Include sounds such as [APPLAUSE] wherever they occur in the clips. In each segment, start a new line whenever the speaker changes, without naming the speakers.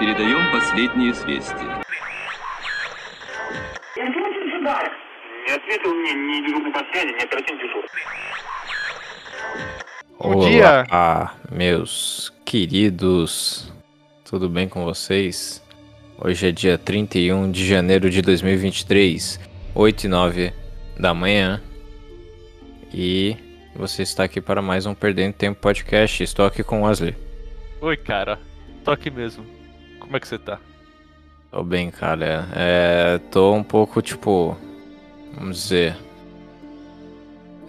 Передаем последние известия.
Извольте ждать.
Не ответил мне ни дежурный по связи, ни оперативный дежурный.
Bom dia.
Olá, meus queridos. Tudo bem com vocês? Hoje é dia 31 de janeiro de 2023, 8 e 9 da manhã. E você está aqui para mais um Perdendo Tempo Podcast. Estou aqui com o Wesley.
Oi, cara. Tô aqui mesmo. Como é que você tá?
Tô bem, cara. É, tô um pouco, tipo. Vamos dizer.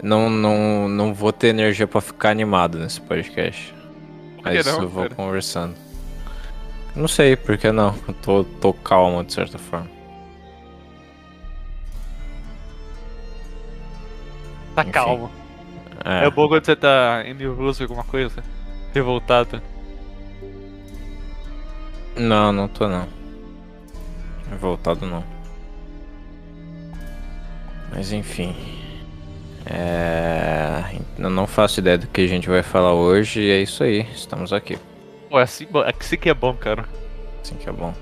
Não, não, não vou ter energia pra ficar animado nesse podcast.
Por que
Mas
não,
Ah, É eu vou
cara?
conversando. Não sei, por que não? Eu tô, tô calmo de certa forma.
Tá
Enfim.
calmo. É.
É,
bom quando você tá em nervoso com alguma coisa, revoltado.
Não, não tô não. É Voltado não. Mas enfim. É... Eu não faço ideia do que a gente vai falar hoje e é isso aí. Estamos aqui.
Pô, é assim, bo- é que isso que é bom, cara.
Assim que é bom.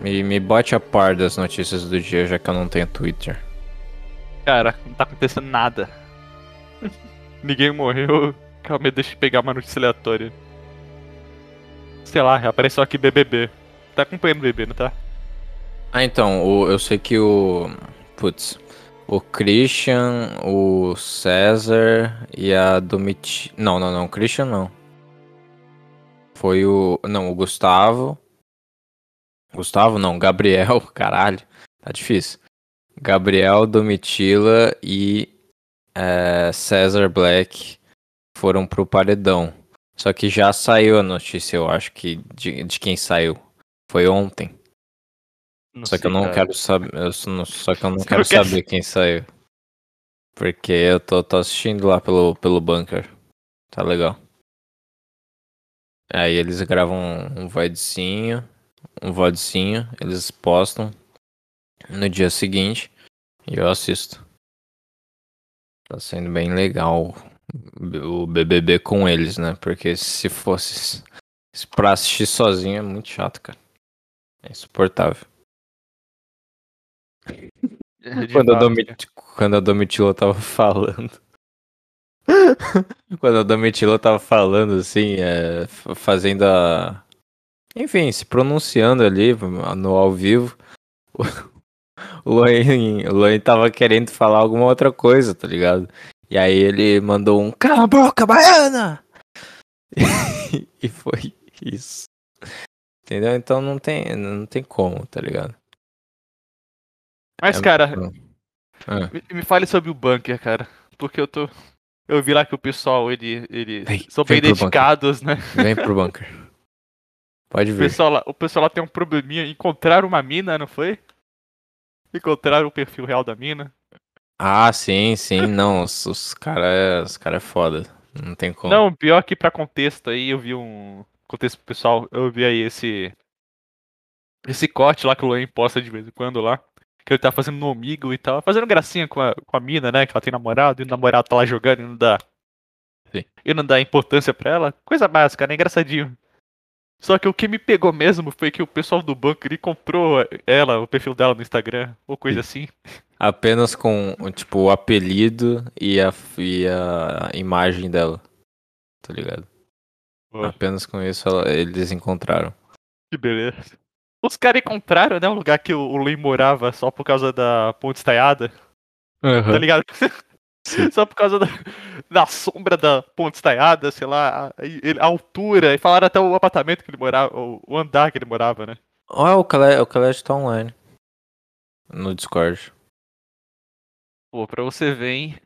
Me, me bote a par das notícias do dia, já que eu não tenho Twitter.
Cara, não tá acontecendo nada. [LAUGHS] Ninguém morreu. Calma, deixa eu pegar uma notícia aleatória. Sei lá, apareceu aqui BBB. Tá acompanhando o BBB, não tá?
Ah, então, o- eu sei que o. Putz. O Christian, o César e a Domiti. Não, não, não. o Christian não. Foi o. Não, o Gustavo. Gustavo não, Gabriel, [LAUGHS] caralho. Tá difícil. Gabriel, Domitila e eh, César Black foram pro paredão. Só que já saiu a notícia, eu acho que de, de quem saiu. Foi ontem. Só que eu não quero saber. Eu só não, só que eu [LAUGHS] não
Você
quero
não quer-
saber quem saiu. Porque eu tô, tô assistindo lá pelo, pelo bunker. Tá legal. Aí eles gravam um voidzinho. Um voidzinho. Eles postam no dia seguinte. E eu assisto. Tá sendo bem legal o BBB com eles, né? Porque se fosse se pra assistir sozinho é muito chato, cara. É insuportável. Quando a, Domit... Quando a Domitila tava [LAUGHS] falando. Quando a Domitila tava falando, assim, é, f- fazendo a. Enfim, se pronunciando ali no ao vivo. [LAUGHS] o- O Loen, o Loen tava querendo falar alguma outra coisa, tá ligado? E aí ele mandou um Cala a boca, baiana! [LAUGHS] e foi isso. Entendeu? Então não tem, não tem como, tá ligado?
Mas,
É,
cara,
bom. Ah.
me, me fale sobre o bunker, cara. Porque eu tô. Eu vi lá que o pessoal, ele. ele
Vem,
são bem
vem pro bunker.
dedicados, né?
Vem pro bunker. Pode
O
vir.
pessoal, lá, o pessoal lá tem um probleminha. Encontraram uma mina, não foi? Encontraram o perfil real da mina.
Ah, sim,
[LAUGHS]
sim, não, os, os caras os cara é foda, não tem como.
Não, pior que pra contexto aí, eu vi um. Contexto pro pessoal, eu vi aí esse. Esse corte lá que o Luan posta de vez em quando lá. Que ele tá fazendo no Omigo e tal. Fazendo gracinha com a, com a mina, né? Que ela tem namorado, e o namorado tá lá jogando e não dá.
Sim.
E não dá importância pra ela. Coisa básica, né? Engraçadinho. Só que o que me pegou mesmo foi que o pessoal do banco ele comprou ela, o perfil dela no Instagram, ou coisa assim.
Apenas com, tipo, o apelido e a, e a imagem dela, tá ligado?
Boa.
Apenas com isso ela- eles encontraram.
Que beleza. Os caras encontraram, né? Um lugar que o o Lin morava só por causa da ponte estaiada,
[LAUGHS]
tá ligado? só por causa da, da sombra da ponte estaiada, sei lá, a, ele- a altura. E falaram até o apartamento que ele morava, o, o andar que ele morava, né?
Ó, o Khaled, o Khaled tá online. No Discord.
Pô, pra você ver, hein?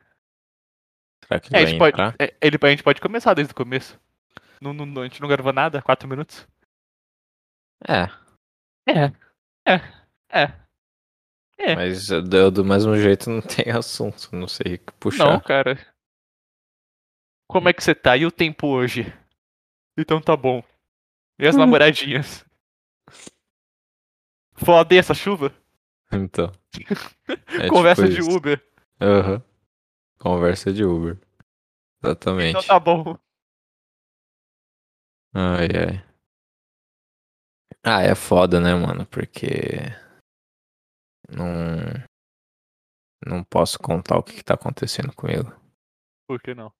Será que ele
É, a
vai
gente pode,
entrar?
é, ele, a gente pode começar desde o começo. Não, não- não- a gente não gravou nada, quatro minutos.
É,
É. É. É. É.
mas eu, do- do mesmo jeito não tem [LAUGHS] assunto, não sei o que puxar.
Não, cara. Como é que você tá? E o tempo hoje? Então tá bom. Uhum. E as namoradinhas? Foda essa chuva? [LAUGHS]
Então. É
Conversa
tipo
de
isso.
Uber.
Aham. Conversa de Uber.
Então
Exatamente.
tá bom.
Ai, ai. Ah, é foda, né, mano? Porque. Não. Não posso contar o que, que tá acontecendo comigo.
Por que não?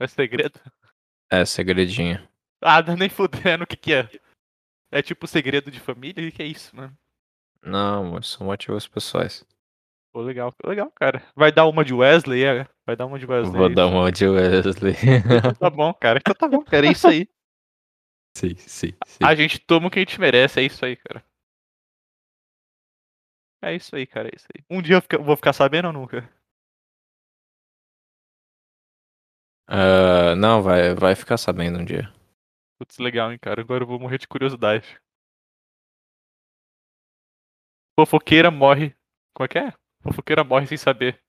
É segredo? [LAUGHS]
É, segredinho.
Ah, não, nem fudendo, o que que é? É tipo segredo de família? O que que é isso, mano?
Não, mano, são motivos pessoais.
Pô, legal, legal, cara. Vai dar uma de Wesley, é? Vai dar uma de Wesley.
Vou dar uma de Wesley. [LAUGHS]
Tá bom, cara. Então tá bom, cara. É isso aí.
sim, sim, sim.
A gente toma o que a gente merece, é isso aí, cara. É isso aí, cara, é isso aí. Um dia eu fica- vou ficar sabendo ou nunca?
Ah, não, vai, vai ficar sabendo um dia.
Putz, legal, hein, cara. Agora eu vou morrer de curiosidade. Fofoqueira morre. Como é que é? Fofoqueira morre sem saber.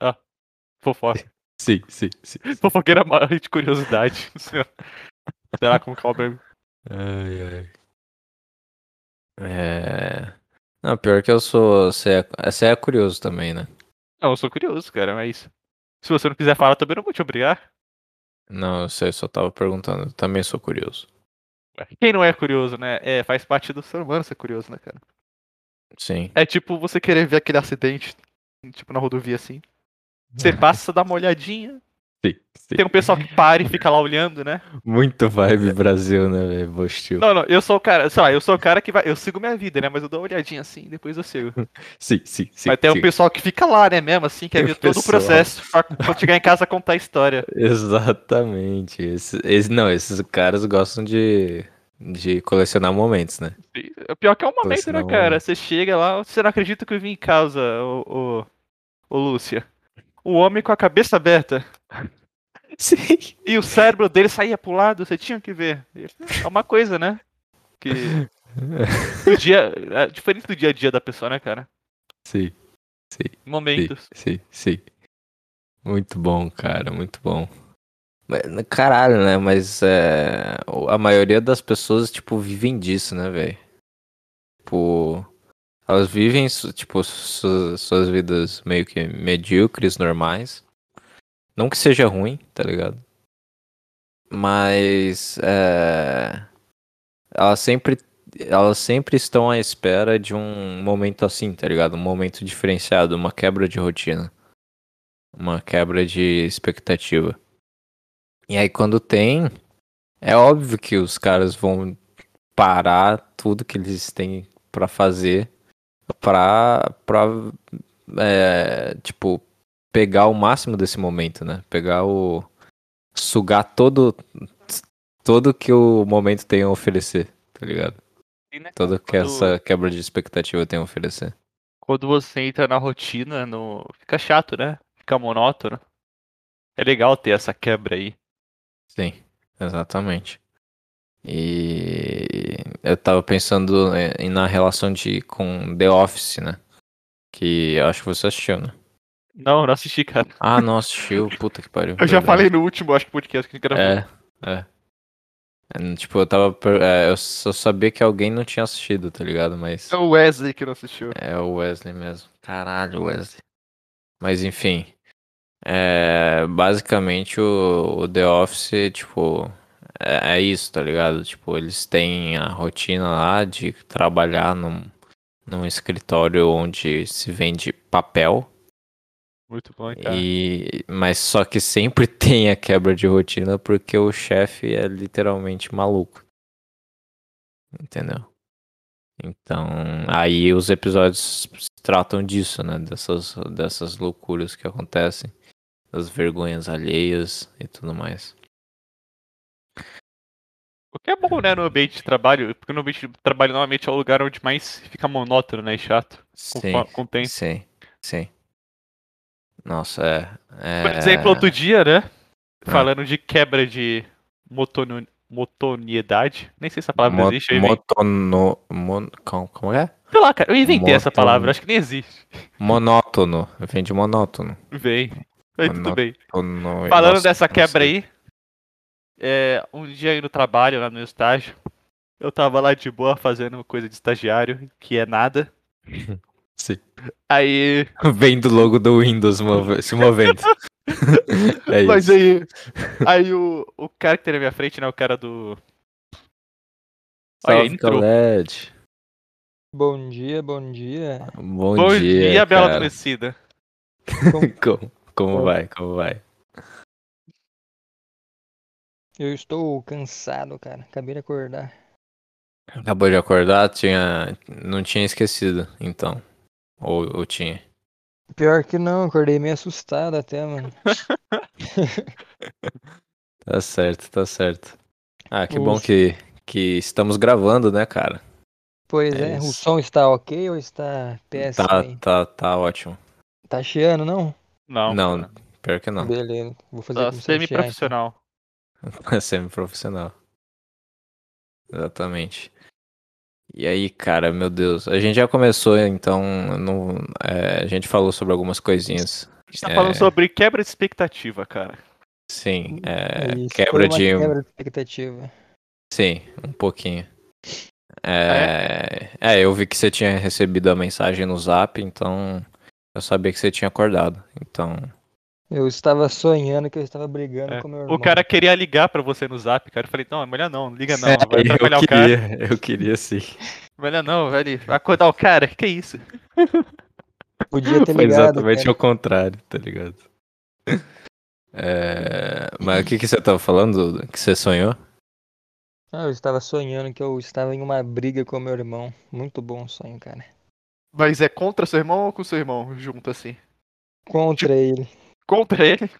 Ah, [LAUGHS] fofoca.
Sim, sim, sim.
Fofoqueira morre de curiosidade. [LAUGHS] Será como que é o Albert?
Ai, ai. É. Não, pior que eu sou. Você é, você é curioso também, né?
Não, eu sou curioso, cara, mas. Se você não quiser falar, também não vou te obrigar.
Não, eu sei, eu só tava perguntando. Eu também sou curioso.
Ué, Quem não é curioso, né? É, faz parte do ser humano ser curioso, né, cara?
Sim.
É tipo você querer ver aquele acidente, tipo na rodovia assim.
Ah.
Você passa, dá uma olhadinha.
Sim, sim.
Tem um pessoal que para e fica lá olhando, né?
Muito vibe Brasil, né, velho? Bostil.
Não, não, eu sou o cara, sei lá, eu sou o cara que vai. Eu sigo minha vida, né? Mas eu dou uma olhadinha assim, depois eu sigo.
Sim, sim, sim.
Mas tem um
sim.
pessoal que fica lá, né, mesmo, assim, quer
Tem
ver
um
todo o
pessoal.
processo pra, pra chegar em casa contar a história.
Exatamente. Esse, esse- não, esses caras gostam de, de colecionar momentos, né?
E O pior que é um momento, né,
senão-
cara? Você chega lá, você não acredita que eu vim em casa, ô, ô, ô Lúcia. O homem com a cabeça aberta
Sim.
e o cérebro dele saía pro lado, você tinha que ver. É uma coisa, né?
[LAUGHS]
Que. O dia. É diferente do dia a dia da pessoa, né, cara?
Sim,
Momentos.
sim, sim. Muito bom, cara, muito bom. Mas, Caralho, né? Mas é, o- a maioria das pessoas, tipo, vivem disso, né, velho? Tipo, elas vivem, su- tipo, su- suas vidas meio que medíocres, normais. Não que seja ruim, tá ligado? Mas é, elas sempre elas sempre estão à espera de um momento assim, tá ligado? Um momento diferenciado, uma quebra de rotina, uma quebra de expectativa. E aí quando tem, é óbvio que os caras vão parar tudo que eles têm pra fazer pra, pra é, tipo, pegar o máximo desse momento, né? Pegar o... sugar todo todo que o momento tem a oferecer, tá ligado?
Sim, né,
Toda
cara?
que
Quando-
essa quebra de expectativa tem a oferecer.
quando você entra na rotina, no... fica chato, né? Fica monótono. É legal ter essa quebra aí.
Sim, exatamente. E eu tava pensando eh, em- na relação de com The Office, né? Que eu acho que você assistiu, né?
Não, não assisti, cara.
Ah, não [LAUGHS] assistiu, puta que pariu.
Eu já
verdade.
falei no último, acho que podcast que a gente gravou.
É, é. É, Tipo, eu tava. per- é, Eu só sabia que alguém não tinha assistido, tá ligado? Mas.
É o Wesley que não assistiu.
É o Wesley mesmo. Caralho, Wesley. Mas enfim. É, basicamente o, o The Office, tipo, é, é isso, tá ligado? Tipo, eles têm a rotina lá de trabalhar num, num escritório onde se vende papel.
Muito bom, hein, cara.
E, mas só que sempre [LAUGHS] tem a quebra de rotina porque o chefe é literalmente maluco. Entendeu? Então, aí os episódios tratam disso, né? Dessas, dessas loucuras que acontecem, das vergonhas alheias e tudo mais.
O que é bom, né, no ambiente de trabalho, porque no ambiente de trabalho normalmente é o lugar onde mais fica monótono, né, e chato, com,
Sim,
com o tempo.
sim, sim. Nossa, é. é...
Por exemplo, outro dia, né,
Ah.
falando de quebra de motono... motoniedade, nem sei se essa palavra
mo-
existe, né? eu inventei.
motono, mon- como- como é?
Sei lá, cara, eu inventei essa
Moton-
palavra, acho que nem existe.
Monótono. Vende monótono.
Vem, aí tudo
Monó-
bem.
Monó-
Falando
Nossa,
dessa
não
quebra
sei.
aí, é, um dia aí no trabalho, lá no meu estágio, eu tava lá de boa fazendo coisa de estagiário, que é nada.
[LAUGHS] Sim.
Aí.
[LAUGHS] Vendo o logo do Windows move- se movendo. é
Mas
isso. [LAUGHS]
aí. Aí o, o cara que tem na minha frente, né? O cara do. Olha,
Salve,
entrou.
Khaled.
Bom dia, bom dia.
Bom,
Bom
dia,
dia, Bela
cara.
Adormecida.
[LAUGHS] Como, como
Bom.
vai, como vai?
Eu estou cansado, cara. Acabei de acordar.
Acabou de acordar, tinha... não tinha esquecido, então. Ou, ou tinha.
Pior que não, acordei meio assustado até, mano.
Tá certo, tá certo. Ah, que
Ufa.
bom que, que estamos gravando, né, cara?
Pois
É
é, o
isso.
som está ok ou está péssimo?
Tá,
aí?
tá, tá ótimo.
Tá chiando, não?
Não.
Não, pior que não.
Beleza, vou fazer
Tá
como se não chiar, então.
semi-profissional.
[LAUGHS] É semi-profissional. Exatamente. E aí, cara, meu Deus. A gente já começou, então. eu Não, é, a gente falou sobre algumas coisinhas.
A gente tá
É.
falando sobre quebra de expectativa, cara.
Sim,
É
é,
isso, foi
quebra
uma
de.
Quebra de expectativa.
Sim, um pouquinho. É,
Ah,
é, eu vi que você tinha recebido a mensagem no zap, então. Eu sabia que você tinha acordado. Então.
Eu estava sonhando que eu estava brigando
É.
com meu irmão.
O cara queria ligar pra você no zap, cara. Eu falei, não, é melhor não, liga não,
É,
vai atrapalhar
eu
o cara.
queria, eu queria sim.
Melhor não, velho. Vai acordar o cara, que isso?
podia
[LAUGHS]
ter
Foi
ligado.
exatamente
cara.
ao contrário, tá ligado? É, mas o que, que você tava falando? Duda? Que você sonhou?
Ah, eu estava sonhando que eu estava em uma briga com meu irmão. Muito bom o sonho, cara.
Mas é contra seu irmão ou com seu irmão junto assim?
Contra
Tipo,
ele.
Contra ele?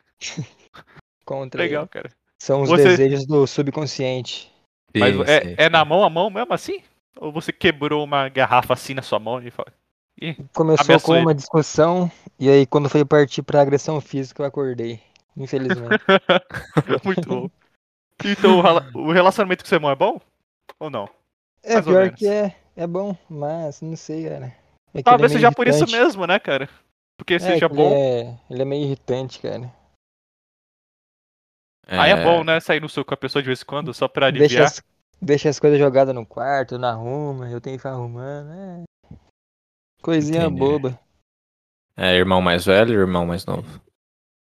Contra
Legal,
ele.
cara.
São os
Você-
desejos do subconsciente.
Mas
Sim, sim.
é, é na mão a mão mesmo assim? Ou você quebrou uma garrafa assim na sua mão e fala. [LAUGHS]
Começou
Ameaçou
com
ele.
uma discussão, e aí quando foi partir pra agressão física eu acordei.
[LAUGHS]
Infelizmente.
Muito bom. Então o rela- o relacionamento com seu irmão é bom? Ou não?
é
Mais ou
pior
menos.
que é, é bom, mas não sei, cara. É que ele é
Talvez
meio
seja por isso
irritante.
mesmo, né, cara? Porque
É,
seja
que
bom.
Ele é, ele é meio irritante, cara.
Aí é bom, né? Sair no soco com a pessoa de vez em quando, só pra aliviar.
Deixa assim. as, deixa as coisas jogadas no quarto, não arruma, eu tenho que ficar arrumando. é. Coisinha
Entendi.
boba,
É irmão mais velho, irmão mais novo,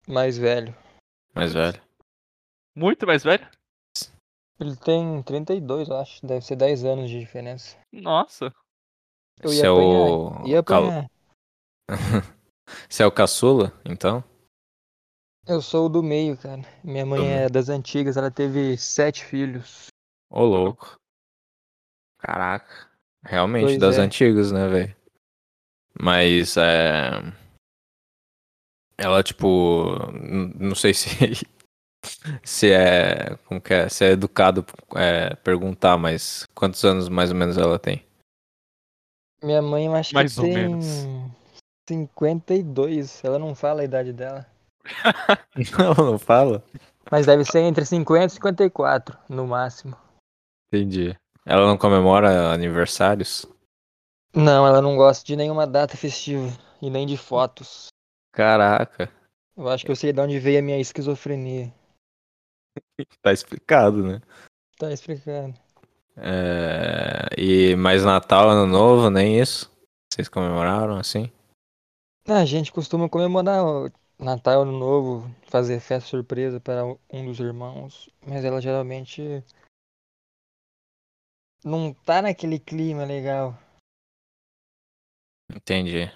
mais velho.
mais velho.
Muito mais velho?
Ele tem 32, eu acho. Deve ser 10 anos de diferença.
Nossa.
Eu
Você é o
Ia
Cal-
apanhar.
[LAUGHS] Você é o caçula, então?
Eu sou o do meio, cara. Minha mãe
Do meio.
é das antigas, ela teve sete filhos.
Ô louco. Caraca. Realmente
Pois
das
é.
antigas, né, velho? Mas é ela tipo, n- não sei se [LAUGHS] se é, como que é, se é educado é, perguntar, mas quantos anos mais ou menos ela [LAUGHS] tem?
Minha mãe, eu acho
Mais
que
ou
tem
menos.
52. Ela não fala a idade dela.
Não, não fala.
Mas deve ser entre 50 e 54, no máximo.
Entendi. Ela não comemora aniversários?
Não, ela não gosta de nenhuma data festiva e nem de fotos.
Caraca,
Eu acho que eu sei de onde veio a minha esquizofrenia.
tá explicado, né?
Tá explicando.
É, e mais Natal, Ano Novo, nem isso? Vocês comemoraram assim?
Ah, A gente costuma comemorar o Natal, Ano Novo, fazer festa surpresa para um dos irmãos, mas ela geralmente não tá naquele clima legal.
Entendi.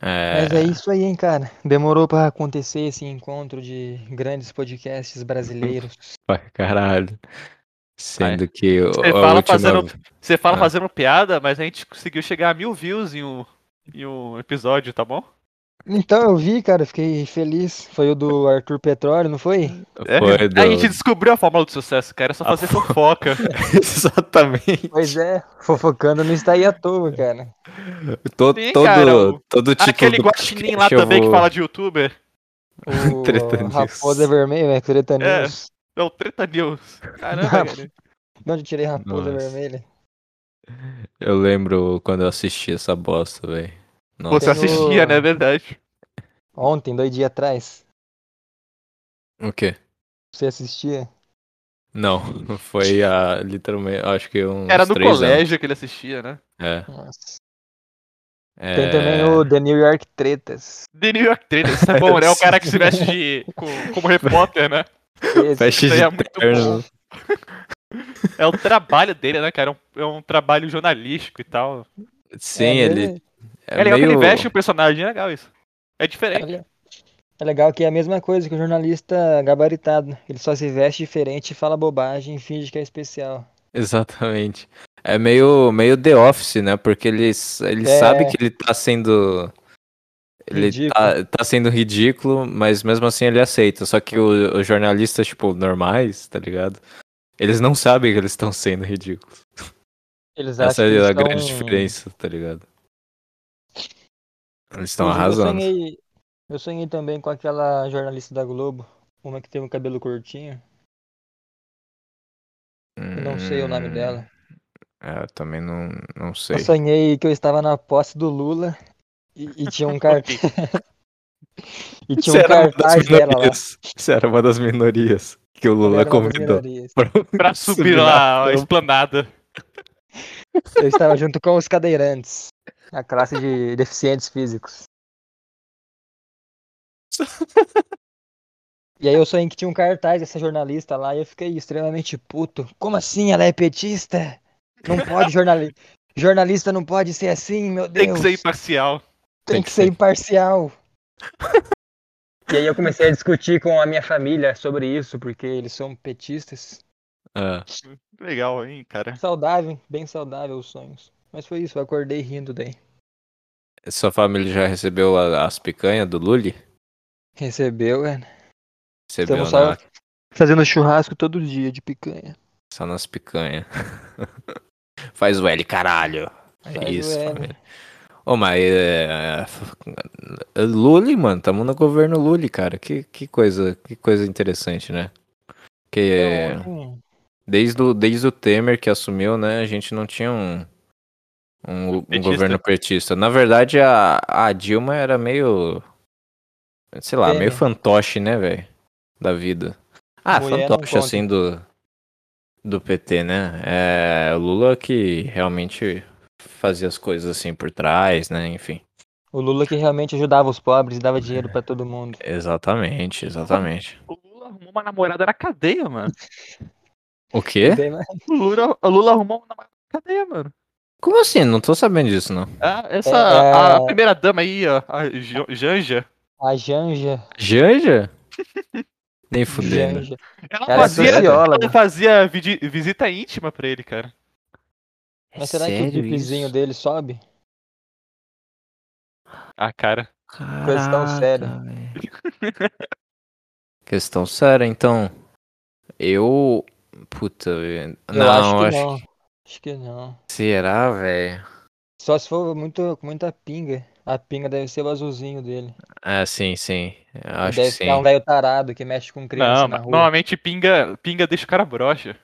Mas é
É,
isso aí, hein, cara. Demorou pra acontecer esse encontro de grandes podcasts brasileiros.
pra caralho. Sendo que o-
Você
a
fala
última-
fazendo- Você fala
Ah.
fazendo piada, mas a gente conseguiu chegar a mil views em um, em um episódio, tá bom?
Então eu vi, cara, fiquei feliz. Foi o do Arthur Petróleo, não foi?
É,
foi do-
[LAUGHS] A gente descobriu a fórmula do sucesso, cara. É só
A
fazer
fó- [LAUGHS]
fofoca.
Exatamente.
Pois é, fofocando não está aí à toa, cara.
Todo,
Sim,
todo,
cara, o-
todo título
Aquele
do
guaxinim lá
podcast é eu
também que
vou-
fala de youtuber.
O
Treta News.
Raposa Vermelha, né? Treta
É.
News.
Não, Treta News. Caramba, cara.
De onde eu tirei Raposa
Nossa.
Vermelha?
Eu lembro quando eu assisti essa bosta, velho. Nossa.
Você
Tem
assistia,
o-
né? É verdade.
Ontem, dois dias atrás,
O quê?
você assistia?
Não, [LAUGHS] foi a literalmente, acho que uns
Era no
três anos.
colégio que ele assistia, né?
É,
Nossa.
é...
Tem também o The New York Tretas.
The New York Traders, tá bom,
[LAUGHS]
né? O cara que se veste de, com- como repórter, né?
Esse-
Fast
Isso aí
de
é muito
terno.
[LAUGHS] É o trabalho dele, né, cara? É um, é um trabalho jornalístico e tal.
Sim, ele.
É,
É,
legal que
meio...
ele veste o personagem, é legal isso. É
É, [LAUGHS]
diferente.
le- é legal que é a mesma coisa que o jornalista gabaritado. Ele só se veste diferente, fala bobagem, finge que é especial.
[LAUGHS] Exatamente. É meio, meio The Office, né? Porque ele, s- ele
É.
sabe que ele tá sendo. Ele
Ridículo.
tá, tá sendo ridículo, mas mesmo assim ele aceita. Só que o- os jornalistas, tipo, normais, tá ligado? Eles não sabem que eles estão sendo ridículos.
Eles
Essa
acham que
é a
eles
grande
são-
diferença, tá ligado? Eles estão
Inclusive,
arrasando.
Eu sonhei, eu sonhei também com aquela jornalista da Globo, uma que teve um cabelo curtinho. Eu não sei o nome
Hum,
dela.
É, eu também não, não sei.
Eu sonhei que eu estava na posse do Lula e, e tinha um cartaz.
[LAUGHS]
e tinha
Você
um
era uma das
cartaz dela lá.
minorias. Você era uma das minorias que o
Eu
Lula
era uma das
convidou.
minorias.
Pra subir lá a esplanada.
Eu estava junto com os cadeirantes, a classe de deficientes físicos.
[LAUGHS]
E aí eu sonhei que tinha um cartaz dessa jornalista lá e eu fiquei extremamente puto. Como assim ela é petista? Não pode jornalista. Jornalista não pode ser assim, meu Deus.
Tem que ser imparcial.
Tem que ser imparcial. E aí eu comecei a discutir com a minha família sobre isso, porque eles são petistas.
Ah,
Legal, hein, cara.
Saudável, bem saudável os sonhos. Mas foi isso, eu acordei rindo daí.
sua família já recebeu a- as picanhas do Lully?
Recebeu, é.
Recebeu
Estamos só-
na-
Fazendo churrasco todo dia de picanha.
só nas picanhas. [LAUGHS] Faz o L, caralho. É
Faz
isso,
o né? L.
família. Ô, mas. É, é, Lully, mano, tamo no governo Lully, cara. Que, que, coisa, que coisa interessante, né? Que é,
Então,
desde o, desde o Temer que assumiu, né, a gente não tinha um, um, um
Petista.
governo petista. Na verdade, a, a Dilma era meio. Sei lá,
Temer.
meio fantoche, né, velho? Da vida. Ah,
Mulher não
fantoche,
conta.
assim, do, do PT, né? É, o Lula que realmente fazia as coisas assim por trás, né? Enfim.
O Lula que realmente ajudava os pobres e
É.
dava dinheiro pra todo mundo.
Exatamente, exatamente.
O Lula arrumou uma namorada na cadeia, mano.
O quê?
Bem mais-
O Lula, o Lula arrumou uma namorada na cadeia, mano.
Como assim? Não tô sabendo disso, não.
Ah, essa.
É,
A,
é.
primeira dama aí, ó, a Jo- Janja.
A Janja. [LAUGHS]
Janja? Nem fudendo.
Janja.
Ela
Cara, é
fazia,
socióloga.
ela fazia vidi- visita íntima pra ele, cara.
Mas será que o
É Sério
dipzinho
isso?
dele sobe?
Ah, cara.
Questão
Ah,
séria.
Caraca, velho. Questão séria, então. Eu. Puta, velho.
Eu
Não,
acho que
acho
não. Acho que não.
que. Será, velho?
Só se for muito, com muita pinga. A pinga deve ser o azulzinho dele.
Ah, sim, sim. Eu Acho que
deve
sim.
ficar um velho tarado que mexe com
Não,
criança na
mas
rua.
normalmente pinga, pinga deixa o cara broxa.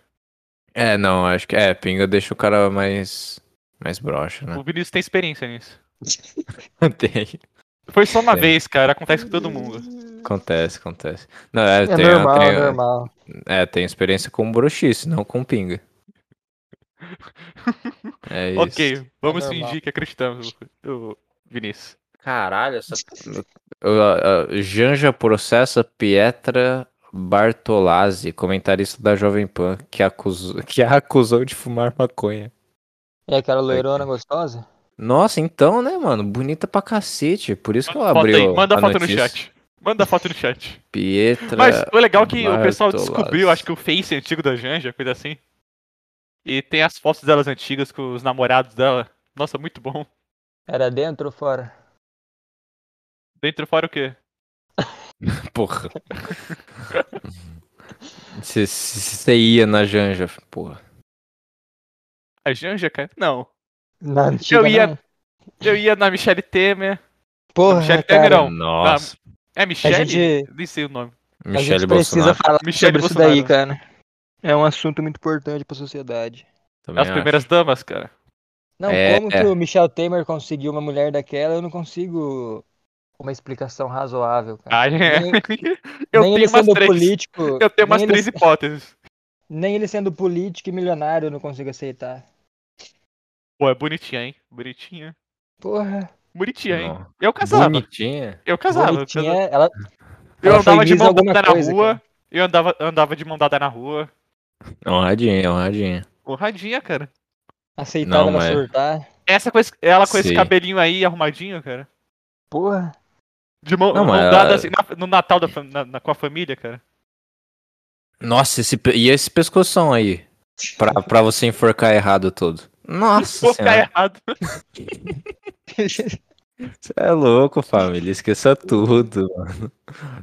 É, não, acho que. É, pinga deixa o cara mais. Mais broxa, né? [LAUGHS]
O Vinícius tem experiência nisso.
Tem.
Foi só uma
É.
vez, cara. Acontece com todo mundo.
Acontece, acontece. Não, é,
É
tem,
normal,
tem,
é normal.
É, tem experiência com broxice, não com
[LAUGHS]
pinga. É isso.
Ok, vamos
Tá normal.
fingir que acreditamos, o Vinícius.
Caralho, essa. [LAUGHS] Uh, uh, Janja processa Pietra Bartolazzi, comentarista da Jovem Pan, que, acusou, [LAUGHS] que a acusou de fumar maconha.
É aquela loirona gostosa?
Nossa, então, né, mano? Bonita pra cacete. Por isso que ela
Manda foto aí,
abriu.
manda
a
foto no
notícia.
chat. Manda foto no
[LAUGHS]
chat.
Pietra.
Mas o legal é que o pessoal
Bartolas.
descobriu, acho que o Face antigo da Janja, coisa assim. E tem as fotos delas antigas com os namorados dela. Nossa, muito bom.
Era dentro ou fora?
Dentro e fora o quê? [LAUGHS]
Porra. Você- Você ia na Janja, porra.
A Janja, cara? Não.
Na antiga,
ia-
não?
Eu ia na Michelle Temer.
Porra,
Michele
cara.
Temerão. Não,
Nossa.
É
A
Michelle?
gente,
Nem sei o nome.
a gente
Michele
precisa
Bolsonaro.
falar
Michele
sobre
Bolsonaro.
isso daí, cara. É um assunto muito importante pra sociedade.
também
As
acho.
primeiras damas, cara.
Não,
É,
como
é.
que o Michel Temer conseguiu uma mulher daquela, eu não consigo uma explicação razoável, cara.
Ah, é.
Nem-
[LAUGHS] Eu
nem
tenho
ele
umas
sendo
três.
político,
Eu tenho umas
nem, ele,
três hipóteses.
nem ele sendo político e milionário eu não consigo aceitar.
[LAUGHS] Pô, é bonitinha, hein? Bonitinha.
Porra,
Bonitinha, hein?
Não.
Eu casava.
Bonitinha. é
Eu casava. eu
bonitinha,
casava.
ela,
ah, Eu
ela foi
andava de
Miss
mão
alguma
dada na
coisa,
rua.
cara.
Eu andava, andava de mão dada na rua.
É honradinha, é honradinha.
Honradinha, cara.
Aceitada
Não,
ela
mas-
surtar.
Essa com esse- ela com esse
Sei.
cabelinho aí arrumadinho, cara.
Porra.
De mão,
Não,
mão
mas
dada
ela-
assim, na- no Natal da fam- na- na- com a família, cara.
Nossa, esse, pe- e esse pescoção aí? Pra, pra você enforcar errado todo. Nossa
Vou ficar
senhora. Tá
errado.
Você é louco, família. Esqueça tudo, mano.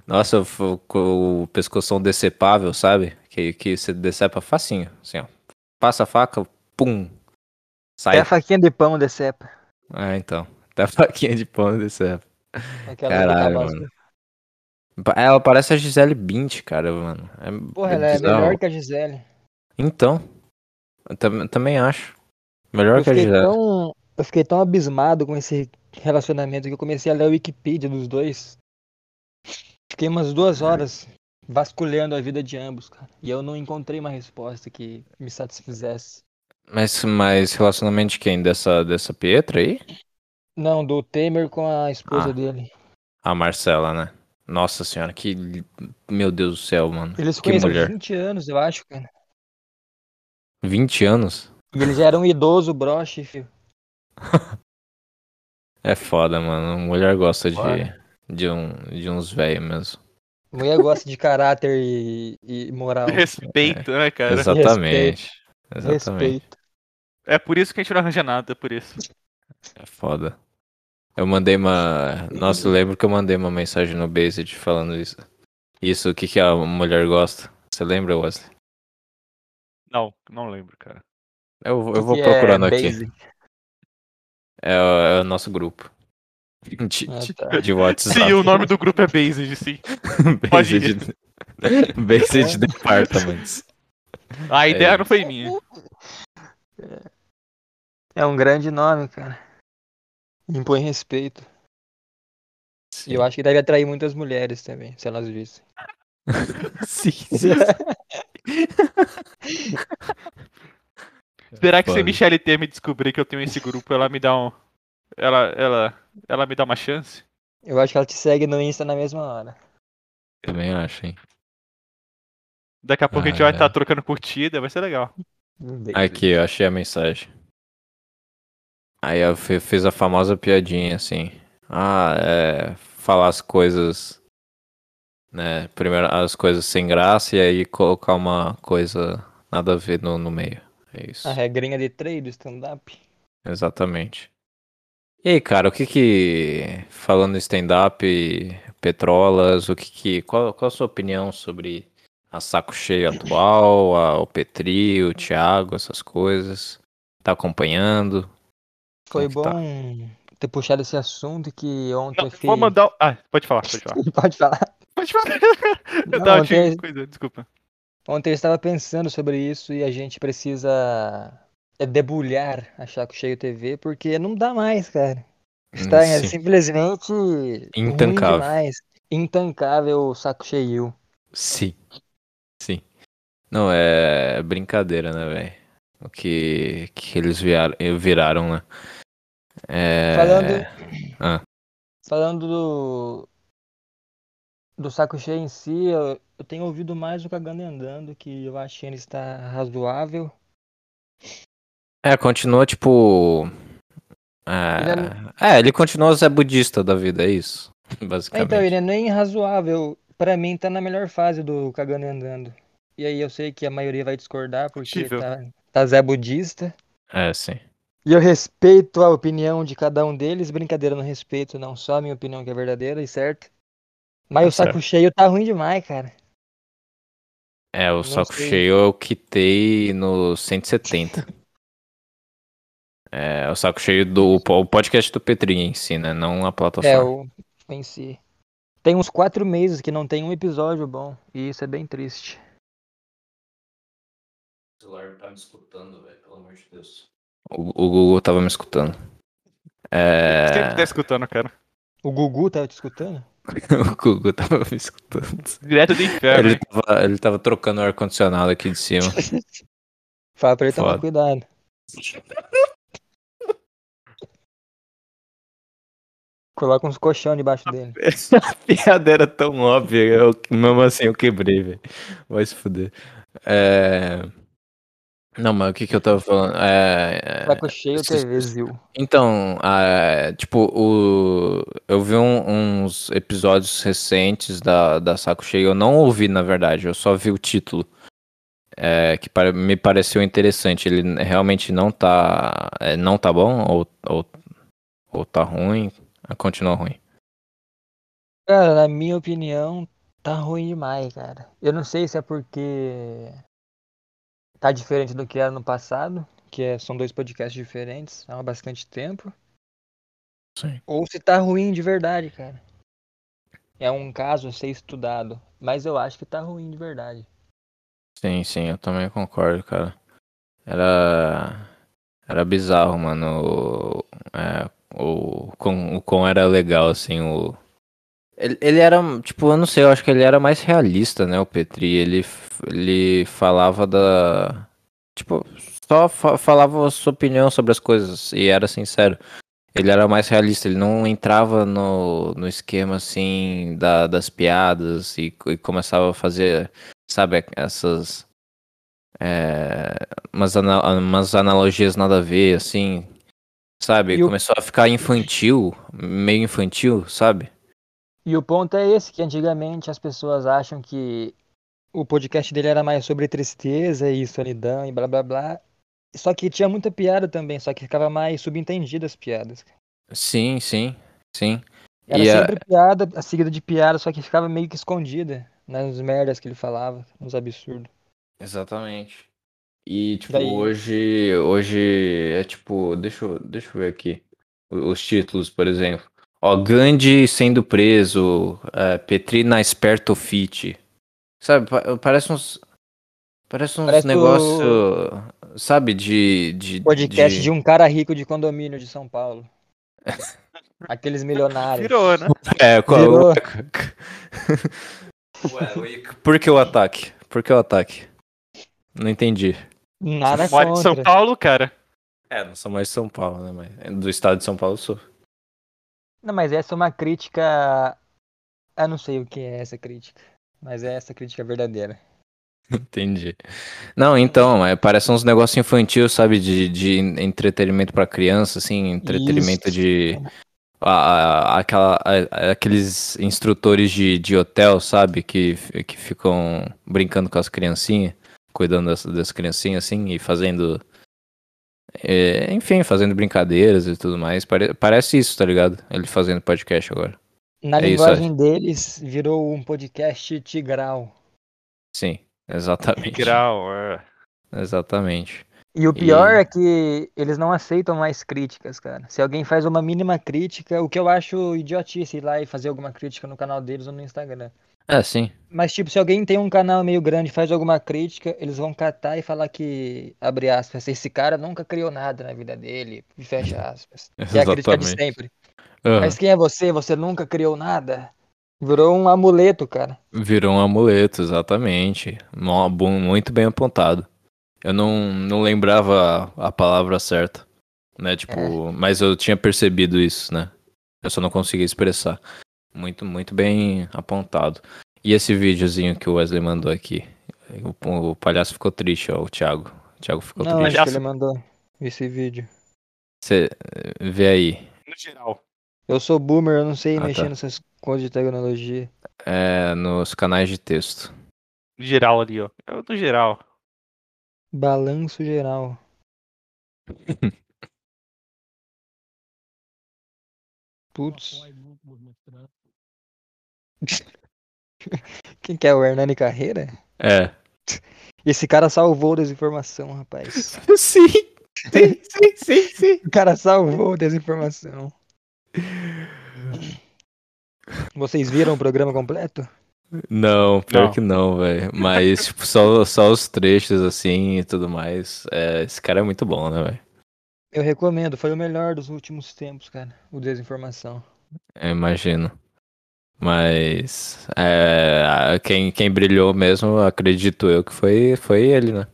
Nossa, o, o o pescoção decepável, sabe? Que, que você decepa facinho. Assim, ó. Passa a faca, pum. Sai.
[LAUGHS] Até a faquinha de pão decepa.
Ah, então. Até a faquinha de pão decepa.
Aquela
Caralho,
que tá
mano. Pa- Ela parece a Gisele Bint, cara, mano. É
Porra, ela é
bizarro.
melhor que a Gisele.
Então. Eu tam- também acho. Melhor
Eu
que é, a
fiquei,
Gisele.
tão, eu fiquei tão abismado com esse relacionamento que eu comecei a ler a Wikipedia dos dois. Fiquei umas duas
Uhum.
horas vasculhando a vida de ambos, cara. E eu não encontrei uma resposta que me satisfizesse.
Mas, mas relacionamento de quem? Dessa, dessa Pietra aí?
Não, do Temer com a esposa
Ah.
dele.
A Marcela, né? Nossa senhora, que. Meu Deus do céu, mano.
Eles se
Que
conhecem há
mulher.
20 anos, eu acho, cara.
20 anos?
E ele já era um idoso broche, filho.
É foda, mano. Mulher gosta de,
Bora.
de, um, de uns velhos mesmo.
Mulher gosta de caráter e, e moral.
Respeito, né, cara?
Exatamente. [LAUGHS] Exatamente.
Respeito.
É por isso que a gente não arranja nada, é por isso.
É foda. Eu mandei uma. Nossa, eu lembro que eu mandei uma mensagem no Based falando isso. Isso, o que, que a mulher gosta? Você lembra, Wesley?
Não, não lembro, cara.
Eu, eu vou
Que é
procurando aqui.
base.
É, o- é o nosso grupo. De,
Ah,
de-
tá.
de WhatsApp.
Sim, o nome do grupo é Based, sim.
[LAUGHS]
Pode ir.
Based, Based Departments.
A ideia
É.
não foi minha.
É um grande nome, cara. Impõe respeito. E eu acho que deve atrair muitas mulheres também, se
[LAUGHS]
elas vissem.
Sim,
Será que se a
Foda.
Michelle T me descobrir que eu tenho esse grupo, ela me dá um. Ela, ela, ela me dá uma chance?
Eu acho que ela te segue no Insta na mesma hora.
Também acho, hein?
Daqui a pouco a gente
Ah,
vai
é.
estar trocando curtida, vai ser legal.
Aqui, eu achei a mensagem. Aí eu fe- fiz a famosa piadinha assim. Ah, é. Falar as coisas. Né? Primeiro as coisas sem graça e aí colocar uma coisa nada a ver no, no meio. É isso.
A regrinha de trade do stand-up.
Exatamente. E aí, cara, o que que. Falando em stand-up, Petrolas, o que que. Qual, qual a sua opinião sobre a Saco Cheio atual, a- o Petri, o Thiago, essas coisas? Tá acompanhando?
Foi
Como que tá?
bom ter puxado esse assunto que ontem
Não,
eu fiquei.
vou
[LAUGHS]
mandar. Ah, pode falar, pode falar.
Pode falar.
[LAUGHS] Pode falar. Eu
Não,
tava te
ontem-
coisa, desculpa.
Ontem eu estava pensando sobre isso e a gente precisa é, debulhar a Chaco Cheio TV, porque não dá mais, cara. Está é,
Sim.
simplesmente ruim
Intancável.
demais. Intancável saco cheio.
[LAUGHS] Sim. Sim. Não, é brincadeira, né, velho? O que, que eles viraram, viraram né? É...
Falando-
Ah.
Falando do, do saco cheio em si, eu, eu tenho ouvido mais o Cagando e Andando, que eu acho que ele está razoável.
É, continua tipo. É,
Ele
é, ele continua Zé Budista da vida, é isso. [LAUGHS]
Ah, Então,
Basicamente.
ele é nem razoável. Pra mim, tá na melhor fase do Cagando e Andando. E aí eu sei que a maioria vai discordar, porque
Possível.
tá, tá Zé Budista.
É, sim.
E eu respeito a opinião de cada um deles. Brincadeira, não respeito, não. Só a minha opinião que é verdadeira e certa. Mas
Tá
o saco
certo.
cheio tá ruim demais, cara.
É, o
Não
saco
sei.
cheio eu quitei no 170. é, o saco cheio do o podcast do Petri em si, né? Não a
É,
plataforma.
eu pensei. Tem uns quatro meses que não tem um episódio bom. E isso é bem triste.
O celular tá me escutando, velho, pelo amor de Deus. O, o Google tava me escutando.
Sempre tá
É, [LAUGHS]
escutando, cara.
O Gugu tá te escutando?
o Google tava me escutando.
Direto do inferno.
Ele
hein?
tava, ele tava trocando o ar-condicionado aqui de cima.
[LAUGHS] Fala pra ele tomar
Foda.
cuidado.
[LAUGHS]
Coloca uns colchão debaixo dele.
[LAUGHS] Essa piada era tão óbvia, eu, mesmo assim eu quebrei, velho. Vai se fuder. É... Não, mas o que que eu tava falando? É...
Saco cheio, TV, Zil.
Então, ah, tipo, o... eu vi um- uns episódios recentes da, da Saco Cheio, eu não ouvi, na verdade, eu só vi o título, é, que pare- me pareceu interessante. Ele realmente não tá, é, não tá bom ou, ou, ou tá ruim? Ah, Continua ruim.
Cara, na minha opinião, tá ruim demais, cara. Eu não sei se é porque tá diferente do que era no passado, que é- são dois podcasts diferentes há bastante tempo,
Sim.
ou se tá ruim de verdade, cara. É um caso a ser estudado, mas eu acho que tá ruim de verdade.
Sim, sim, eu também concordo, cara. Era, era bizarro, mano. O, é, o, quão- o quão era legal, assim, o. Ele, ele era, tipo, eu não sei, eu acho que ele era mais realista, né, o Petri. Ele, f- ele falava da. Tipo, só fa- falava a sua opinião sobre as coisas e era sincero. Ele era mais realista, ele não entrava no, no esquema, assim, da, das piadas e, e começava a fazer sabe, essas. É, umas, ana- umas analogias nada a ver, assim. Sabe?
E o-
Começou a ficar infantil, meio infantil, sabe?
E o ponto é esse, que antigamente as pessoas acham que o podcast dele era mais sobre tristeza e solidão e blá blá blá. Só que tinha muita piada também, só que ficava mais subentendida as piadas.
Sim, sim, sim.
Era
E a-
sempre piada, a seguida de piada, só que ficava meio que escondida nas merdas que ele falava, nos absurdos.
Exatamente. E, tipo,
Daí-
hoje, hoje é tipo, deixa eu, deixa eu ver aqui o- os títulos, por exemplo. Ó, Gandhi sendo preso, é, Petri na esperto fit. Sabe, pa- parece uns, parece uns
Parece o-
negócio, sabe, de, de,
Podcast de...
de-
um cara rico de condomínio de
[LAUGHS]
São Paulo. Aqueles milionários.
Virou, né?
É, qual-
Virou.
por que o ataque? Por que o ataque? Não entendi.
Nada
Mora em
contra.
São Paulo, cara.
É, não sou mais de São Paulo, né, mas do estado de São Paulo eu sou.
Não, mas essa é uma crítica. Eu não sei o que é essa crítica. Mas é essa crítica verdadeira.
Entendi. Não, então, é, parece uns negócios infantil, sabe? De, de entretenimento pra criança, assim, entretenimento
Isso.
de. a- a- aquela, a- aqueles instrutores de, de hotel, sabe? Que, f- que ficam brincando com as criancinhas, cuidando das, das criancinhas, assim, e fazendo. é, enfim, fazendo brincadeiras e tudo mais. Pare- parece isso, tá ligado? Ele fazendo podcast agora.
Na
É isso,
linguagem deles, virou um podcast tigral.
Sim, exatamente.
Grau, é.
Exatamente.
E o pior
E-
é que eles não aceitam mais críticas, cara. Se alguém faz uma mínima crítica, o que eu acho idiotice ir lá e fazer alguma crítica no canal deles ou no Instagram.
É, sim.
Mas, tipo, se alguém tem um canal meio grande e faz alguma crítica, eles vão catar e falar que, abre aspas, esse cara nunca criou nada na vida dele, e fecha aspas. Que é a crítica de
Exatamente.
sempre.
Aham.
Mas quem é você? Você nunca criou nada? Virou um amuleto, cara.
Virou um amuleto, exatamente. Mó- bu- Muito bem apontado. Eu não, não lembrava a a palavra certa, né?
É.
Tipo, mas eu tinha percebido isso, né? Eu só não conseguia expressar. Muito, muito bem apontado. E esse videozinho que o Wesley mandou aqui? O, o palhaço ficou triste, ó, o Thiago. O Thiago ficou
Não, acho
triste.
que
Palhaço.
ele mandou esse vídeo.
Você vê aí.
No geral.
Eu sou boomer, eu não sei
Ah, tá.
mexer nessas coisas de tecnologia.
É, nos canais de texto.
No geral ali, ó. É o No geral.
[LAUGHS]
Balanço geral. Putz. [LAUGHS] Quem que é o Hernani Carreira?
É.
Esse cara salvou desinformação, rapaz.
[LAUGHS] Sim! Sim, sim, sim, sim.
O cara salvou desinformação. Vocês viram o programa completo?
Não, pior
Não.
que não, velho. Mas, tipo, só, só os trechos, assim, e tudo mais. É, esse cara é muito bom, né, velho?
Eu recomendo, foi o melhor dos últimos tempos, cara. O desinformação.
Eu imagino. Mas, é, a- quem, quem brilhou mesmo, acredito eu, que foi, foi ele, né?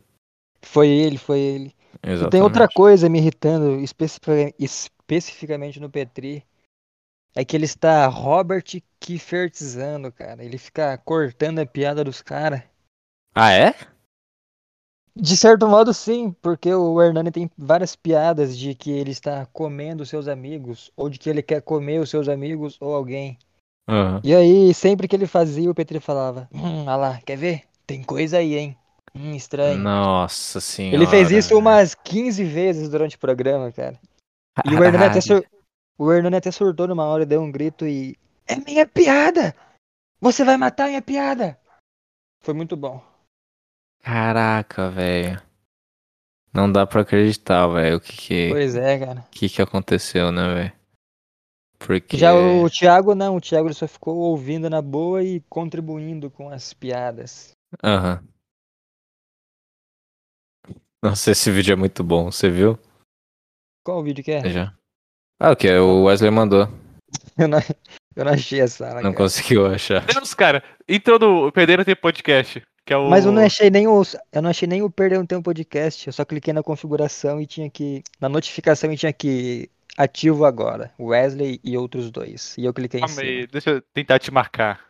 Foi ele, foi ele. E
Exatamente.
tem outra coisa me irritando especifica- especificamente no Petri, é que ele está Robert Kiefertizando, cara. Ele fica cortando a piada dos caras.
Ah, é?
De certo modo, sim, porque o Hernani tem várias piadas de que ele está comendo seus amigos, ou de que ele quer comer os seus amigos ou alguém.
Aham.
E aí, sempre que ele fazia, o Petri falava: Hum, olha lá, quer ver? Tem coisa aí, hein? Hum, estranho.
Nossa senhora.
Ele fez
né?
isso umas 15 vezes durante o programa, cara. E o Hernani até, sur... o Hernani até surtou numa hora, deu um grito e. É minha piada! Você vai matar minha piada! Foi muito bom.
Caraca, velho. Não dá pra acreditar, velho, o que que,
Pois é, cara.
o que que aconteceu, né, velho? Porque...
Já o Thiago, não, o Thiago ele só ficou ouvindo na boa e contribuindo com as piadas.
Aham. Nossa, esse vídeo é muito bom, você viu?
Qual o vídeo que é?
Já. Ah, o que? O Wesley mandou.
[LAUGHS] Eu não, eu não achei a sala,
Não
cara.
conseguiu achar.
Deus, cara, entrou no Perderam Tempo Podcast, que é o...
Mas eu não achei nem o. Eu não achei nem o perder um tempo podcast. Eu só cliquei na configuração e tinha que. Na notificação e tinha que. Ativo agora. Wesley e outros dois. E eu cliquei em
Calma
cima.
aí, deixa eu tentar te marcar.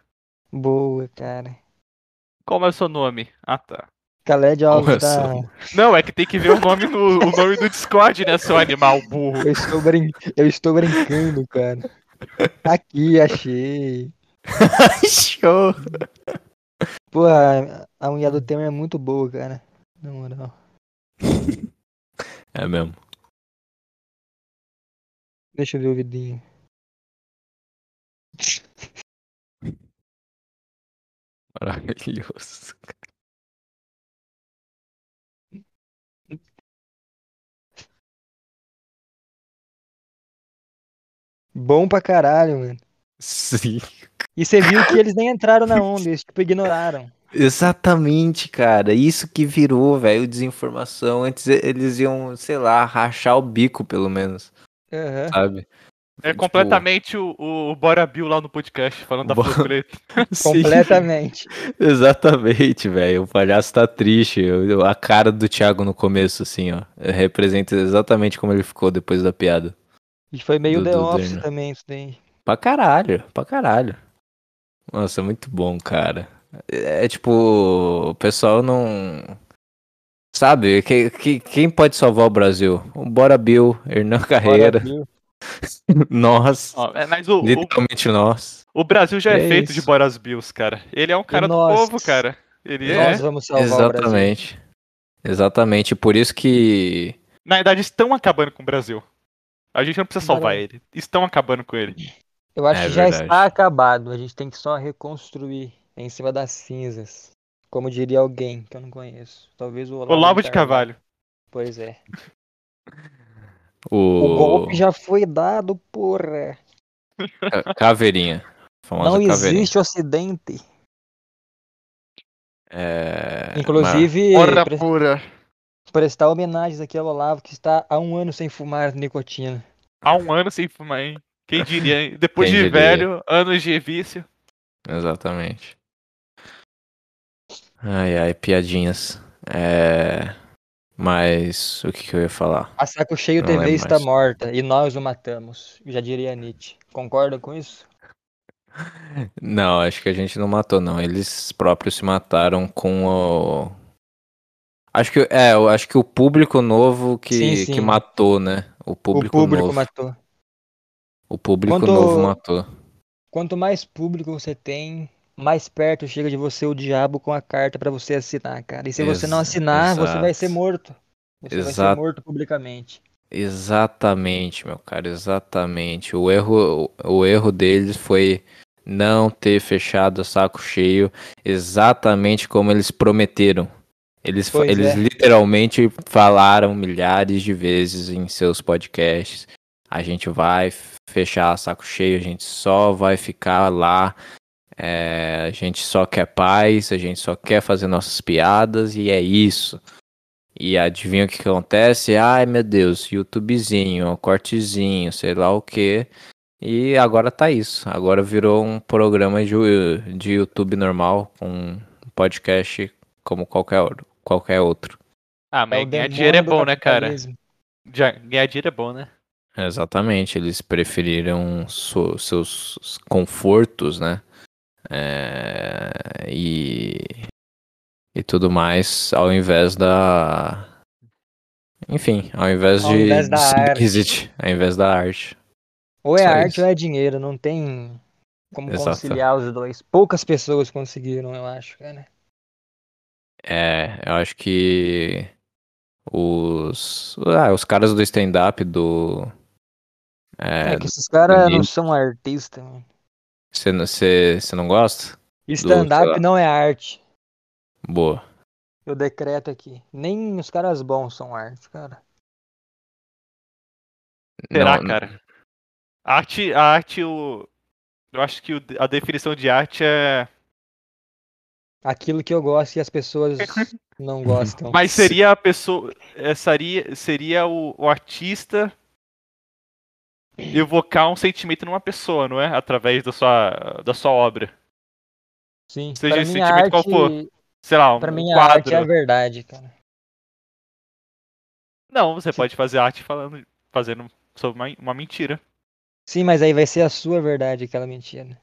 Boa, cara.
Qual é o seu nome? Ah, tá.
Khaled Alves tá,
Nossa.
da.
Não, é que tem que ver o nome no, o nome do Discord, né, seu animal burro.
Eu estou, brin... eu estou brincando, cara. Aqui, achei.
[LAUGHS] Show!
Pô, a, a unha do tema é muito boa, cara. Na moral.
É mesmo.
Deixa eu ver o vidinho.
Maravilhoso.
Bom pra caralho, mano.
Sim.
E você viu que eles nem entraram na onda, eles tipo ignoraram.
Exatamente, cara. Isso que virou, velho, desinformação. Antes e- eles iam, sei lá, rachar o bico, pelo menos,
Aham.
sabe?
É
Tipo,
completamente o, o Bora Bill lá no podcast, falando da
Bora-
Flor Preta.
[LAUGHS] sim,
Completamente.
Exatamente, velho. O palhaço tá triste. Eu- eu- A cara do Thiago no começo, assim, ó. Representa exatamente como ele ficou depois da piada.
E foi meio
Do-
The
do
Office
Daniel.
também, isso daí.
Pra caralho, pra caralho. Nossa, é muito bom, cara. É, é tipo, o pessoal não. Sabe, que, que- quem pode salvar o Brasil? O Bora Bill, Hernan Carreira,
Brasil.
[LAUGHS] nós.
Ah,
Ó, é, Mas o, o,
Literalmente nós.
o Brasil já é,
É
feito de
isso.
Boras Bills, cara. Ele é um cara
Nós.
do povo, cara. Ele
Nós
é.
vamos salvar o Brasil.
Exatamente. Exatamente. Por isso que.
Na verdade, estão acabando com o Brasil. A gente não precisa salvar
Bora.
ele. Estão acabando com ele.
Eu acho
É
que já
verdade.
está acabado. A gente tem que só reconstruir em cima das cinzas. Como diria alguém que eu não conheço. Talvez o Olavo,
Olavo de Carvalho.
Pois é.
O,
O golpe já foi dado, porra.
Ca- Caveirinha. A Famosa
Não
caveirinha.
existe ocidente.
É,
Inclusive,
Hora
pre-
pura.
prestar homenagens aqui ao Olavo, que está há um ano sem fumar nicotina.
Há um ano sem fumar, hein? Quem diria, hein? Depois
Quem
de
diria?
velho, anos de vício.
mas- Exatamente. Ai, ai, piadinhas. É, Mas o que, que eu ia falar?
A saco cheio
Não
TV
lembro
está
mais.
morta e nós o matamos. Já diria Nietzsche. Concorda com isso?
Não, acho que a gente não matou, não. Eles próprios se mataram com o. Acho que é, eu acho que o público novo que,
Sim,
que
sim.
matou, né? O público,
o público
novo.
matou.
O público
Quanto-
novo matou.
Quanto mais público você tem, mais perto chega de você o diabo com a carta pra você assinar, cara. E se você não
Ex-
assinar, você vai
exato.
ser morto. Você vai
Exato.
ser morto publicamente.
Exatamente, meu cara, exatamente. O erro, o, o erro deles foi não ter fechado o saco cheio, exatamente como eles prometeram. Eles, fa-
Pois
eles
é.
literalmente falaram milhares de vezes em seus podcasts. A gente vai fechar saco cheio, a gente só vai ficar lá. é, a gente só quer paz, a gente só quer fazer nossas piadas e é isso. E adivinha o que que acontece? Ai meu Deus, YouTubezinho, cortezinho, sei lá o que. E agora tá isso. Agora virou um programa de, de YouTube normal, um podcast como qualquer, outro- qualquer outro.
Ah,
É
mas
o
ganhar
demônio
dinheiro é
do
bom, né, cara?
capitalismo.
Já- Ganhar dinheiro é bom, né?
Exatamente, eles preferiram so- seus confortos, né? É, e e tudo mais, ao invés da. Enfim, ao invés
Ao
de
invés da
de ser
arte.
Inquisit, ao invés da arte.
Ou é
Só
arte
isso.
ou é dinheiro, não tem como
Exato.
conciliar os dois. Poucas pessoas conseguiram, eu acho, cara.
É, eu acho que os. Ah, os caras do stand-up do.
É,
É,
que esses caras não
dinheiro.
são artistas, mano.
você não- você você não gosta?
Stand-up
lá.
não é arte.
Boa.
Eu decreto aqui. Nem os caras bons são arte, cara.
Será,
Não-
cara? A arte, a arte, o... eu acho que o- a definição de arte é.
Aquilo que eu gosto e
[LAUGHS]
as pessoas não gostam.
Mas seria a pessoa. é, Seria, seria o, o artista evocar um sentimento numa pessoa, não é? Através da sua, da sua obra.
Sim,
seja
pra
esse
mim a
sentimento
arte,
qual for. Sei lá, um
pra mim a arte
quadro.
é a verdade, cara.
Não, você pode fazer arte falando, fazendo sobre uma, uma mentira.
Sim, mas aí vai ser a sua verdade, aquela mentira. né?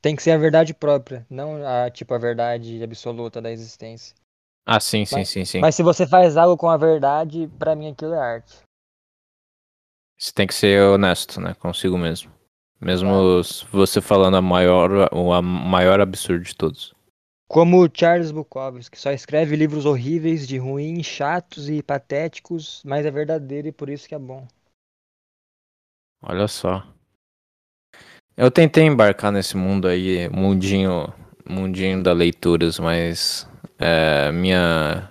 Tem que ser a verdade própria, não a, tipo, a verdade absoluta da existência.
Ah, sim, sim,
Mas-
sim, sim.
Mas se você faz algo com a verdade, pra mim aquilo é arte.
Você tem que ser honesto, né? Consigo mesmo. Mesmo s- você falando a maior, o a maior absurdo de todos.
Como o Charles Bukowski, que só escreve livros horríveis, de ruins, chatos e patéticos, mas é verdadeiro e por isso que é bom.
Olha só. Eu tentei embarcar nesse mundo aí, mundinho, mundinho da leituras, mas é, minha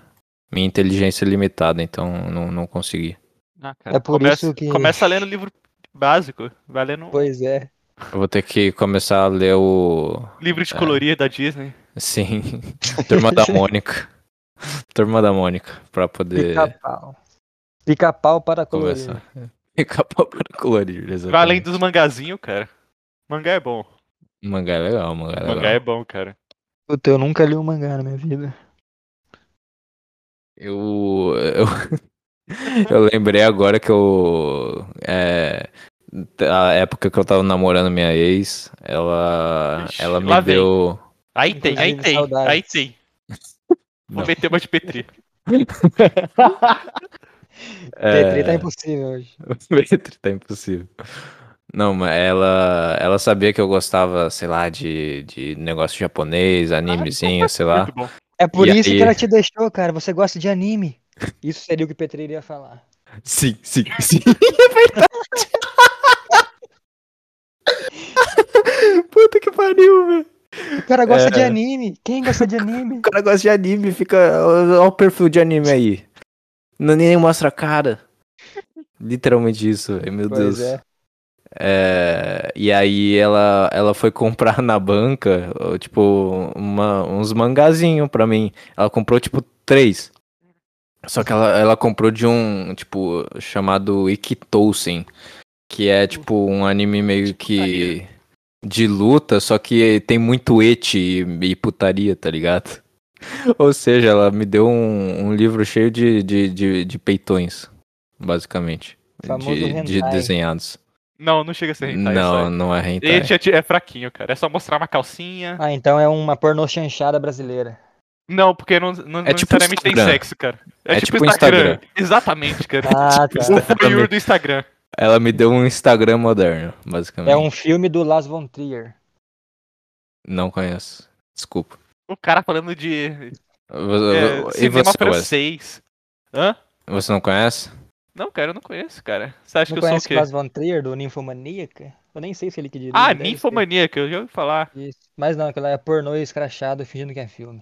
minha inteligência é limitada, então não, não consegui.
Ah,
É por
começa,
isso que-
começa lendo livro básico. Vai lendo um
Pois é.
Eu vou ter que começar a ler o
livro de colorir da Disney.
sim, [LAUGHS] Turma da Mônica. Turma da Mônica pra poder
Pica-pau. Pica-pau para colorir.
começar. Ficar para colorir,
É,
Vai além
exatamente.
dos mangazinhos, cara. Mangá é bom.
Mangá é legal, mangá é legal.
Mangá é bom, cara.
Puta, eu nunca li um mangá na minha vida.
Eu, eu, [LAUGHS] eu lembrei agora que eu. É, a época que eu tava namorando minha ex, ela,
Ixi,
ela me
lá vem.
deu.
Aí tem, aí
Inclusive,
tem,
saudades.
aí tem. Vou
Não.
meter uma de Petri.
É.
Petri tá impossível hoje.
[LAUGHS] Metro, tá impossível. Não, mas ela, ela sabia que eu gostava, sei lá, de, de negócio japonês, animezinho, sei
[LAUGHS]
lá.
Muito bom.
É por
E
isso
aí?
que ela te deixou, cara. Você gosta de anime. Isso seria o que Petri iria falar.
Sim,
[LAUGHS]
sim, sim. É verdade. [LAUGHS] Puta que pariu, velho.
O cara gosta
É.
de anime. Quem gosta de anime?
O cara gosta de anime, fica. Olha o perfil de anime aí. Não, nem mostra a cara. Literalmente isso, velho, meu
Pois
Deus.
é.
É, e aí ela, ela foi comprar [LAUGHS] na banca, ó, tipo, uma- uns mangazinhos pra mim. Ela comprou, tipo, três. Só que ela, ela comprou de um, tipo, chamado Ikitousen, que é, tipo, um anime meio que de luta, só que tem muito eti e, e putaria, tá ligado? [LAUGHS] Ou seja, ela me deu um, um livro cheio de, de, de, de peitões, basicamente.
Famoso
De, de
hentai.
desenhados.
Não, não chega a ser hentai.
Não,
Não.
não é hentai.
Esse é, é fraquinho, cara. É só mostrar uma calcinha.
Ah, então é uma pornô chanchada brasileira.
Não, porque não, não, não
tipo
necessariamente tem
Instagram.
sexo, cara. É,
É
tipo
tipo
Instagram.
Instagram. [LAUGHS]
Exatamente, cara.
Ah, tá.
o voyeur do Instagram.
Ela me deu um Instagram moderno, basicamente.
É um filme do Lars von Trier.
Não conheço. Desculpa.
O cara falando de
Vo-
é,
vo- e
cinema
você, Wes?
francês. Hã?
Você não conhece?
Não, cara, eu não conheço, cara. Você acha
Não
que eu
conhece
sou o quê?
Lars von Trier, do Ninfomaníaca? Eu nem sei se ele que dirige.
Ah,
deve ser.
ninfomaníaca, eu já ouvi falar.
Isso. Mas não, aquilo lá é pornô escrachado fingindo que é filme.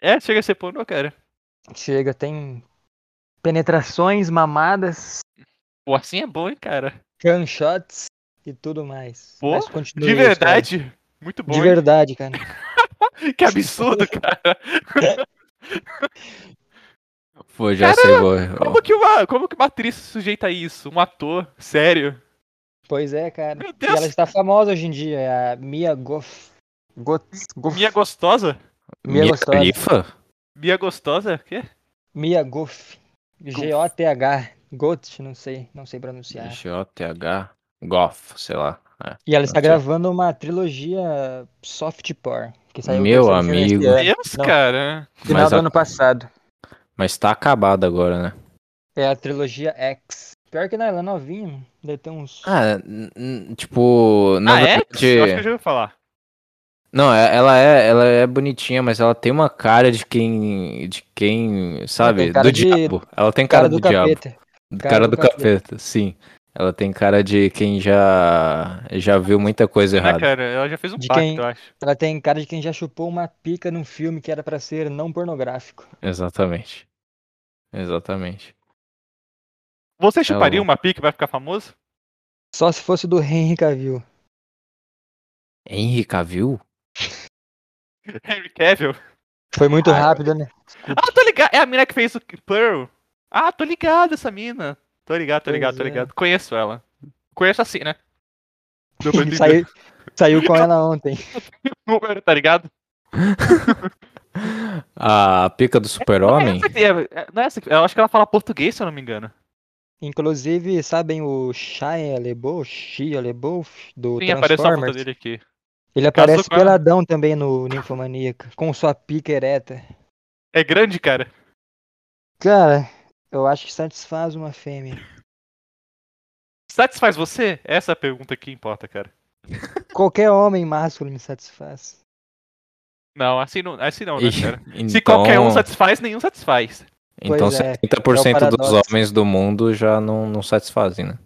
É, chega a ser pornô, cara.
Chega, tem penetrações, mamadas,
Pô, assim é bom, hein, cara.
gunshots e tudo mais.
Pô,
Mas continua
De
aí a história.
verdade. Muito bom.
De
hein?
verdade, cara.
[LAUGHS] Que absurdo, cara.
Pô, já sei. Vou...
Como que, uma, como que uma atriz se sujeita a isso? Um ator? Sério?
Pois é, cara.
Meu
E ela
Deus.
está famosa hoje em dia, é a Mia Goff. Gof... Gof...
Mia gostosa?
Mia
Mia
gostosa.
Khalifa?
Mia gostosa? O quê?
Mia Goff. G-O-T-H. Goth, não sei, não sei pronunciar.
J-H. Goff, sei lá.
É.
E ela está
Não sei.
gravando uma trilogia soft power. Que saiu
Meu
que saiu esse
amigo.
ano,
Deus,
Não.
cara.
Final
Mas
do
a-
ano passado.
Mas tá acabado agora, né?
É a trilogia X. Pior que não, ela é novinha. mano. Deve ter uns.
Ah, n- n- tipo. Na
Ah, é?
verdade-
Eu acho que eu já ouvi falar.
Não, é- ela é, ela é bonitinha, mas ela tem uma cara de quem. de quem. sabe?
cara
Do
de-
diabo. Ela tem cara, do, diabo. Do
Cara
cara, do,
do
capeta. sim. Ela tem cara de quem já. já viu muita coisa
Né,
errada.
cara? Ela já fez um
De
pacto,
quem-
eu acho.
Ela tem cara de quem já chupou uma pica num filme que era pra ser não pornográfico.
Exatamente. Exatamente.
Você chuparia
louco.
uma pique e vai ficar famoso?
Só se fosse do Henry Cavill.
Henry Cavill?
[LAUGHS] Henry Cavill?
Foi muito
é
Ah,
rápido, né?
Ah, tô ligado. É a mina que fez o Pearl. Ah, tô ligado essa mina. Tô ligado, tô
Pois
ligado, tô
é.
ligado. Conheço ela. Conheço assim, né? Deu [LAUGHS]
[LAUGHS]
pra entender
saiu, saiu com ela ontem.
o número, tá ligado?
A pica do super-homem?
Não é essa que- é- é- Não é essa que- Eu acho que ela fala português, se eu não me engano.
Inclusive, sabem o Shia LeBeouf, Shia LeBeouf do
Sim, apareceu a foto
Transformers?
dele aqui.
Ele aparece
com ela.
peladão também no Ninfomaníaca, com sua pica ereta.
É grande, cara.
Cara, eu acho que satisfaz uma fêmea.
Satisfaz você? Essa é a pergunta que importa, cara.
Qualquer homem másculo me satisfaz.
Não, assim não, assim não né,
Ih,
cara?
então,
Se qualquer um satisfaz, nenhum satisfaz.
Então
Pois é,
70%
é o
dos
paradoxo.
homens do mundo já não, não satisfazem, né?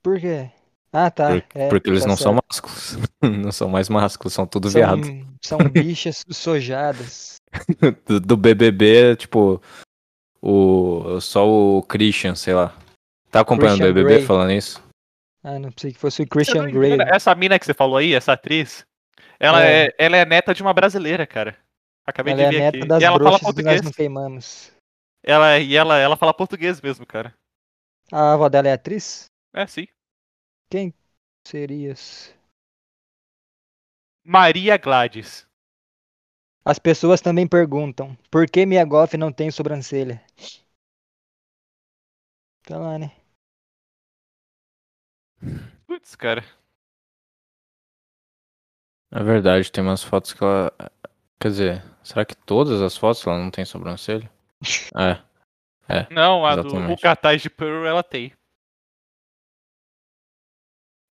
Por quê? Ah, tá. é,
Porque eles
tá
não são
certo.
másculos. [LAUGHS] não são mais másculos, são tudo
São-
viado.
São bichas sojadas.
[LAUGHS] Do, do BBB, tipo, o só o Christian, sei lá. Tá acompanhando
Christian
o BBB
Grey.
falando isso?
Ah, não pensei que fosse
Você
o
não
Christian Grey.
engana, Essa mina que você falou aí, essa atriz, ela é,
É.
ela é neta de uma brasileira, cara. Acabei de
Ela é a
ver
neta
aqui.
das
e ela fala
bruxas que
português.
nós não queimamos.
Ela, e ela, ela fala português mesmo, cara.
A avó dela é atriz?
É, sim.
Quem serias?
Maria Gladys.
As pessoas também perguntam, por que Mia Goff não tem sobrancelha? Tá lá, né?
Putz, cara.
É verdade, tem umas fotos que ela. Quer dizer, será que todas as fotos ela não tem
[LAUGHS]
sobrancelha? É.
Não, a do, o
Exatamente.
cartaz de Pearl ela tem.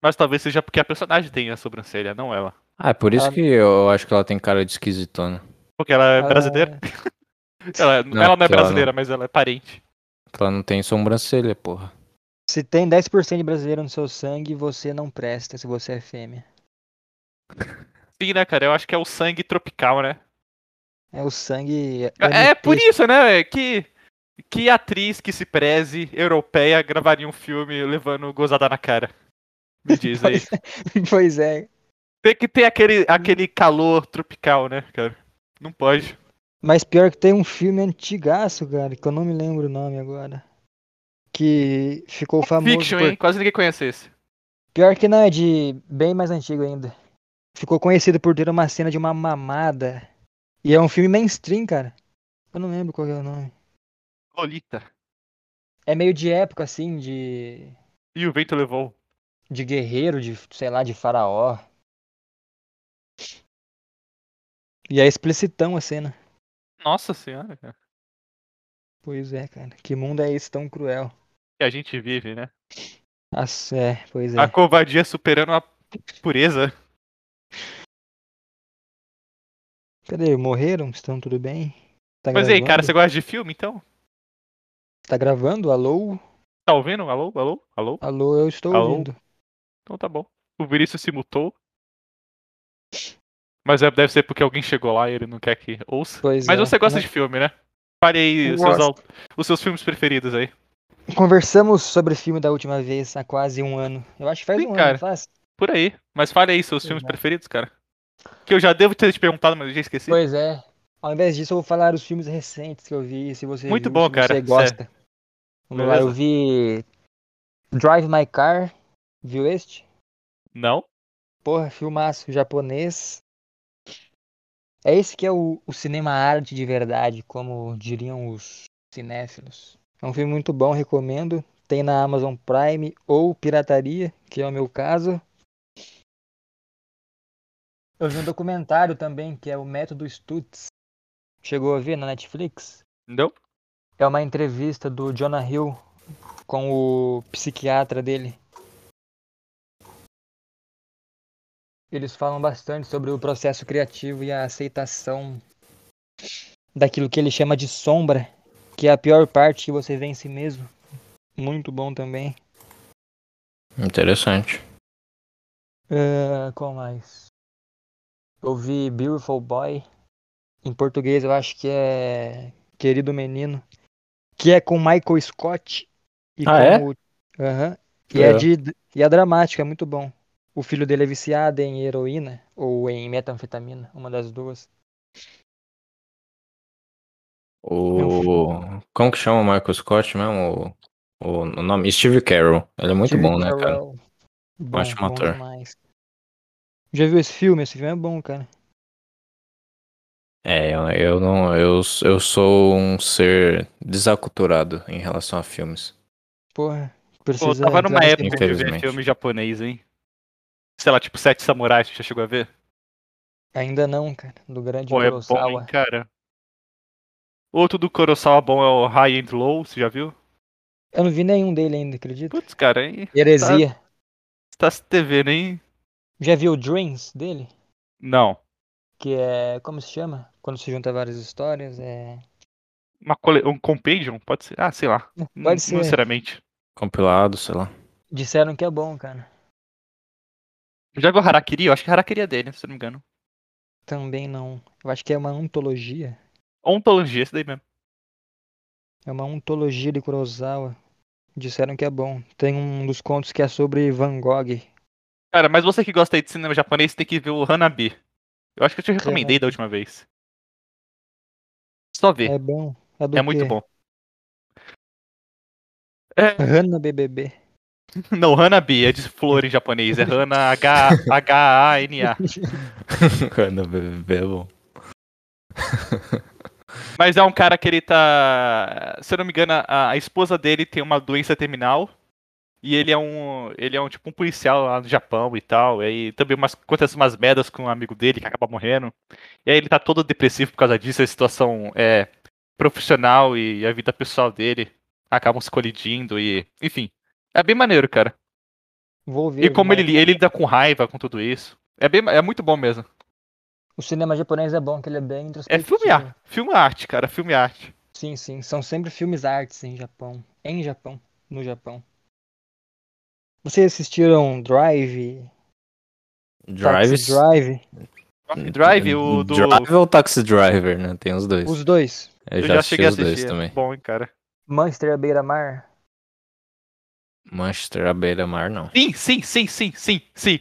Mas talvez seja porque a personagem tem a sobrancelha, não ela.
Ah, é por isso
Ela-
que eu acho que ela tem cara de esquisitona.
Porque ela é
Ela-
brasileira. Ela,
Não,
ela não é
porque ela
brasileira, mas ela é parente.
Ela não tem sobrancelha, porra.
Se tem 10% de brasileiro no seu sangue, você não presta se você é fêmea.
Sim, né, cara? Eu acho que é o sangue tropical, né?
É o sangue.
É, é
MT.
por isso, né? Que, que atriz que se preze europeia gravaria um filme levando gozada na cara? Me diz
[LAUGHS]
aí.
Pois é.
Tem que ter aquele, aquele calor tropical, né, cara? Não pode.
Mas pior que tem um filme antigaço, cara, que eu não me lembro o nome agora. Que ficou famoso.
Fiction,
por-
hein? Quase ninguém conhece esse.
Pior que não, é de bem mais antigo ainda. Ficou conhecido por ter uma cena de uma mamada. E é um filme mainstream, cara. Eu não lembro qual que é o nome.
Lolita.
É meio de época, assim, de.
E o vento levou.
de guerreiro, de, sei lá, de faraó. E é explicitão a cena.
Nossa senhora, cara.
Pois é, cara. Que mundo é esse tão cruel?
Que a gente vive, né?
As- é, pois
A
é.
covardia superando a pureza.
Cadê? Morreram? Estão tudo bem? Tá
Mas e aí, é, cara,
gravando?
você gosta de filme, então?
Tá gravando? Alô?
Tá ouvindo? Alô, alô, alô?
Alô, eu estou
Alô?
ouvindo.
Então tá bom. O Vinícius se mutou. Mas é- deve ser porque alguém chegou lá e ele não quer que ouça.
Pois
Mas
é.
você gosta
Nós
de filme, né? Fale aí os seus,
Gosto.
au- os seus filmes preferidos aí.
Conversamos sobre o filme da última vez há quase um ano. Eu acho que faz
Sim,
um ano,
cara.
não faz?
Por aí. Mas fale aí seus
Pois
filmes
é.
preferidos, cara. Que eu já devo ter te perguntado, mas eu já esqueci.
Pois é. Ao invés disso, eu vou falar os filmes recentes que eu vi, se você
Muito
viu,
bom,
se
cara,
você
sério.
gosta. Vamos lá, eu
Beleza.
vi Drive My Car, viu este?
Não?
Porra, filmaço japonês. É esse que é o, o cinema arte de verdade, como diriam os cinéfilos. É um filme muito bom, recomendo. tem na Amazon Prime ou pirataria, que é o meu caso. Eu vi um documentário também que é o Método Stutz. Chegou a ver na Netflix?
Não?
É uma entrevista do Jonah Hill com o psiquiatra dele. Eles falam bastante sobre o processo criativo e a aceitação daquilo que ele chama de sombra, que é a pior parte que você vê em si mesmo. Muito bom também.
Interessante.
Ah, qual mais? Eu vi Beautiful Boy. Em português eu acho que é Querido Menino. Que é com Michael Scott. E
Ah, é?
o- Aham. E, é
É.
de... e é dramático, é muito bom. O filho dele é viciado em heroína ou em metanfetamina, uma das duas.
O. Como que chama o Michael Scott mesmo? O, o o nome? Steve Carroll. Ele é muito
Steve
bom, né, cara?
Carell. Bom,
Ótimo
bom
ator.
demais. Já viu esse filme? Esse filme é bom, cara.
É, eu, eu não. Eu, eu sou um ser desaculturado em relação a filmes.
Porra,
Pô,
precisa
tava numa
entrar nesse
época de ver
Infelizmente.
filme japonês, hein? Sei lá, tipo Sete Samurais, tu já chegou a ver?
Ainda não, cara. Do grande
Pô, é bom,
Kurosawa.
hein, cara? Outro do Kurosawa bom é o High and Low, você já
[LAUGHS]
viu?
Eu não vi nenhum dele ainda, acredito.
Putz, cara, hein?
Heresia.
Você tá se devendo, hein?
Já viu o Dreams dele?
Não.
Que é. Como se chama? Quando se junta várias histórias. É.
Uma cole... Um compendium? Pode ser? Ah, sei lá. Não-
Pode
Não
ser.
necessariamente.
Compilado, sei lá.
Disseram que é bom, cara.
Já viu Harakiri? Eu acho que Harakiri é dele, se eu não me engano.
Também não. Eu acho que é uma antologia.
Ontologia, um esse daí mesmo.
É uma ontologia de Kurosawa. Disseram que é bom. Tem um dos contos que é sobre Van Gogh.
Cara, mas você que gosta aí de cinema japonês tem que ver o Hanabi. Eu acho que eu te recomendei da última vez. Só ver.
É. É bom. É, do
É, muito
quê?
bom. É,
Hana BBB.
[LAUGHS] Não, Hanabi é de flor em japonês. É Hana H- H-A-N-A.
Quando bebo.
Mas é um cara que ele tá. Se eu não me engano, a, a esposa dele tem uma doença terminal. E ele é um. Ele é um tipo um policial lá no Japão e tal. E aí também umas, acontece umas merdas com um amigo dele que acaba morrendo. E aí ele tá todo depressivo por causa disso, a situação é profissional e a vida pessoal dele acabam se colidindo e. Enfim. É bem maneiro, cara.
[LAUGHS] Vou ver.
E como ele,
mas
li- ele lida com raiva com tudo isso. É, bem, é muito bom mesmo.
O cinema japonês é bom, que ele é bem
É
introspectivo.
filme arte. Filme arte, cara. Filme arte.
Sim, sim. São sempre filmes artes em Japão. Em Japão. No Japão. Vocês assistiram Drive?
Drives.
Taxi Tá, Drive?
Drive, Drive, o do.
Hum, é, um Drive ou Taxi Driver, né? Tem os dois.
Os dois.
Eu
Eu
já
já
assisti
cheguei a
os dois
assistir. é
também.
Bom, hein, cara.
Monster à beira-mar.
Manchester à beira-mar, não.
Sim, sim, sim, sim, sim, sim.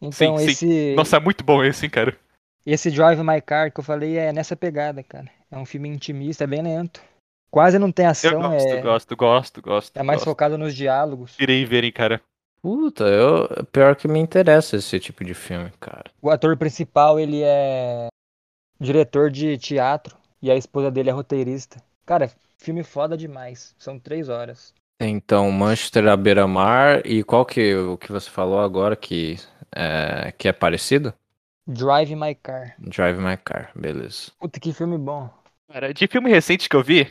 Então
sim.
esse
Nossa, é muito bom esse, hein, cara.
esse Drive My Car que eu falei é nessa pegada, cara. É um filme intimista, é bem lento. Quase não tem
Eu
ação,
gosto,
é,
gosto, gosto, gosto.
é mais
gosto.
focado nos diálogos.
Irei ver, hein, cara.
Puta, eu... pior que me interessa esse tipo de filme, cara.
O ator principal, ele é diretor de teatro e a esposa dele é roteirista. Cara, filme foda demais. São três horas.
Então, Manchester à beira-mar e qual que o que você falou agora que é, que é parecido?
Drive My Car.
Drive My Car, beleza.
Puta, que filme bom.
Cara, de filme recente que eu vi,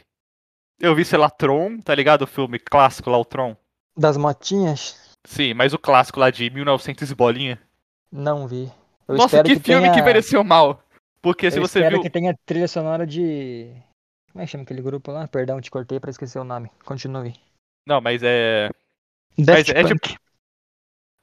eu vi, sei lá, Tron, tá ligado? O filme clássico lá, o Tron.
Das motinhas?
Sim, mas o clássico lá de 1900 e bolinha.
Não vi. Eu
Nossa,
espero
que, filme
tenha...
que mereceu mal. Porque se
Eu
você
espero
viu.
que tenha trilha sonora de... Como é que chama aquele grupo lá? Perdão, te cortei pra esquecer o nome. Continue.
Não, mas é.
Daft
é
Punk.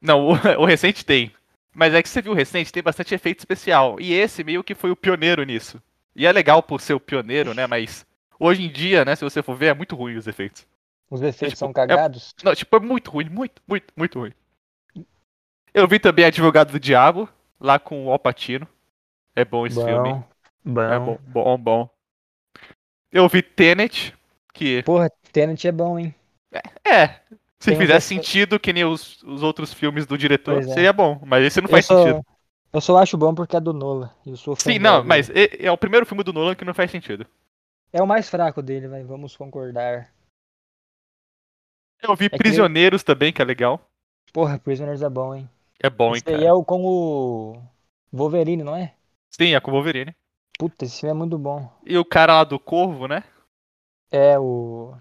Não, [LAUGHS] o, o recente tem. Mas é que você viu o recente, tem bastante efeito especial. E esse meio que foi o pioneiro nisso. E é legal por ser o pioneiro, né? Mas hoje em dia, né, se você for ver, é muito ruim os efeitos.
Os efeitos
tipo,
são
é-
cagados?
Não, tipo, é muito ruim, muito, muito, muito ruim. Eu vi também Advogado do Diabo, lá com o Alpatino. É bom esse filme. hein?
Bom.
É bom, bom, bom. Eu vi Tenet, que
Porra, Tenet é bom, hein?
é. Se
Tem um
fizesse
defeito-
sentido, que nem os, os outros filmes do diretor,
Pois é.
seria bom. Mas esse não
eu,
faz
só...
sentido.
eu só acho bom porque é do Nola. Eu sou
Sim,
fanboy
não,
dele.
mas e- é o primeiro filme do Nolan que não faz sentido.
É o mais fraco dele, vai, vamos concordar.
Eu vi
que nem-
Prisioneiros também, que é legal.
Porra, Prisoners é bom, hein?
É bom, hein,
Esse aí
cara.
é o com o Wolverine, não é?
Sim, é com o Wolverine.
Puta, esse filme é muito bom.
E o cara lá do Corvo, né?
É o.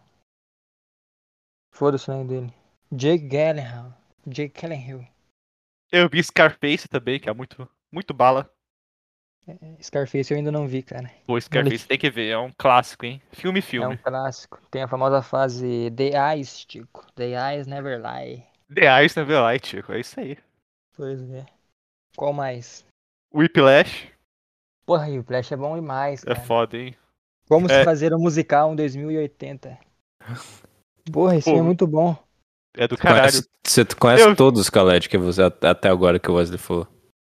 Foda-se o nome dele. Jake Gyllenhaal. Jake Gyllenhaal.
Eu vi Scarface também, que é muito, muito bala.
Scarface eu ainda não vi, cara.
Pô, Scarface tem que ver, é um clássico, hein? Filme,
É
filme.
um clássico. Tem a famosa frase The Eyes, Tico. The Eyes Never Lie.
The Eyes Never Lie, Tico, é isso aí.
Pois é. Qual mais?
Whiplash
Porra, e o Flash é bom demais,
é
cara.
foda, hein?
Como
É.
se fazer um musical em
[LAUGHS]
2080. Porra, esse
Pô.
filme é muito bom.
É do caralho.
Conhece- Você conhece
Eu-
todos os Caled que você até agora que o Wesley falou.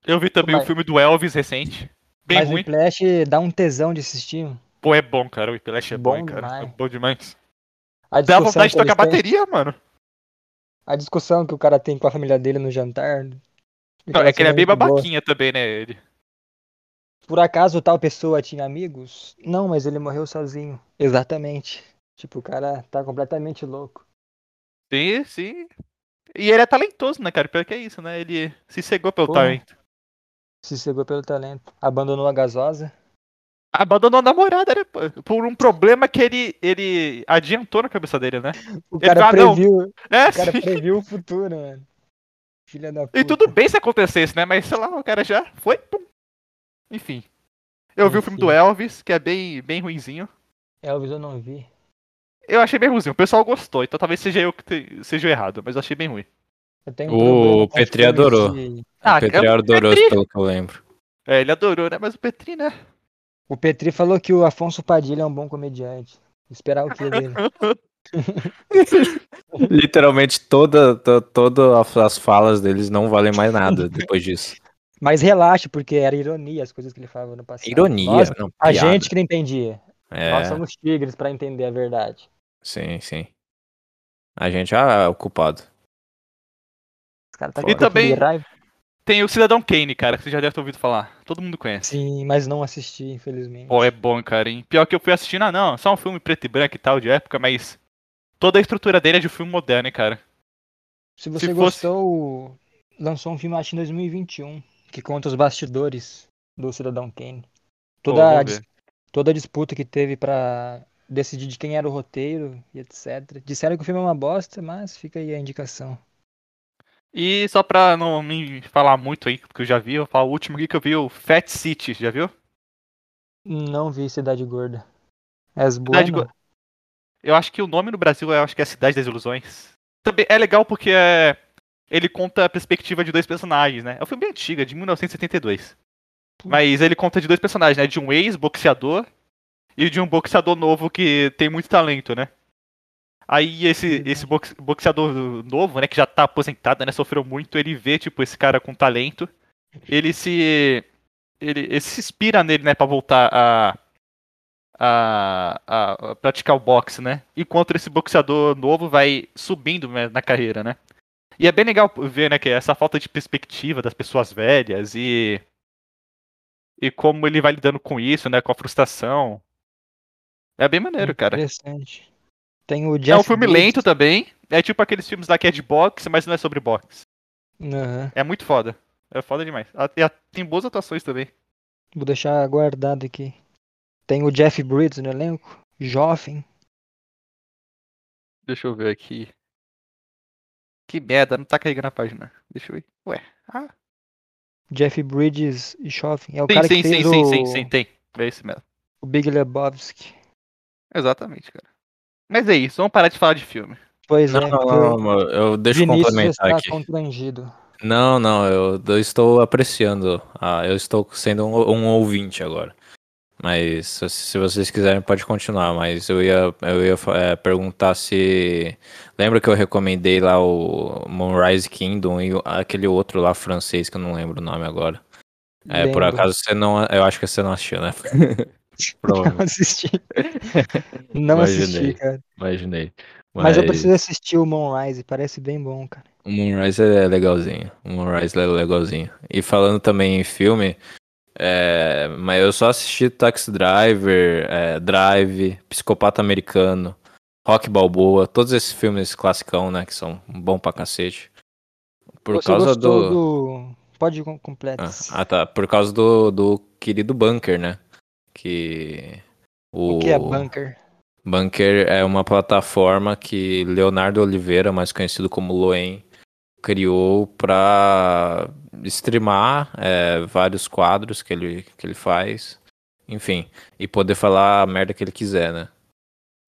Eu vi também o
Mas-
filme do Elvis recente. Bem
Mas
ruim.
o Flash dá um tesão de assistir.
Pô, é bom, cara. O Whiplash é bom,
Bom
hein, cara.
demais.
É bom demais. Dá
A discussão
vontade de
que eles
tocar
têm-
bateria, mano.
A discussão que o cara tem com a família dele no jantar.
Não, é que ele é bem
muito boa.
babaquinha também, né? Ele.
Por acaso tal pessoa tinha amigos? Não, mas ele morreu sozinho. Exatamente. Tipo, o cara tá completamente louco.
Sim, sim. E ele é talentoso, né, cara? Pior que é isso, né? Ele se cegou pelo
Porra.
talento.
Se cegou pelo talento. Abandonou a gasosa.
Abandonou a namorada, né? pô? Por um problema que ele, ele adiantou na cabeça dele, né?
O
Ele
cara
fala, "Não."
previu.
É,
O
[LAUGHS]
cara
sim.
previu o futuro, mano. Filha da puta.
E tudo bem se acontecesse, né? Mas sei lá, o cara já foi. pum. Enfim. Eu vi o filme do
Enfim.
Elvis, que é bem, bem ruinzinho.
Elvis eu não vi.
Eu achei bem ruimzinho. O pessoal gostou, então talvez seja eu que te- seja o errado, mas eu achei bem ruim.
Eu tenho um
O
problema com
Petri
filmes
adorou.
de-
Ah,
o Petri
eu-
adorou,
Petri.
pelo que eu lembro.
É, ele adorou, né? Mas o Petri, né? [LAUGHS]
O Petri falou que o Afonso Padilha é um bom comediante. Esperar o quê dele?
Literalmente todas as falas deles não valem mais nada depois disso.
Mas relaxa, porque era ironia as coisas que ele falava no passado.
É Ironia,
Nós,
não,
a
piada.
gente que não entendia.
É,
Nós somos tigres pra entender a verdade.
sim, sim. A gente ah, é o culpado.
Os caras tá
E
com um pouco
também-
de raiva.
Tem o Cidadão Kane, cara, que você já deve ter ouvido falar. Todo mundo conhece.
Sim, mas não assisti, infelizmente.
Pô, é bom, cara, hein? Pior que eu fui assistindo, ah, não, só um filme preto e branco e tal, de época, mas toda a estrutura dele é de filme moderno, hein, cara.
Se você
fosse-
gostou, lançou um filme, acho, em 2021, que conta os bastidores do Cidadão Kane.
Pô,
Toda, a,
vamos
dis-
ver.
toda a disputa que teve pra decidir de quem era o roteiro e etc. Disseram que o filme é uma bosta, mas fica aí a indicação.
E só pra não me falar muito aí, porque eu já vi, eu falo, o último aqui que eu vi, o Fat City, já viu?
Não vi Cidade Gorda. É És
Cidade
bueno?
Go- Eu acho que o nome no Brasil é, eu acho que é Cidade das Ilusões. Também é legal porque é, ele conta a perspectiva de dois personagens, né? É um filme bem antigo, é de 1972. Mas ele conta de dois personagens, né? De um ex-boxeador e de um boxeador novo que tem muito talento, né? Aí esse, esse box- boxeador novo, né, que já tá aposentado, né, sofreu muito, ele vê, tipo, esse cara com talento, ele se... ele, ele se inspira nele, né, pra voltar a a, a- a praticar o boxe, né? Enquanto esse boxeador novo vai subindo né, na carreira, né? E é bem legal ver, né, que essa falta de perspectiva das pessoas velhas e e como ele vai lidando com isso, né, com a frustração. É bem
Uhum.
maneiro, cara.
Interessante. Tem o
É um
Jeff
filme
Bridges.
lento também. É tipo aqueles filmes lá que é de boxe, mas não é sobre boxe.
Aham.
É muito foda. É foda demais. A- e a- Tem boas atuações também.
Vou deixar guardado aqui. Tem o Jeff Bridges no elenco. Jovem.
Deixa eu ver aqui. Que merda, não tá carregando a página. Deixa eu ver. Ué. Ah,
Jeff Bridges e Jovem. É o
sim,
cara
sim,
que fez
sim,
o...
sim, sim, sim, tem. É isso mesmo.
o Big Lebowski.
Exatamente, cara. Mas é isso, vamos parar de falar de filme.
Pois
Não,
é.
não,
porque o
não, não, eu deixa eu
Vinícius tá
complementar
está
aqui.
constrangido.
Não, não, eu, eu estou apreciando. Ah, eu estou sendo um, um ouvinte agora. Mas se, se vocês quiserem, pode continuar. Mas eu ia, eu ia fa- eh, perguntar se. Lembra que eu recomendei lá o Moonrise Kingdom e o- aquele outro lá francês que eu não lembro o nome agora? É, por
Lembro.
acaso você não. Eu acho que você não assistiu, né? Provavelmente,
[LAUGHS]
[LAUGHS]
Não assisti. Não
Imaginei.
assisti, cara.
imaginei.
Mas... eu preciso assistir o Moonrise. Parece bem bom, cara.
O Moonrise é legalzinho. O Moonrise é legalzinho. E falando também em filme, é, mas eu só assisti Taxi Driver, é, Drive, Psicopata Americano. Rock Balboa, todos esses filmes classicão, né? Que são bom pra cacete. Por
Você
causa
gostou
do.
Pode ir com completo.
Ah, ah, tá. Por causa do, do querido Bunker, né? Que. O,
o que é bunker?
Bunker é uma plataforma que Leonardo Oliveira, mais conhecido como Loen, criou para streamar é, vários quadros que ele, que ele faz, enfim, e poder falar a merda que ele quiser, né?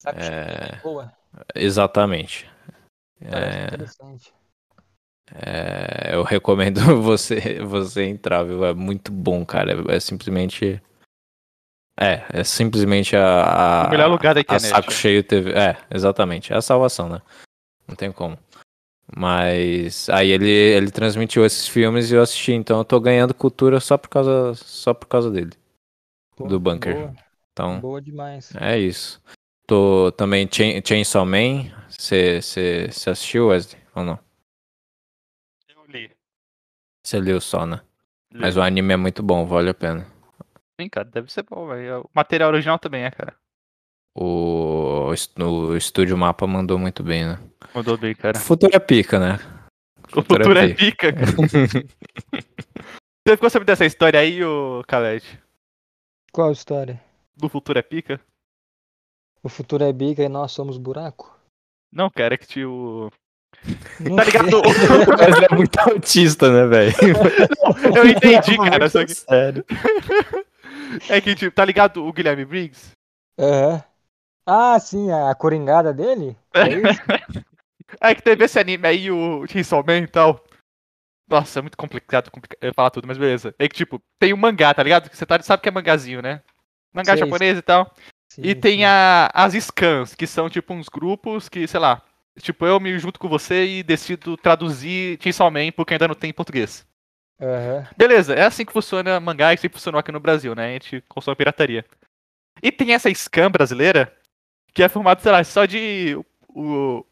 Sabe
É,
Boa.
exatamente.
Parece
É,
interessante.
é, eu recomendo [LAUGHS] você, você entrar, viu? É muito bom, cara. É, é simplesmente. É, é simplesmente a.
Ah,
a-
o melhor lugar
a
da internet.
É saco cheio TV. É, exatamente. É a salvação, né? Não tem como. Mas aí ele, ele transmitiu esses filmes e eu assisti, então eu tô ganhando cultura só por causa, só por causa dele.
Pô,
do bunker.
Boa,
Então,
boa demais.
é isso. Tô também Chain- Chainsaw Man. Você assistiu, Wesley? Ou não?
Eu li.
Você liu só, né?
li.
Mas o anime é muito bom, vale a pena.
Sim, cara, deve ser bom, velho. É O material original também é, cara.
O, est- o estúdio Mapa mandou muito bem, né?
Mandou bem, cara.
Futura pica, né?
[LAUGHS] O futuro é
Terapia.
pica,
[LAUGHS]
cara. Você ficou sabendo dessa história aí, ô Calete?
Qual a história?
Do futuro é pica?
O futuro é bica e nós somos buraco?
Não, cara, é que tinha o.
Não
Tá
sei.
ligado?
Mas é muito autista, né, velho?
Eu entendi, cara. Só que...
Sério.
É que, tipo, tá ligado o Guilherme Briggs?
Aham. Ah, sim, a coringada dele? É isso?
É que teve esse anime aí, o Chainsaw Man e tal. Nossa, é muito complicado complica- eh, falar tudo, mas beleza. É que, tipo, tem um mangá, tá ligado? Que Você tá, sabe que é mangazinho, né? Mangá
Sei,
japonês e tal. [LAUGHS] e
Sim,
tem
sim.
a- as scans, que são, tipo, uns grupos que, sei lá... Tipo, eu me junto com você e decido traduzir Chainsaw Man, porque ainda não tem em português.
Aham.
Beleza, é assim que funciona mangá e sempre funcionou aqui no Brasil, né? A gente consome pirataria. E tem essa scam brasileira, que é formada, sei lá, só de. O,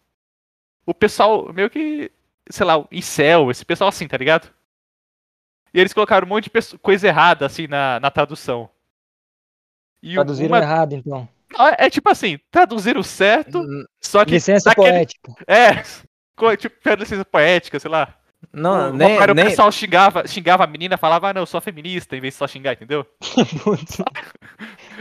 o pessoal meio que. Sei lá, em céu, esse pessoal assim, tá ligado? E eles colocaram um monte de pesso- coisa errada, assim, na, na tradução. E
Traduziram
uma-
errado, então.
É tipo assim, traduziram certo, só que.
Hum, Licença
daquele- [LAUGHS]
poética.
É! co- Tipo, pega licença poética, sei lá.
Não,
O-
nem,
cara, o
nem-
pessoal xingava, xingava a menina, falava, ah, não, eu sou feminista, em vez de só xingar, entendeu?
Putz,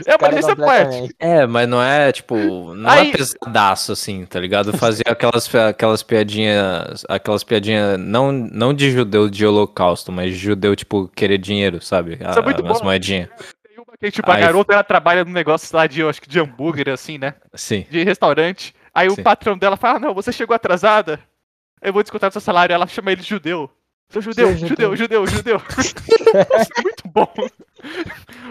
É uma
cara,
licença poética.
completamente.
É, mas não é, tipo, não
Aí-
é pesadaço, assim, tá ligado? Fazia aquelas, aquelas piadinhas, aquelas piadinhas, não, não de judeu de holocausto, mas de judeu, tipo, querer dinheiro, sabe?
Isso é muito
As
bom.
moedinhas.
Tem uma que, tipo, a
Aí-
garota, ela trabalha num negócio lá de, eu acho que de hambúrguer, assim, né?
Sim.
De restaurante. Aí
Sim.
o patrão dela fala, ah, não, você chegou atrasada, eu vou descontar do seu salário. Ela chama ele de judeu. Seu judeu,
Seu
judeu,
judeu.
judeu, judeu.
[LAUGHS]
Nossa, muito bom.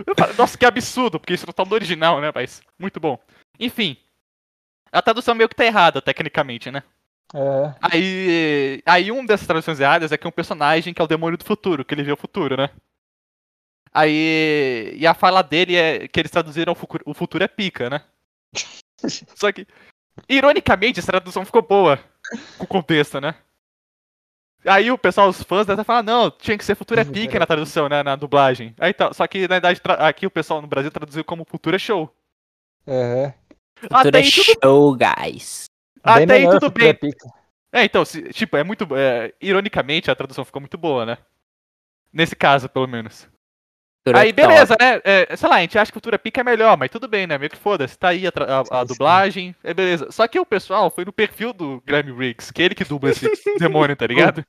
Eu falo, Nossa, que absurdo, porque isso não tá no original, né? Mas, muito bom. Enfim, a tradução meio que tá errada, tecnicamente, né?
Aham.
Aí, aí um dessas traduções erradas é que é um personagem que é o demônio do futuro, que ele vê o futuro, né? Aí. E a fala dele é que eles traduziram o futuro, o futuro é pica, né? Só que. Ironicamente, essa tradução ficou boa. Com o contexto, né? Aí o pessoal, os fãs dessa falam, não, tinha que ser futuro é pica na tradução, né? Na dublagem. Aí tá, só que na verdade tra- aqui o pessoal no Brasil traduziu como futuro é show.
Aham.
é
Até aí Ah, tudo,
show, guys.
Bem
até aí
melhor
tudo
futuro é
bem.
pica.
É, então, se- tipo, é muito. é, ironicamente, a tradução ficou muito boa, né? Nesse caso, pelo menos. Aí, beleza, né? É, sei lá, a gente acha que cultura pica é melhor, mas tudo bem, né? Meio que foda-se. Tá aí a, tra- a- a
Sim, sim.
dublagem, é beleza. Só que o pessoal foi no perfil do Grammy Riggs, que é ele que dubla
[LAUGHS]
esse demônio, tá ligado?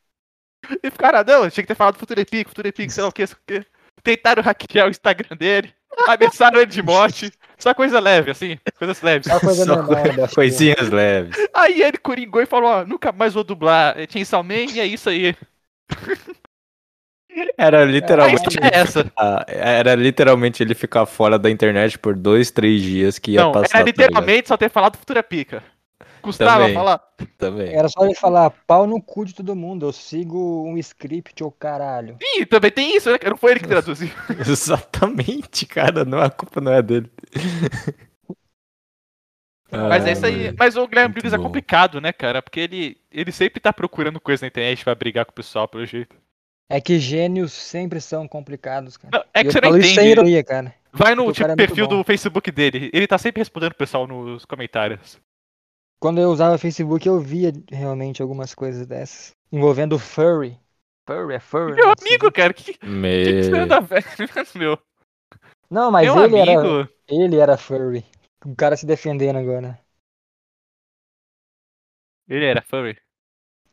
E ficaram, ah, não, tinha que ter falado futuro é pica, futuro é pica, sei lá o que, sei lá o que. Tentaram hackear o Instagram dele, ameaçaram ele de morte. Só coisa leve, assim, coisas
[LAUGHS]
leves.
É uma coisa
[LAUGHS] Só
normal. eu acho que-
Coisinhas leves.
Aí ele coringou e falou, ó, nunca mais vou dublar é Chainsaw Man e é isso aí.
Era
A
literalmente.
história é essa.
Ah, Era literalmente ele ficar fora da internet por dois, três dias que ia
Não,
passar.
era
tá ligado?
literalmente só ter falado Futura Pica. Custava
Também.
falar.
Também. [LAUGHS]
Era só ele falar pau no cu de todo mundo. Eu sigo um script, ô caralho.
Ih, também tem isso, né? cara? Não foi ele que traduziu.
Exatamente, cara. Não, a culpa não é dele.
Mas é
Ah,
isso aí.
velho.
Mas o Guilherme
Muito
Briggs é
bom.
complicado, né, cara? Porque ele, ele sempre tá procurando coisa na internet pra brigar com o pessoal, pelo jeito.
É que gênios sempre são complicados, cara.
Não, é
E
que
eu
você não
falo isso sem
entende.
ironia, cara.
Vai no
porque o
tipo,
cara é muito
perfil
bom.
do Facebook dele. Ele tá sempre respondendo o pessoal nos comentários.
Quando eu usava Facebook, eu via realmente algumas coisas dessas. Envolvendo furry. Furry é furry.
Meu
não sei.
amigo, cara, que, que, que você
Me...
anda velho? [LAUGHS] Meu,
Não, mas
meu
ele era,
amigo.
ele era furry. O cara se defendendo agora.
Ele era furry.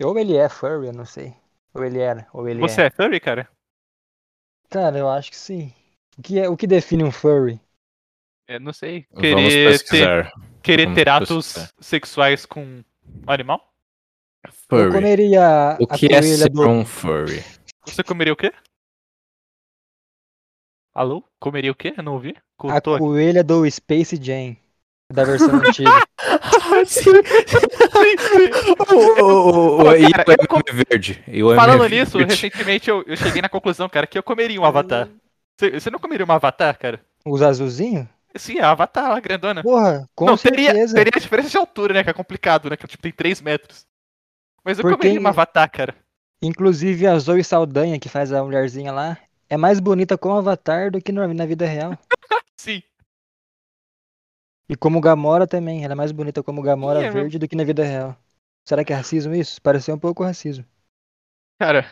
Ou ele é furry, eu não sei. Ou ele era, ou ele
Você
é.
é furry, cara?
Cara, eu acho que sim. O que, é, o que define um furry?
Eu É, não sei.
Vamos
Querer ter,
pesquisar.
querer
Vamos
ter atos
pesquisar.
sexuais com animal?
Eu
Furry.
comeria a,
O
a
que é
coelha
ser
do...
um
[LAUGHS]
furry?
Você comeria o quê? Alô? Comeria o quê? Eu não ouvi?
A
Cortou aqui.
coelha do Space Jam.
[LAUGHS]
Da versão antiga.
Ah,
[LAUGHS] O- o- o- o-
Pô,
e o
cara, eu com-
MM verde. E o
Falando
MM
nisso,
verde.
recentemente eu, eu cheguei na conclusão, cara, que eu comeria um avatar. Você você não comeria um avatar, cara?
Os azulzinhos?
Sim, a avatar, a grandona.
Porra, com
não, teria,
certeza.
teria a diferença de altura, né? Que é complicado, né? Que tipo, tem 3 metros. Mas eu
Porque-
comeria um avatar, cara.
Inclusive a Zoe Saldanha, que faz a mulherzinha lá, é mais bonita com o Avatar do que na na vida real.
Sim.
E como Gamora também, ela é mais bonita como Gamora
Ih, é mesmo.
verde do que na vida real. Será que é racismo isso? Pareceu um pouco racismo.
Cara.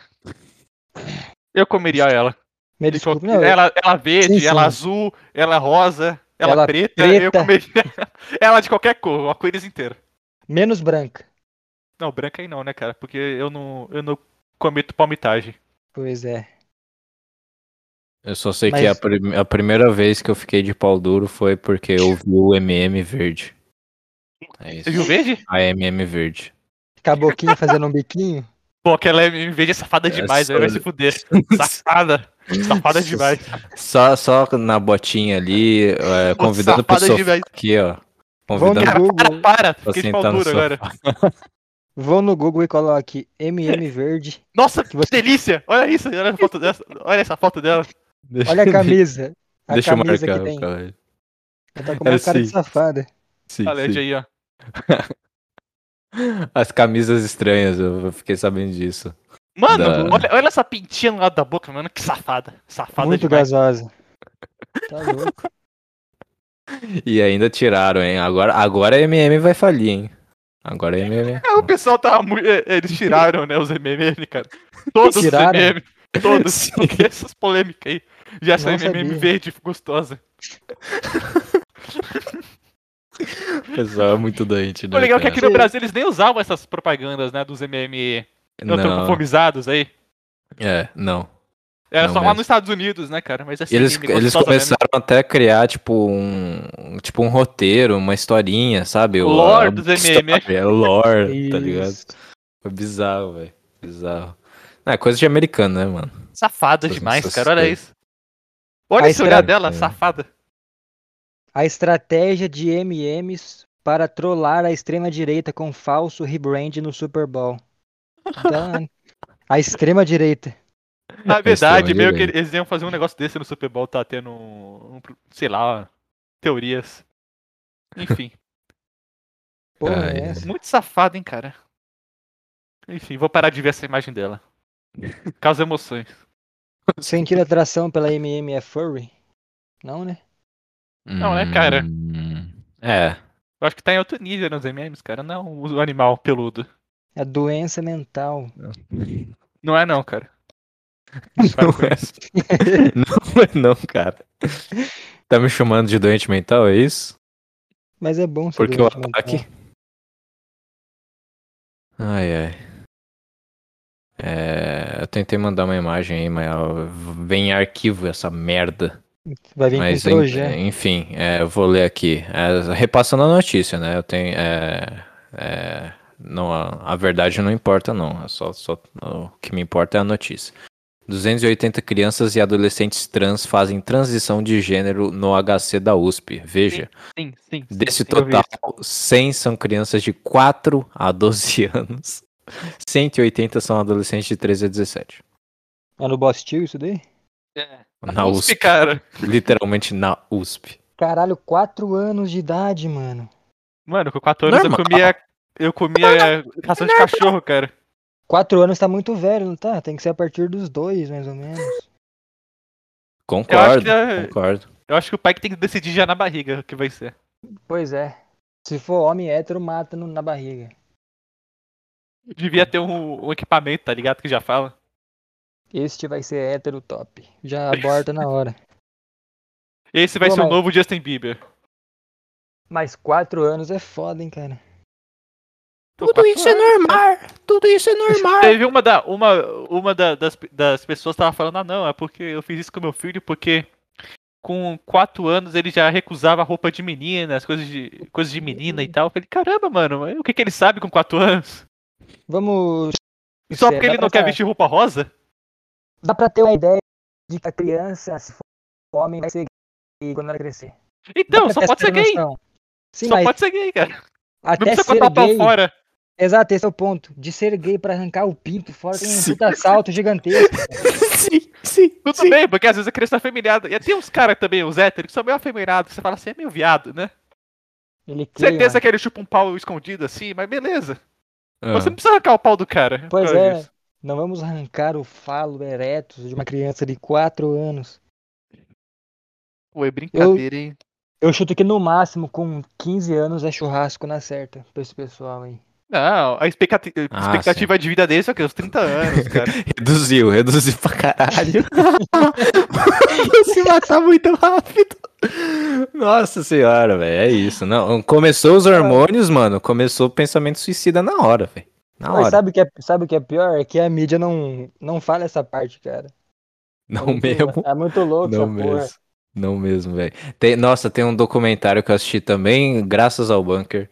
Eu comeria ela.
Me
De qualquer-
desculpe, não,
é? ela, ela verde,
Sim, sim.
ela azul, ela rosa, ela,
Ela
preta, eu
preta.
comeria [LAUGHS] ela de qualquer cor, o arco-íris inteiro.
menos branca.
Não, branca aí não, né, cara? Porque eu não, eu não cometo palmitagem.
Pois é.
Eu só sei
Mas-
que a, prim- a primeira vez que eu fiquei de pau duro foi porque eu vi o MM verde. É isso.
Você viu verde?
A MM verde.
Caboquinha fazendo
[LAUGHS]
um biquinho.
Pô, aquela em vez de safada demais,
Essa-
ela vai se fuder. Safada. Safada demais.
Só, só na botinha ali, é,
Pô,
convidando pro
safada
sofá
demais.
aqui, ó.
Vão no
Convidando
Cara,
Google,
para,
pra
fiquei de pau
sentar no
duro
sofá.
agora.
vão no Google e coloque
[LAUGHS]
MM verde.
Nossa, que
você-
delícia! Olha isso, olha a foto dessa. Olha essa foto dela.
Deixa,
Olha a camisa.
[LAUGHS]
A
deixa eu
camisa
marcar.
que tem.
calma aí.
Ela tá com uma
É,
cara de
sim.
safada.
Sim,
Olha
sim.
aí, ó.
As camisas estranhas, eu fiquei sabendo disso.
Mano,
Da-
olha, olha essa pintinha no lado da boca, mano. Que safada. Safada
Muito
demais.
[LAUGHS]
gasosa. Tá louco.
E ainda tiraram, hein? Agora, agora a MM vai falir, hein? Agora a MM.
É, O pessoal tava muito. é, Eles tiraram, né, os MMM, cara. Todos
Tiraram?
os MMM.
[LAUGHS]
Todos. Porque essas polêmicas aí. Já essa
Não
MMM
sabia.
verde gostosa.
O pessoal é muito doente, né?
O legal é que aqui
cara?
no Brasil eles nem usavam essas propagandas, né, dos MM
Não,
antropofomizados aí.
é, não.
Era
Não
só lá
mesmo.
nos Estados Unidos, né, cara? Mas assim,
Eles,
meme
eles
gostosa mesmo.
começaram até a criar, tipo, um, tipo, um roteiro, uma historinha, sabe?
O
O-
lore
a
dos MM.
história, É o lore, tá ligado?
Isso.
Foi bizarro, velho. Bizarro. Não, é coisa de americano, né, mano?
Safada
Essas-
demais,
essas
cara. Olha
coisas.
isso. Olha
Aí
esse olhar
será-
dela,
É.
safada.
A estratégia de MMs para trollar a extrema-direita com falso rebrand no Super Bowl. Então, a extrema-direita.
Na verdade,
[LAUGHS] Esse
meio que
direito.
eles iam fazer um negócio desse no Super Bowl, tá tendo um, um- sei lá, teorias. Enfim,
Porra, é
Ai,
essa?
muito safado, hein, cara. Enfim, vou parar de ver essa
[LAUGHS]
imagem dela. Causa emoções.
Sentir atração pela MM é furry? Não, né?
Não, né, cara?
Hum, É.
Eu acho que tá em outro nível nos MMs, cara. Não o animal peludo.
É
[LAUGHS]
doença mental.
Não é não, cara.
Não é. [LAUGHS] não é não, cara. Tá me chamando de doente mental, é isso?
Mas é bom ser
Porque o
doente
ataque.
mental.
Ai, ai. É, eu tentei mandar uma imagem aí, mas ela vem em arquivo essa merda.
Vai vir
Mas
com
en-
projeto.
enfim, é, eu vou ler aqui. É, repassando a notícia, né? Eu tenho. é, é, não, a, a verdade não importa, não. É só, só- o que me importa é a notícia. 280 crianças e adolescentes trans fazem transição de gênero no HC da USP. Veja.
Sim, sim. sim,
Desse
sim, eu vi
total, 100 são crianças de 4 a 12 [LAUGHS] anos. 180 são adolescentes de 13 a 17.
É no Bostil isso daí?
isso. É.
Na
USP,
USP.
cara.
Literalmente na USP.
Caralho, 4 anos de idade, mano.
Mano, com 4 anos
Normal.
eu comia. Eu comia ração de cachorro, cara.
4 anos tá muito velho, não tá? Tem que ser a partir dos dois, mais ou menos.
Concordo,
que é-
concordo.
Eu acho que o pai que tem que decidir já na barriga o que vai ser.
Pois é. Se for homem hétero, mata no- na barriga.
Devia ter um, um equipamento, tá ligado? Que já fala.
Este vai ser hétero top.
[LAUGHS]
Já aborta na hora.
Esse vai
Pô,
ser o
mas-
novo Justin Bieber.
Mas quatro anos é foda, hein, cara.
Opa,
é
normal! Tudo isso é
né? Teve uma, da, uma, uma da- das, das pessoas que tava falando, ah não, é porque eu fiz isso com meu filho, porque com 4 anos ele já recusava roupa de menina, as coisas de, coisas de menina e tal. Eu falei, caramba, mano, mas o que, que ele sabe com 4 anos?
Vamos.
Só
Isso é,
porque
dá
ele
pra
não quer
tá-
vestir roupa rosa?
Dá pra ter uma ideia de que a criança, se for homem, vai ser gay quando ela crescer. Dá
Então,
pra
só
ter
pode
essa
ser gay.
noção. Sim,
só
mas
pode ser gay, cara. Não
até
precisa
ser
cortar o pau
gay.
fora.
Exato, esse é o ponto. De ser gay pra arrancar o pinto fora tem um
Sim.
puta salto gigantesco.
sim, sim.
Tudo
sim.
bem, porque às vezes a criança tá afeminada. E tem uns caras também, os héteros, que são meio afeminados, que você fala assim, é meio viado, né?
Ele
Certeza
queima.
que ele chupa um pau escondido assim, mas beleza.
Ah,
Você não precisa arrancar o pau do cara. por
Pois
causa
é.
disso.
Não vamos arrancar o falo ereto de uma criança de quatro anos.
Pô, é brincadeira, hein?
Eu chuto que no máximo com 15 anos é churrasco na certa pra esse pessoal aí.
Não, a expectati- expectativa,
Ah,
de vida dele é o quê? Uns 30 [LAUGHS] anos, cara.
Reduziu, reduziu pra caralho. Eu [LAUGHS] se matar muito rápido. Nossa senhora, velho, é isso. Não, começou os hormônios, mano. Começou o pensamento suicida na hora, velho. Na
Mas
hora.
sabe o que é, sabe o que é pior? É que a mídia não, não fala essa parte, cara. É
não
muito-
mesmo.
É muito louco
Não
essa porra.
mesmo. Não mesmo, velho. Tem- Nossa, tem um documentário que eu assisti também, graças ao Bunker,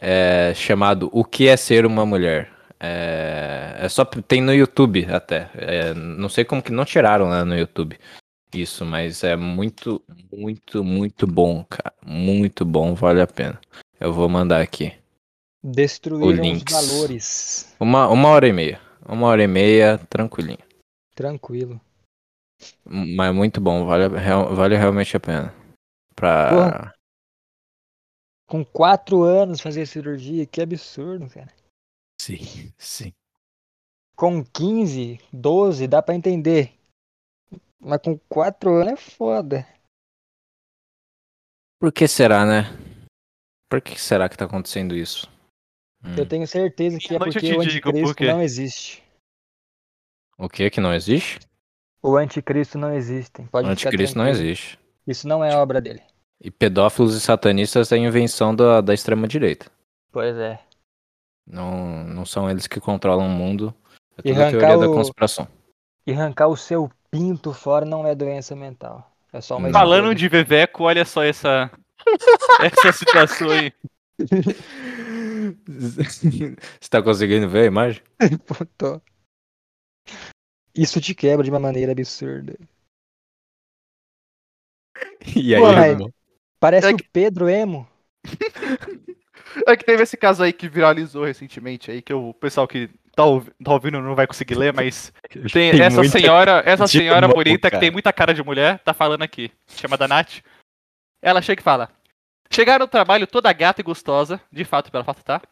é, chamado O que é ser uma mulher. É, é só tem no YouTube até. É, não sei como que não tiraram lá no YouTube isso, mas é muito, muito, muito bom, cara. Muito bom, vale a pena. Eu vou mandar aqui.
Destruíram os
Links.
valores.
Uma, uma hora e meia. Uma hora e meia, tranquilinho.
Tranquilo.
Mas muito bom, vale, a- real- vale realmente a pena. Pra.
Porra, Com quatro anos fazer cirurgia, que absurdo, cara.
Sim, sim.
Com 15, 12, dá pra entender. Mas com quatro anos é foda.
Por que será, né? Por que será que tá acontecendo isso?
Eu
Hum,
tenho certeza que é
Mas eu te
porque o
digo por
anticristo
quê.
não existe.
O que que não existe?
O anticristo não existe. Pode
o
ficar
anticristo não
tranquilo.
existe.
Isso não é obra dele.
E pedófilos e satanistas é invenção da, da extrema-direita.
Pois é.
Não, não são eles que controlam o mundo. É
E
tudo a teoria
arrancar
da
o-
conspiração. [LAUGHS]
E arrancar o seu pinto fora não é doença mental. É só uma
Não.
Falando de Veveco, olha só [LAUGHS] essa. essa situação aí.
Você tá conseguindo ver a imagem?
Puto. Isso te quebra de uma maneira absurda.
E aí,
Ué.
irmão?
Parece
É
o Pedro Emo.
É que teve esse caso aí que viralizou recentemente aí, que o pessoal que tá, ouvi- tá ouvindo não vai conseguir ler, mas tem,
Tem
essa
muita-
senhora, essa
de
senhora
mão,
bonita que
cara.
tem muita cara de mulher, tá falando aqui, chamada Nath. Ela chega e fala: Chegaram ao trabalho toda gata e gostosa, de fato, pela foto, tá?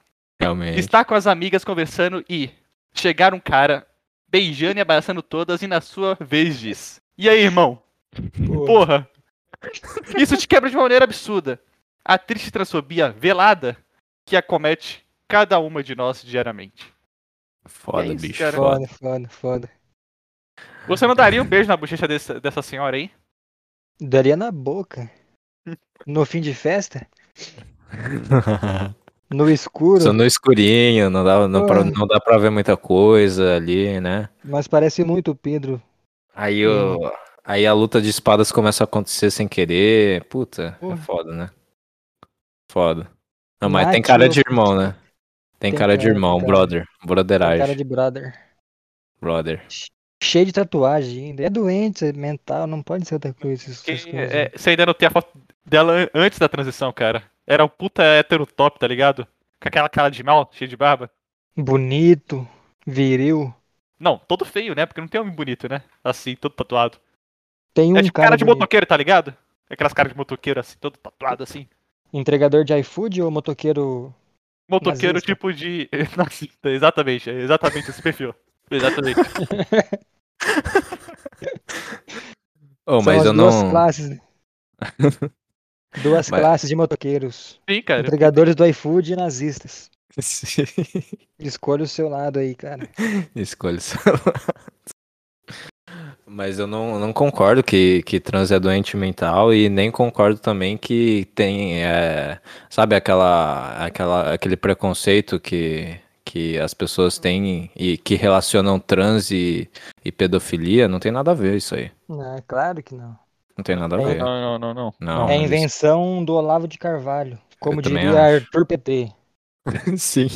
Realmente.
Está com as amigas conversando e chegar um cara beijando e abraçando todas e na sua vez diz: E aí, irmão? Porra! [LAUGHS] Isso te quebra de uma maneira absurda. A triste transfobia velada que acomete cada uma de nós diariamente.
Foda,
É isso,
bicho.
cara.
Foda.
Foda, foda, foda.
Você não daria um beijo na bochecha dessa, dessa senhora aí?
Daria na boca. No fim de festa? No
[LAUGHS]
escuro?
Só no escurinho, não dá, não, pra-
Porra.
não dá pra ver muita coisa ali, né?
Mas parece muito o Pedro.
Aí,
Uhum.
o... aí a luta de espadas começa a acontecer sem querer. Puta, é
Porra.
foda, né? Foda. Não, mas tem
Mate
cara
ou-
de irmão, né? Tem, cara, de irmão,
cara.
brother.
Tem
Brotherage.
cara de brother.
Brother.
Cheio de tatuagem ainda. É doente é mental, não pode ser outra coisa. essas
Que,
coisas. né?
é, você ainda não tem a foto dela an- antes da transição, cara. Era um puta hétero top, tá ligado? Com aquela cara de mal, cheia de barba.
Bonito, viril.
Não, todo feio, né? Porque não tem homem bonito, né? Assim, todo tatuado.
Tem um
É tipo cara, de
bonito.
motoqueiro, tá ligado? Aquelas caras de motoqueiro, assim, todo tatuado, assim.
Entregador de iFood ou motoqueiro?
Motoqueiro
Nazista.
tipo de. [LAUGHS] Nazista, exatamente, é exatamente esse perfil. Exatamente.
Oh,
São
mas
as
eu
duas
não. [LAUGHS]
classes. Duas
Mas-
classes de motoqueiros.
Sim, cara.
Entregadores do iFood e nazistas.
[LAUGHS]
Escolha o seu lado aí, cara.
Escolha o seu lado. Mas eu não, não concordo que, que trans é doente mental e nem concordo também que tem, é, sabe, aquela, aquela, aquele preconceito que, que as pessoas têm e que relacionam trans e, e pedofilia. Não tem nada a ver isso aí.
Não, é claro que não.
Não tem nada a
É,
ver.
Não, não, não, não.
Não,
É a
mas-
invenção do Olavo de Carvalho. Como
Eu também
diria Arthur PT.
[LAUGHS] Sim.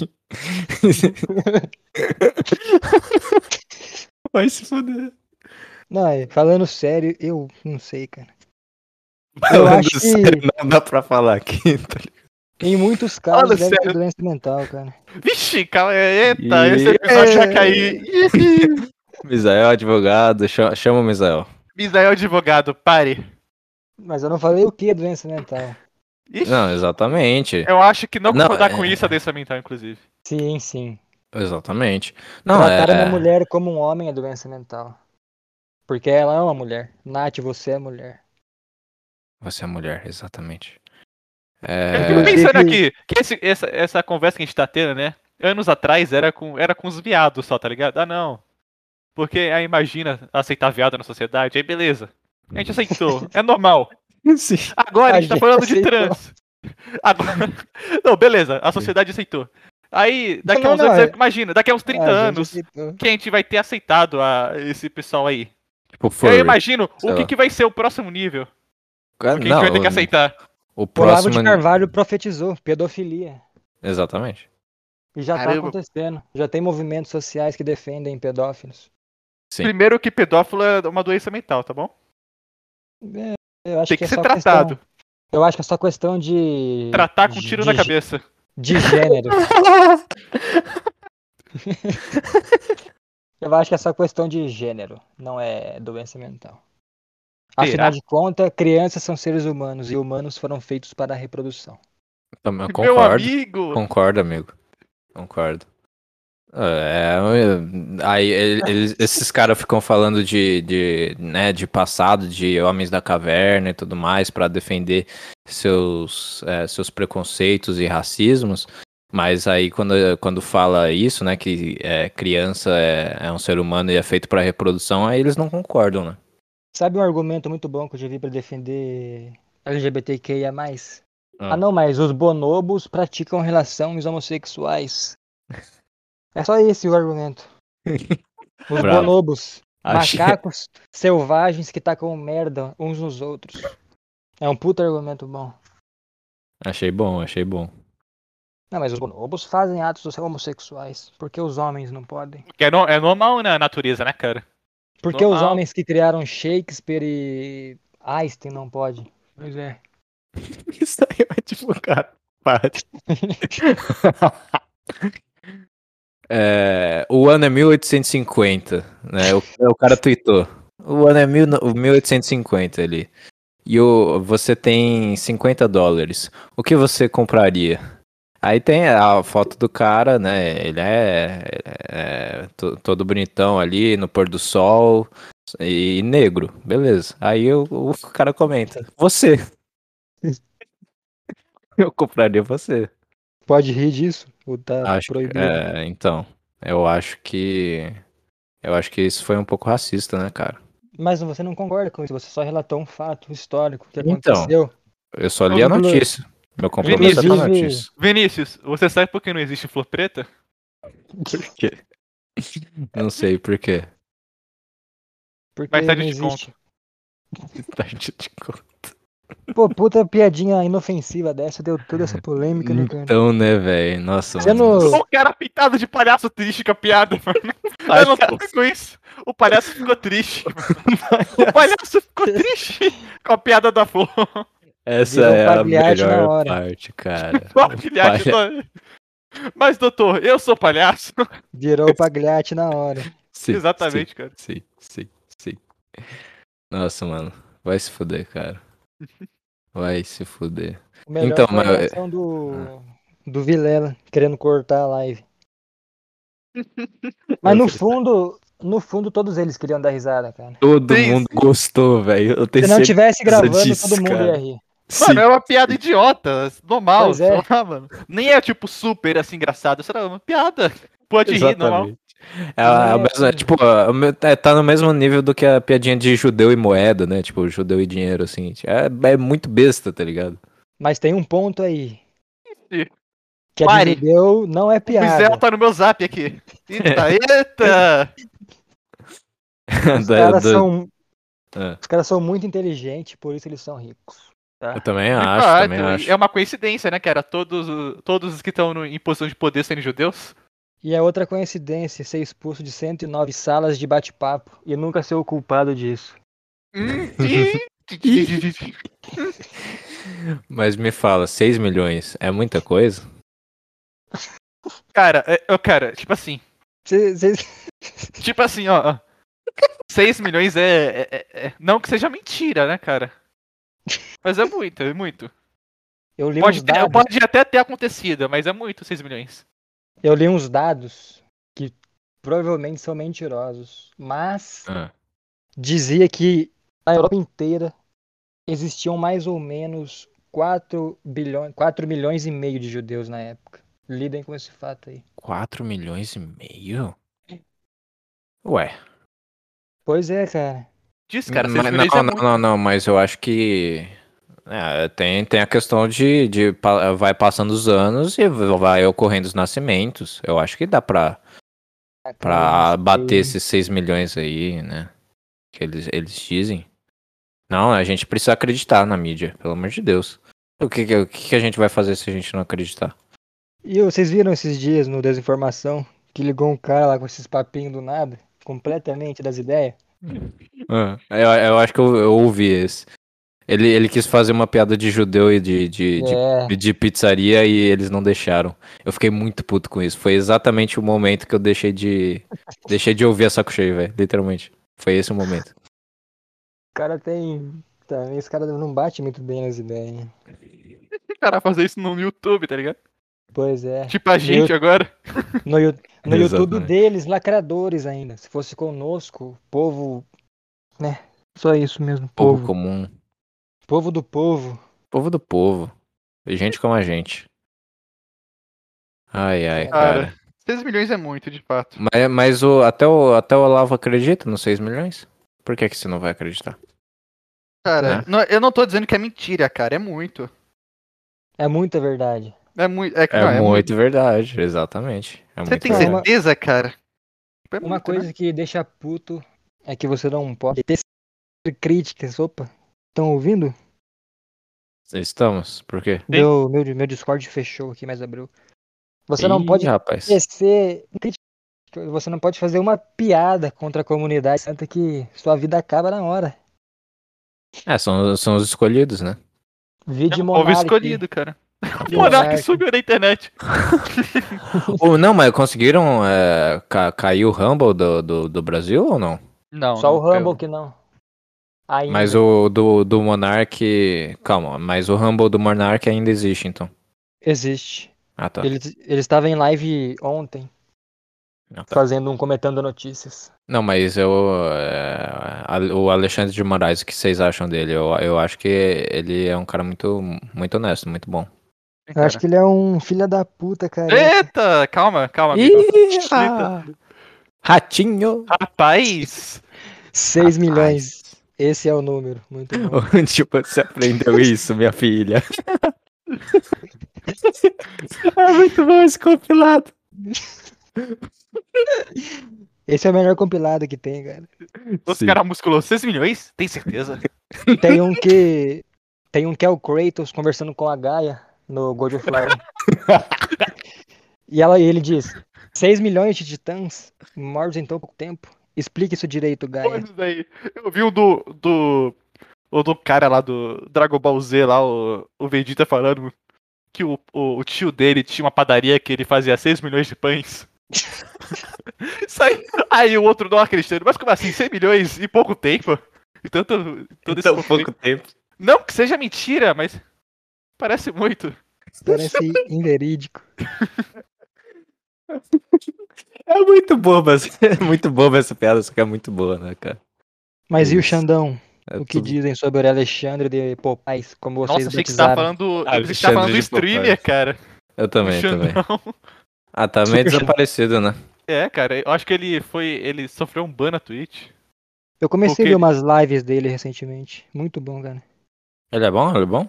Vai se fuder.
Não, é, falando sério, eu não sei, cara. Eu acho que
não dá pra falar aqui. tá
em muitos casos
Fala
deve ter
sério.
doença mental, cara.
Vixe, calma. Eita,
Ih.
esse episódio
É.
já caiu.
[LAUGHS] Misael, advogado, cha- chama o Misael.
Misael advogado, pare.
Mas eu não falei o que é doença mental.
[LAUGHS] Ixi,
Não, exatamente.
Eu acho que não
Não,
concordar
é-
com isso é doença mental, inclusive.
Sim, sim.
Exatamente. Não, é,
Tratar uma
é-
mulher como um homem é doença mental. Porque ela é uma mulher. Nath, você é mulher.
Você é mulher, exatamente.
Eu
É,
fico pensando
Inclusive-
aqui que esse- essa, essa conversa que a gente tá tendo, né? Anos atrás era com, era com os viados só, tá ligado? Ah, não. Porque aí imagina aceitar viado na sociedade, aí beleza. A gente
[LAUGHS]
aceitou, é normal. Agora a,
A
gente tá
gente
falando de
aceitou.
trans. Agora... [LAUGHS] Não, beleza, a sociedade aceitou. Aí, daqui a
Não,
uns
não,
anos,
é-
imagina, daqui a uns 30
Ah, gente,
anos,
aceitou.
que a gente vai ter aceitado a, esse pessoal aí.
tipo,
Eu
furry.
imagino
sei
o que,
lá.
que vai ser o próximo nível.
Ah,
O que a
não,
gente vai ter que aceitar.
o
Olavo
próximo.
de Carvalho profetizou pedofilia.
Exatamente.
E já tá
Caramba.
acontecendo. Já tem movimentos sociais que defendem pedófilos.
Sim.
Primeiro que pedófilo é uma doença mental, tá bom?
É, eu acho
Tem que
é
ser
só
tratado.
questão- eu acho que é só questão de.
Hum,
Tratar com um tiro
de,
na cabeça.
De gênero. Eu acho que é só questão de gênero, não é doença mental. Afinal
Será?
de contas, crianças são seres humanos e humanos foram feitos para a reprodução.
Também
[LAUGHS] Meu
Então, concordo.
amigo!
Concordo, amigo. Concordo. É, eu- aí ele- eles- esses caras ficam falando de, de, né, de passado, de homens da caverna e tudo mais, pra defender seus, é, seus preconceitos e racismos. Mas aí quando, quando fala isso, né, que é, criança é, é um ser humano e é feito pra reprodução, aí eles não concordam, né?
Sabe um argumento muito bom que eu já vi para defender LGBTQIA? Ah.
Ah.
ah, não, mas os bonobos praticam relações homossexuais. É só esse o argumento. Os
Bravo.
bonobos,
Achei-
macacos selvagens que tacam merda uns nos outros. É um puta argumento bom.
achei bom, achei bom.
Não, mas os bonobos fazem atos homossexuais. Por que os homens não podem?
Que É, no- é normal na natureza, né, cara?
Por que os
Normal.
homens que criaram Shakespeare e Einstein não podem?
[LAUGHS]
Pois é.
[LAUGHS] Isso aí é advogado. Pare. É, o ano é 1850, né? O, o cara tweetou. O ano é mil, no- 1850 ali. E o, você tem 50 dólares. O que você compraria? Aí tem a foto do cara, né? Ele é, é, to- todo bonitão ali no pôr do sol e, negro, beleza. Aí o- o cara comenta: Você. [LAUGHS] Eu compraria você.
Pode rir disso? Ou tá
acho que,
proibido?
é, então, eu acho que eu acho que isso foi um pouco racista, né, cara?
Mas você não concorda com isso, você só relatou um fato histórico que
Então,
aconteceu.
Eu só li a
Inclusive-
notícia. Meu compromisso é com a
inclusive-
notícia.
Vinícius, você sabe por que não existe flor preta?
Não sei por quê. [LAUGHS]
Porque
Mas tá
não
de
existe.
Tarde Tá de co- [LAUGHS]
Pô, puta piadinha inofensiva dessa, deu toda essa polêmica no canto.
Então, né, velho? Nossa,
Você
Hum.
não-
O cara pintado de palhaço triste com a piada,
[LAUGHS]
mano. Eu não quero com isso. O palhaço ficou triste. mano. O palhaço ficou triste com a piada
[LAUGHS]
da flor.
essa
Virou
é a
Pagliatti na
melhor
hora.
parte, cara.
[LAUGHS]
Palhaço. Mas, doutor, eu sou palhaço.
Virou o Pagliatti na hora.
Sim,
[LAUGHS] Exatamente, cara.
Sim, sim, sim. Nossa, mano. Vai se fuder,
[LAUGHS]
cara. Vai se fuder.
O melhor
Então,
foi a
mas-
reação do, do Vilela querendo cortar a
[LAUGHS]
live. Mas no fundo, no fundo todos eles queriam dar risada, cara.
Todo
Sim,
mundo gostou, velho. Eu
Se
tenho
não tivesse gravando,
disso,
todo mundo
cara.
ia rir.
Mano, é uma piada idiota, normal,
Pois
sei
é.
lá, mano. Nem é tipo super assim engraçado, isso era uma piada. Pode rir, normal.
É, a- a
É.
mesma- tipo, a- o meu- é, tá no mesmo nível do que a piadinha de judeu e moeda, né? Tipo, judeu e dinheiro, assim. É, é muito besta, tá ligado?
[LAUGHS]
Mas tem um ponto aí.
Ih.
Que a
Pare.
de judeu não é
O Zé
piada.
tá no meu zap aqui.
[LAUGHS] É.
Eita, eita!
Os
Da-
caras
do-
são.
É.
Os caras são muito inteligentes, por isso eles são ricos.
Eu também acho,
Ah,
também
então,
acho.
É uma coincidência, né, cara? Todos, o- todos os que estão no- em posição de poder serem judeus.
E é outra coincidência ser expulso de 109 salas de bate-papo e nunca ser o culpado disso.
[LAUGHS] Hum, ih.
Mas me fala, 6 milhões é muita coisa?
cara, é- ó, cara, tipo assim.
Cê- cê-
Tipo assim, ó. 6 milhões é, é- é- é- Não que seja mentira, né, cara? Mas é muito, é muito.
Eu li uns
Pode, ter-
dados.
pode até ter acontecido, mas é muito 6 milhões.
Eu li uns dados que provavelmente são mentirosos, mas
Ah.
dizia que na Europa inteira existiam mais ou menos 4 bilhões, 4 milhões e meio de judeus na época. Lidem com esse fato aí.
4 milhões e meio? Ué.
Pois é, cara.
Diz, cara, 6
Hum, mas, não,
milhões é
não,
muito.
não, não, mas eu acho que. é, tem, tem a questão de, de pa- vai passando os anos e vai ocorrendo os nascimentos. Eu acho que dá pra Pra bater esses 6 milhões aí, né? Que eles, eles dizem. Não, a gente precisa acreditar na mídia, pelo amor de Deus. O que, que- o que que a gente vai fazer se a gente não acreditar?
E vocês viram esses dias no Desinformação que ligou um cara lá com esses papinhos do nada, completamente das ideias? Ah,
É, eu, eu acho que eu, eu ouvi esse. Ele, ele quis fazer uma piada de judeu e de, de, de,
É,
de pizzaria e eles não deixaram. Eu fiquei muito puto com isso. Foi exatamente o momento que eu deixei de. Deixei de ouvir a saco cheio, velho. Literalmente. Foi esse o momento.
o cara tem. Também esse cara não bate muito bem nas ideias, né?
Cara, fazer isso no YouTube, tá ligado?
Pois é.
Tipo a gente agora.
No, Yu- no YouTube
Exatamente.
deles, lacradores ainda. Se fosse conosco, povo. né? Só isso mesmo,
Povo
povo.
comum.
Povo do povo.
Povo do povo. Gente como a gente. Ai, ai,
Cara.
cara.
6 milhões é muito, de fato.
Mas, mas o, até, o, até o Olavo acredita nos 6 milhões? Por que, que você não vai acreditar?
Cara,
Né?
não- eu não tô dizendo que é mentira, cara. É muito.
É muita verdade.
É muito. É,
É,
não, é
muito, verdade, exatamente. É
Você
muito
tem
verdade.
certeza, cara? É muito,
Uma
né?
coisa que deixa puto é que você não pode ter críticas. Opa, estão ouvindo?
Estamos, por quê?
Meu, meu, meu Discord fechou aqui, mas abriu. Você não
Ih,
pode
rapaz.
tecer crítica. Você não pode fazer uma piada contra a comunidade santa que sua vida acaba na hora.
É, são, são os escolhidos,
[LAUGHS]
né?
É
Vide
um povo
Monark.
escolhido, cara.
Vide
O Monark
Monark.
subiu na internet.
ou não, mas conseguiram é, ca- cair o Rumble do, do, do Brasil ou não?
Não.
Só o Rumble que não. Ainda.
Mas o do, do Monark. Calma, mas o Rumble do Monark ainda existe, então.
Existe.
Ah, tá.
Ele, ele estava em live ontem,
Ah, tá.
fazendo um comentando notícias.
Não, mas eu, é, a- o Alexandre de Moraes, o que vocês acham dele? Eu, eu acho que ele é um cara muito, muito honesto, muito bom.
Eu acho que ele é um filho da puta, cara.
Eita, calma, calma, amigo. ah,
ratinho!
Rapaz,
6 milhões. Esse é o número. Muito bom.
[LAUGHS] Onde Tipo, você aprendeu isso, minha filha? é muito bom esse compilado.
Esse é o melhor compilado que tem, cara.
os caras musculou 6 milhões? Tem certeza?
Tem um
[LAUGHS]
que. Tem um que é o Kratos conversando com a Gaia no God
[LAUGHS]
of War. e ela, e ele diz: 6 milhões de titãs mortos em tão pouco tempo. Explique isso direito,
Pô,
Gaia.
isso daí. Eu vi o do. do. O do cara lá do Dragon Ball Z lá, o, o Vegeta falando que o, o, o tio dele tinha uma padaria que ele fazia 6 milhões de pães. [LAUGHS] Isso aí, aí o outro não acreditando, mas como assim, 6 milhões em pouco tempo? E tanto, todo
Então,
esse pouco tempo. Não que seja mentira, mas parece muito.
Parece inverídico.
É [LAUGHS] muito boba, essa- é muito boba essa piada, só que é muito boa, né, cara?
Mas e o
Isso.
Xandão?
É
o que
tudo-
dizem sobre o Alexandre de Popais, como vocês
Nossa, achei que você tá
batizaram.
falando.
Ah,
eu pensei que você tá falando
Alexandre
do
de
streamer, cara.
Eu também,
do
também.
Xandão.
Ah, tá meio
Super-
desaparecido, né?
[LAUGHS] É, cara, eu acho que ele foi. ele sofreu um ban na Twitch.
Eu comecei a
Porque-
ver umas lives dele recentemente. Muito bom, cara.
Ele é bom? Ele é bom?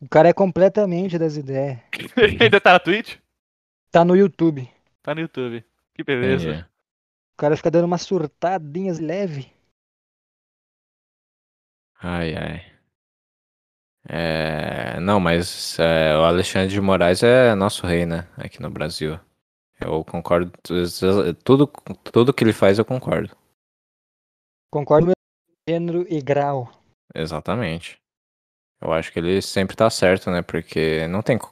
O cara é completamente das ideias.
é
[LAUGHS] Ele ainda tá na Twitch?
Tá no YouTube.
Tá no YouTube. Que beleza.
Entendi.
O cara fica dando umas surtadinhas leve.
Ai, ai. É... Não, mas é, o Alexandre de Moraes é nosso rei, né? Aqui no Brasil. Eu concordo. Tudo, tudo que ele faz, eu concordo.
Concordo mesmo. Gênero e grau.
Exatamente. Eu acho que ele sempre tá certo, né? Porque não tem co-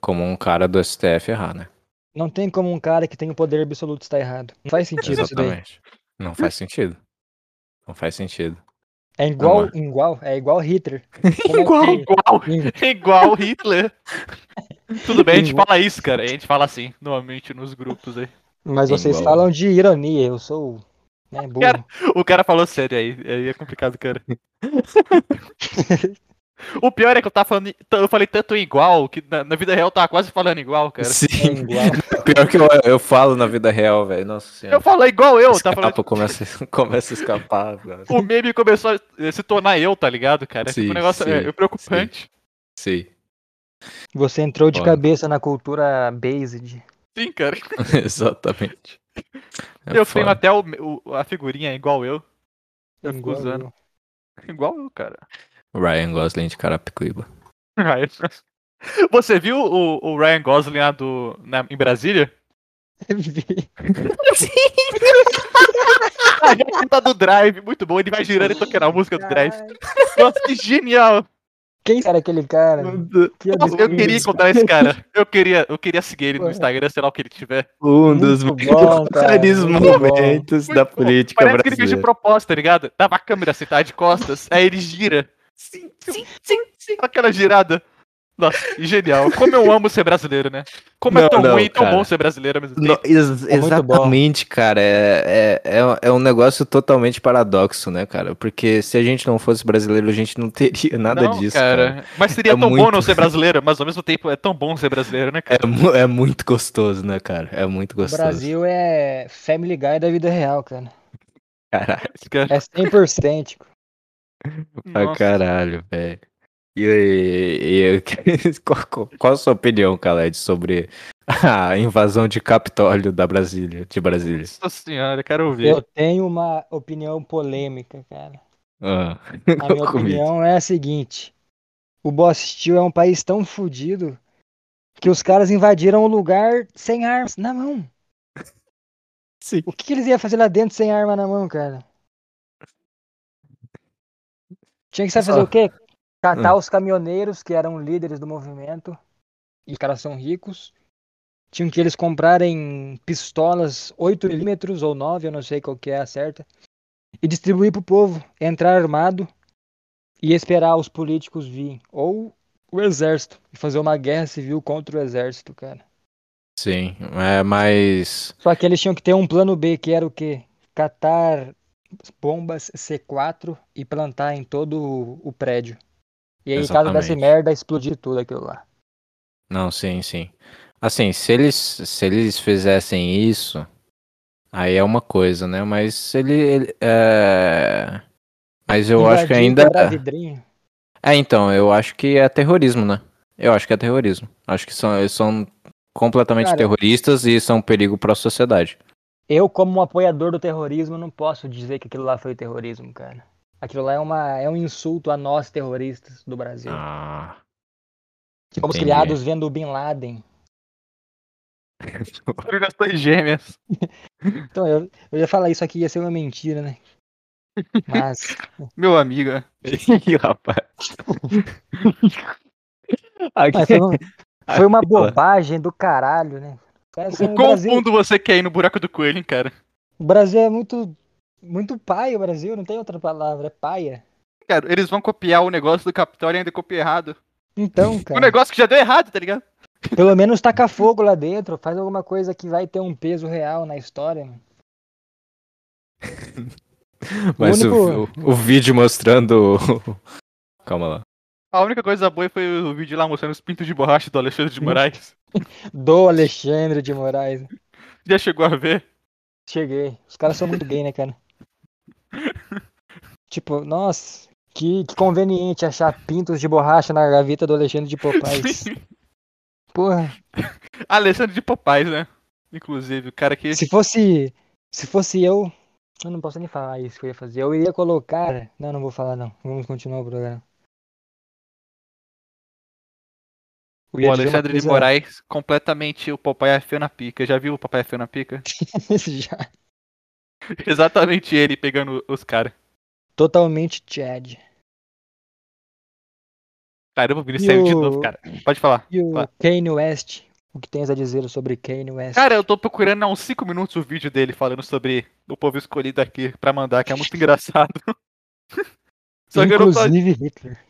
como um cara do STF errar, né?
Não tem como um cara que tem o poder absoluto estar errado. Não faz sentido isso daí.
Exatamente. Não faz sentido. Não faz sentido.
É igual,
Amor.
igual, é igual
[LAUGHS]
Hitler. Como
[LAUGHS]
é
Igual,
que-
igual, igual o Hitler. Tudo bem, a gente fala isso, cara. A gente fala assim, normalmente nos grupos aí.
Mas vocês
Igual.
falam de ironia, eu sou né, burro.
Cara. O cara falou sério aí, aí é complicado, cara.
[LAUGHS]
O pior é que eu tava falando. Eu falei tanto igual que na, na vida real eu tava quase falando igual, cara.
É
[LAUGHS]
um
Sim.
igual.
Pior que eu, eu falo na vida real, velho. Nossa senhora.
Eu falo igual eu, tá
Escapa,
falando. tipo,
começa, começa a [LAUGHS] escapar. Cara.
O meme começou a eh, se tornar eu, tá ligado, cara? Tipo,
Sim,
um negócio é,
sim,
é preocupante.
Sim.
Você entrou de
Olha.
cabeça na cultura based.
Sim, cara.
[LAUGHS] Exatamente. É
eu tenho
foda.
até o, o- a figurinha igual eu. Eu fico
Igual
usando.
eu. [LAUGHS]
Igual eu, cara.
Ryan Gosling de Carapicuíba.
Ryan. Você viu o, o Ryan Gosling lá do, na- em Brasília?
Vi.
A gente tá do Drive, muito bom. Ele vai girando e tocando a música do Drive. Nossa, que genial!
Quem era aquele cara?
Um
Que
Nossa, eu
absurdo.
queria encontrar esse cara. Eu queria, eu queria seguir ele no Instagram, sei lá o que ele tiver.
Um
Muito dos bom, cara, melhores muito bom. momentos
da política Parece que ele fez é de propósito, tá ligado? Tava a câmera assim, tá de costas, aí ele gira. Sim, sim, sim, sim. Com aquela girada. Nossa, genial. Como eu amo ser brasileiro, né? Como é
Não,
tão
não,
ruim e tão
cara.
bom ser brasileiro ao mesmo tempo.
No- ex-
É muito bom.
exatamente, cara. É, é, é, um- é um negócio totalmente paradoxo, né, cara? Porque se a gente não fosse brasileiro, a gente não teria [LAUGHS] nada
Não,
disso, cara.
Mas seria
É
tão bom
muito.
não ser brasileiro, mas ao mesmo tempo é tão bom ser brasileiro, né, cara?
É, mu- é muito gostoso, né, cara? É muito
O
gostoso.
Brasil é family guy da vida real, cara.
Caralho,
Esse cara-
É 100%.
pra
Nossa.
caralho, velho. E, e- e- [LAUGHS] qual, qual- qual a sua opinião, Khaled, sobre a invasão de Capitólio da Brasília, de Brasília?
Nossa senhora, quero ouvir.
Eu tenho uma opinião polêmica, cara.
Ah, [LAUGHS]
A minha
comigo.
opinião é a seguinte: o Bostil é um país tão fodido que os caras invadiram o lugar sem armas na mão.
Sim.
O que, que eles iam fazer lá dentro sem arma na mão, cara? Tinha que saber fazer
Só-
o quê? Catar os caminhoneiros que eram líderes do movimento e os caras são ricos. Tinham que eles comprarem pistolas 8mm ou 9, eu não sei qual que é a certa, e distribuir pro povo, entrar armado e esperar os políticos virem. Ou o exército, e fazer uma guerra civil contra o exército, cara.
Sim, é, mas
Só que eles tinham que ter um plano B, que era o quê? Catar bombas C4 e plantar em todo o- o prédio. E aí, caso desse
Exatamente.
merda, explodir tudo aquilo lá.
Não, sim, sim. Assim, se eles, se eles fizessem isso, aí é uma coisa, né? Mas ele, ele- é... Mas eu acho que
Invadir,
ainda.
quebrar vidrinho.
É, então, eu acho que é terrorismo, né? Eu acho que é terrorismo. Acho que são, eles são completamente
Cara,
terroristas e são um perigo para a sociedade.
Eu, como um apoiador do terrorismo, não posso dizer que aquilo lá foi terrorismo, cara. Aquilo lá é, uma, é um insulto a nós terroristas do Brasil.
Ah.
que fomos
entendi.
criados vendo o Bin Laden.
Gerações gêmeas.
Então, eu, eu ia falar isso aqui, ia ser uma mentira,
[LAUGHS]
né? Mas,
Meu amigo.
Ih, rapaz.
mas foi, uma, foi uma bobagem do caralho, né? Cara, assim,
O
o,
quão
Brasil,
fundo você quer ir no buraco do coelho, hein, cara?
o Brasil é muito, muito paia, o Brasil, não tem outra palavra, é paia.
Cara, eles vão copiar o negócio do Capitólio e ainda copiar errado.
Então,
Um
cara,
negócio que já deu errado, tá ligado?
pelo menos taca fogo lá dentro, faz né? alguma coisa que vai ter um peso real na história, mano.
Mas o,
único-
o- o vídeo mostrando. o- [LAUGHS] Calma lá.
A única coisa boa foi o vídeo lá mostrando os pintos de borracha do Alexandre de Moraes.
Do Alexandre de Moraes.
Já chegou a ver?
Cheguei. Os caras são muito gay, né, cara? Tipo, nossa, que, que conveniente achar pintos de borracha na gaveta do Alexandre de Popais.
Sim.
Porra.
[LAUGHS] Alexandre de Popais, né? Inclusive, o cara que.
Se fosse. Se fosse eu. Eu não posso nem falar isso que eu ia fazer. Eu iria colocar. Não, não vou falar não. Vamos continuar o programa. Eu
O
ia dizer uma
Alexandre de
coisa-
Moraes, completamente o Popeye feio na pica. Já viu o Popeye feio na pica? [LAUGHS]
[LAUGHS] Já.
Exatamente ele pegando os caras.
Totalmente Chad.
Caramba, o Vinícius
E
saiu de
o-
novo, cara. Pode falar.
E o
Ué.
Kanye West. O que tens a dizer sobre Kanye West?
Cara, eu tô procurando há uns 5 minutos o vídeo dele falando sobre o povo escolhido aqui pra mandar, que é muito [LAUGHS] engraçado. Só que eu não tô.
Inclusive Hitler.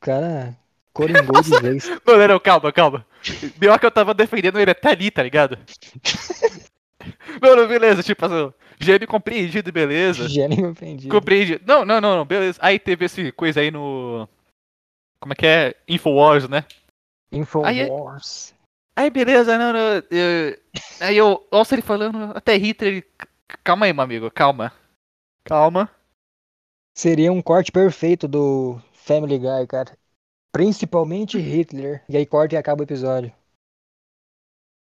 O cara coringou de vez.
Não, não, não, calma, calma. Pior que eu tava defendendo ele até ali, tá
[LAUGHS]
ligado? não, não, beleza, tipo assim, gênio compreendido, beleza.
Gênio ofendido.
Compreendi. Não, não, não, não, beleza. Aí teve esse coisa aí no. Como é que é? Infowars, né? é-
Infowars.
Aí beleza, não, não. eu- Aí eu ouço ele falando, até Hitler. ele- Calma aí, meu amigo, calma. Calma.
Seria um corte perfeito do Family Guy, cara. Principalmente Hitler. E aí corta e acaba o episódio.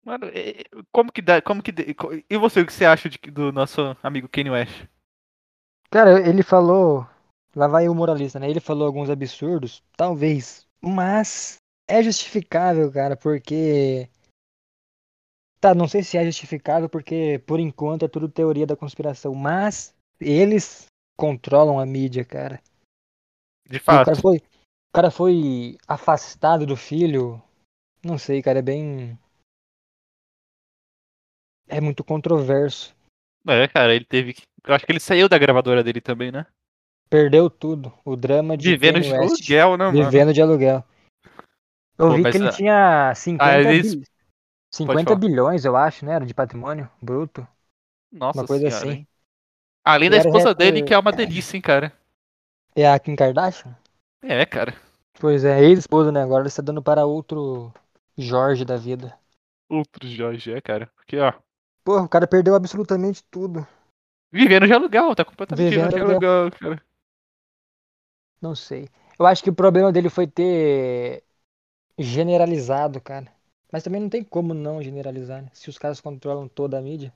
Mano, e- e- como que dá. Como que. de- co- E você, o que você acha de- do nosso amigo Kanye West?
Cara, ele falou. Lá vai o moralista, né? Ele falou alguns absurdos, talvez. Mas é justificável, cara, porque. Tá, não sei se é justificável, porque por enquanto é tudo teoria da conspiração. Mas eles controlam a mídia, cara.
De
E O
fato.
cara foi, o cara foi afastado do filho. Não sei, cara, é bem. É muito controverso.
É, cara, ele teve. que- Eu acho que ele saiu da gravadora dele também, né?
Perdeu tudo. O drama de
Vivendo
Kanye
de
West.
aluguel, né, mano?
Vivendo de aluguel. Eu
Pô,
vi
mas
que ele
a-
tinha 50,
Ah,
bi-
eles-
50
falar.
bilhões, eu acho, né? Era de patrimônio bruto.
Nossa
uma coisa
senhora.
assim.
hein? Além da
Ele era
esposa
rapper.
dele, que é uma delícia, hein, cara.
É a Kim Kardashian?
É, cara.
Pois é, ex-esposa, né? Agora ele está dando para outro Jorge da vida.
Outro Jorge, é, cara. Porque, ó.
Porra, o cara perdeu absolutamente tudo.
Vivendo de aluguel, tá completamente
Vivendo
vivendo de
de
aluguel, cara.
Não sei. Eu acho que o problema dele foi ter generalizado, cara. Mas também não tem como não generalizar, né? Se os caras controlam toda a mídia.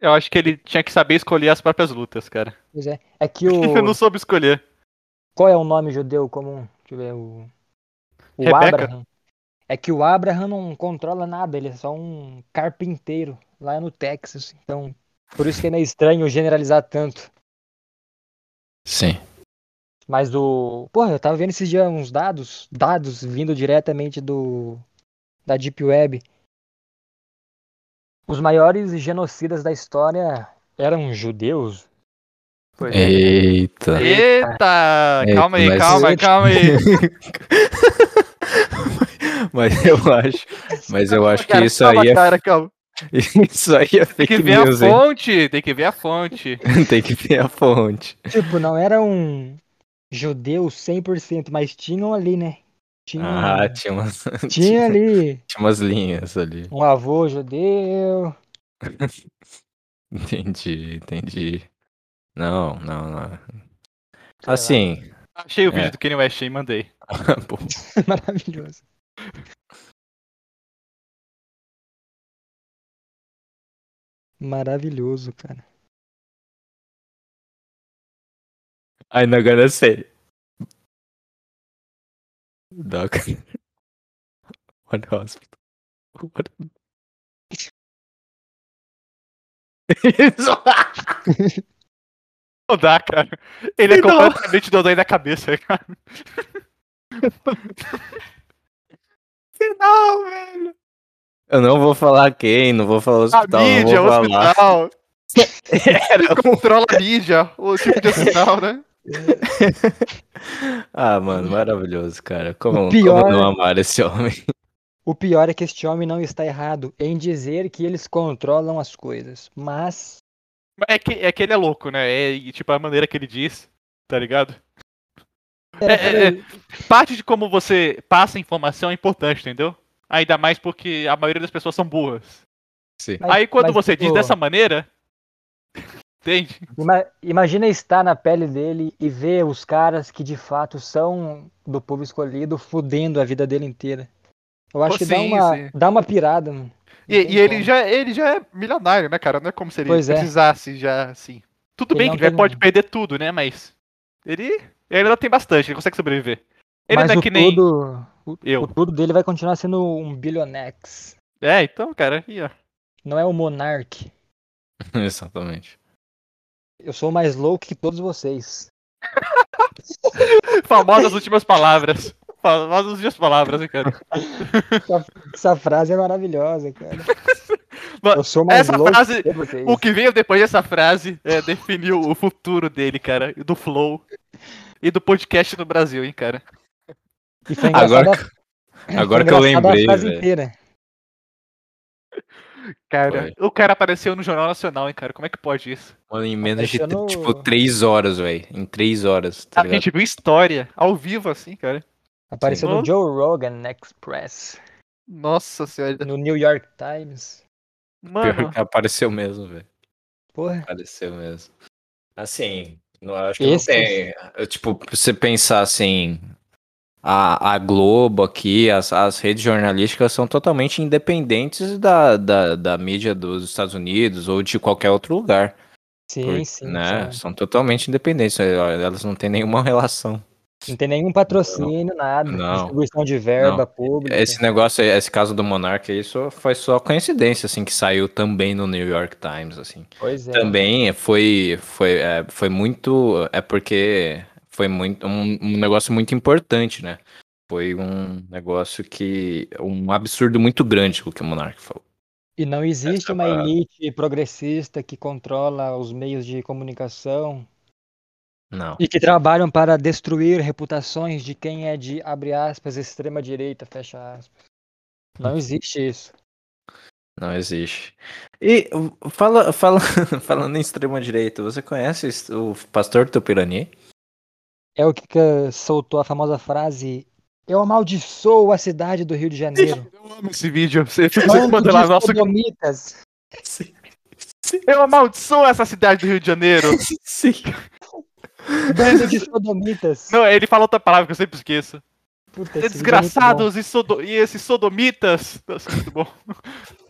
Eu acho que ele tinha que saber escolher as próprias lutas, cara. [LAUGHS]
Pois é. É que
Eu não
o.
soube escolher.
Qual é o nome judeu comum? Deixa eu ver. O. O
Rebeca?
Abraham. É que o Abraham não controla nada, ele é só um carpinteiro lá no Texas. Então, por isso que é meio estranho generalizar tanto.
Sim.
Mas o. Porra, eu tava vendo esses dias uns dados, dados vindo diretamente do. da Deep Web. Os maiores genocidas da história eram judeus.
Pois é.
Eita.
Eita!
Eita,
Calma aí,
mas- é tipo
calma, aí, calma aí.
mas eu acho. Mas eu acho que
Cara,
[LAUGHS] isso
calma,
aí é.
cara, calma.
[LAUGHS] Isso aí é
Tem que
fake
ver a
news, hein?
fonte, tem que ver a fonte.
[LAUGHS] Tem que ver a fonte.
[LAUGHS] Tipo, não eram judeus 100%, mas tinham ali, né? Tinha,
Ah, tinha umas, [LAUGHS]
tinha
tinha
ali
umas linhas ali.
um avô judeu.
Entendi, entendi. Não, não, não.
sei lá.
Assim. [LAUGHS]
Achei o vídeo
É.
do Kanye West e mandei.
pô,
[LAUGHS] Maravilhoso. Maravilhoso, cara.
I'm not gonna say. Doc. What hospital? What? Isso!
Não dá, cara. Ele é
Não.
completamente dodói da cabeça, cara.
Não, velho! Eu não vou falar quem, não vou falar o
A
hospital, não
mídia,
Então, vou
o
falar.
hospital.
[LAUGHS] Era um-
Controla a mídia, o tipo
[LAUGHS]
de hospital, né?
Ah, mano, maravilhoso, cara. Como,
pior-
como não amar esse homem? [LAUGHS]
O pior é que este homem não está errado em dizer que eles controlam as coisas, mas
Mas É que, é que ele é louco, né? É, e, tipo, a maneira que ele diz, tá ligado? É, é, é. Parte de como você passa a informação é importante, entendeu? Ainda mais porque a maioria das pessoas são burras.
Sim.
Mas-
Aí quando
mas,
você diz
tipo,
dessa maneira. [LAUGHS] Entende?
Ima- Imagina estar na pele dele e ver os caras que de fato são do povo escolhido fudendo a vida dele inteira. Eu acho
Pô,
que dá,
sim,
uma,
sim.
dá uma pirada, mano. Não
E,
tem
e ele,
como.
já, ele já é milionário, né, cara? Não é como se ele
Pois é.
precisasse já, assim. Tudo
Ele
bem
não
que ele vai-
tem-
pode perder tudo, né? Mas. Ele. Ele ainda tem bastante, ele consegue sobreviver. Ele
Mas
não é
o
que nem.
tudo, o,
eu.
o tudo dele vai continuar sendo um bilionex.
É, então, cara, aí, ó.
Não é o monarque.
Exatamente.
Eu sou mais louco que todos vocês.
Famosas últimas palavras. [LAUGHS] Famosas últimas palavras, hein, cara.
Essa frase é
[LAUGHS]
maravilhosa, cara.
Mano,
Eu sou mais
essa
louco
frase-
que vocês.
O que veio depois dessa frase é, definiu o futuro dele, cara. e Do Flow. E do podcast no Brasil, hein, cara.
E foi
Agora
engraçada-
Agora
foi
que eu
engraçada a
lembrei,
frase
velho.
inteira.
Cara, o cara apareceu no Jornal Nacional, hein, cara. Como é que pode isso?
Mano, em menos de,
Apareceu no-
tipo, três horas, velho. Em três horas, tá
A
ligado?
gente viu história, ao vivo, assim, cara.
Apareceu
Sim.
no Joe Rogan Express,
Nossa senhora.
no New York Times.
Mano,
Pior que apareceu mesmo, velho.
Porra,
Apareceu mesmo. Assim, não, acho que
que não Esse-
não tem. Tipo, pra você pensar assim. A, a Globo aqui, as, as redes jornalísticas são totalmente independentes da, da, da mídia dos Estados Unidos ou de qualquer outro lugar.
sim,
por-
sim.
né?
sim.
São totalmente independentes. é, Elas não têm nenhuma relação.
Não tem nenhum patrocínio, nada.
Não.
Distribuição de verba pública.
Esse negócio, aí, esse caso do Monark aí, só, foi só coincidência, assim, que saiu também no New York Times, assim.
Pois é.
Também é, foi, foi, é, foi muito. É porque foi muito um, um negócio muito importante, né? Foi um negócio que. um absurdo muito grande o que o Monark falou.
E não existe
Essa
uma
parada.
elite progressista que controla os meios de comunicação
Não.
e que trabalham para destruir reputações de quem é de, abre aspas, extrema direita, fecha aspas.
Hum.
Não existe isso.
Não existe. E uh, fala, fala, [LAUGHS] falando em extrema direita, você conhece est- o pastor Tupirani?
É o que que soltou a famosa frase: Eu amaldiçoo a cidade do Rio de Janeiro.
eu amo esse vídeo. Você, [LAUGHS] você
Bando
manda
de
lá, nossa, [LAUGHS]
sodomitas.
eu amaldiçoo essa cidade do Rio de Janeiro.
Sim.
Bando de sodomitas.
Não, ele fala outra palavra que eu sempre esqueço.
Puta, esse vídeo é muito bom.
Desgraçados e, sodo- e esses sodomitas. Nossa, muito bom. [LAUGHS]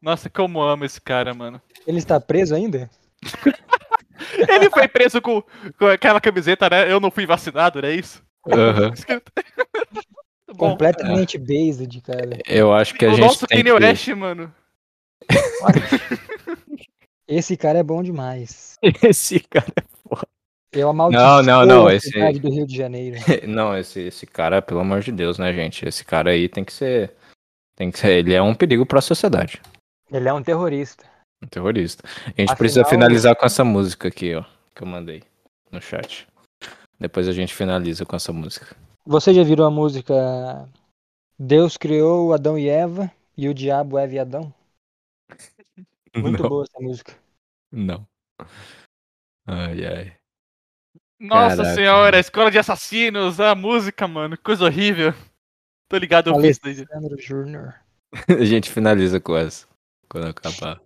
Nossa, como eu amo esse cara, mano.
Ele está preso ainda?
Ele foi preso com, com aquela camiseta, né? Eu não fui vacinado, não é isso?
Uhum.
Escrito. Muito Bom, é.
Completamente based, cara.
Eu acho que a
o
gente
nosso
tem
Kanye
que...
West, mano.
Esse cara é bom demais.
Esse cara.
Eu amaldiçoo
não, não,
a
esse-
cidade do Rio
[LAUGHS]
de Janeiro.
[LAUGHS] Não, esse, esse cara, pelo amor de Deus, né, gente? Esse cara aí tem que ser. Tem que ser. Ele é um perigo pra sociedade.
Ele é um terrorista.
Um terrorista. A gente
Afinal-
precisa finalizar com essa música aqui, ó. Que eu mandei no chat. Depois a gente finaliza com essa música.
Você já virou a música Deus criou Adão e Eva e o diabo Eva e Adão? Muito
não,
boa essa música.
não. Ai, ai. [LAUGHS]
Nossa
Caraca.
senhora, escola de assassinos, a música, mano. Coisa horrível. Tô ligado, eu vi isso daí.
Alessandro Júnior.
A gente finaliza com essa. Quando acabar.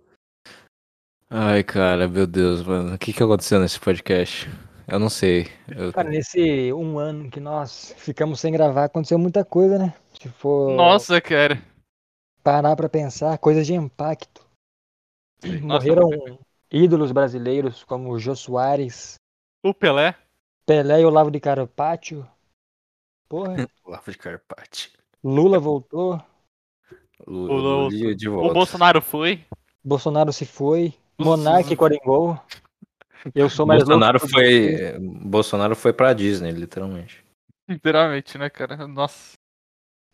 Ai, cara, meu Deus, mano. O que, que aconteceu nesse podcast? Eu não sei. Eu-
Cara, nesse um ano que nós ficamos sem gravar, aconteceu muita coisa, né? Se for
Nossa, cara.
parar pra pensar, coisas de impacto.
Nossa,
Morreram ídolos brasileiros como Jô Soares,
O Pelé.
Pelé e Olavo de Carpaccio. Porra,
Olavo de Carpati.
Lula voltou,
Lu-
O Lu-
Lulinha de
O Bolsonaro foi.
Bolsonaro se foi,
Os-
Monark e Coringol. Eu sou mais
Bolsonaro
louco. que você.
foi, Bolsonaro foi pra Disney, literalmente.
Literalmente, né, cara? Nossa.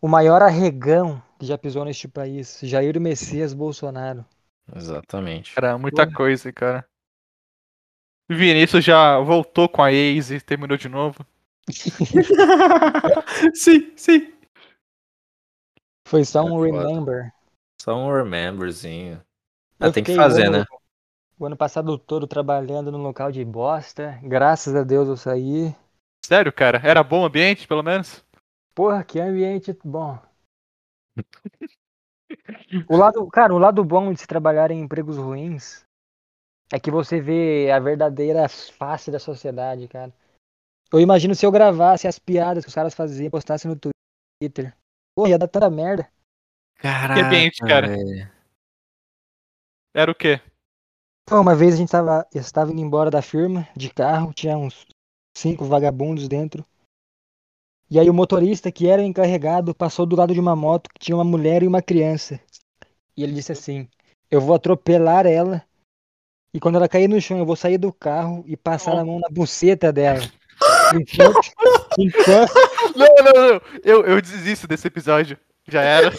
O maior arregão que já pisou neste país, Jair Messias Bolsonaro.
Exatamente.
Cara, muita coisa, cara. Vinícius já voltou com a ex e terminou de novo.
sim, sim.
Foi só um
É foda.
remember.
Só um rememberzinho.
Eu
Ah, tem que
fiquei
fazer,
vendo
né?
O ano passado todo trabalhando num local de bosta. Graças a Deus eu saí.
Sério, cara? Era bom o ambiente, pelo menos?
Porra, que ambiente bom. O lado, cara, o lado bom de se trabalhar em empregos ruins é que você vê a verdadeira face da sociedade, cara. Eu imagino se eu gravasse as piadas que os caras faziam, postasse no Twitter. Pô, ia dar tanta merda.
Caraca,
Ah,
ambiente, cara.
é.
velho.
Era o quê?
Pô, uma vez a gente tava, eu estava indo embora da firma de carro, tinha uns cinco vagabundos dentro. E aí o motorista, que era o encarregado, passou do lado de uma moto que tinha uma mulher e uma criança. E ele disse assim: Eu vou atropelar ela. E quando ela cair no chão, eu vou sair do carro e passar a mão na buceta
[LAUGHS]
dela. Enquanto, enquanto,
[LAUGHS] Não, não, não. Eu, eu desisto desse episódio. Já
[LAUGHS]
era.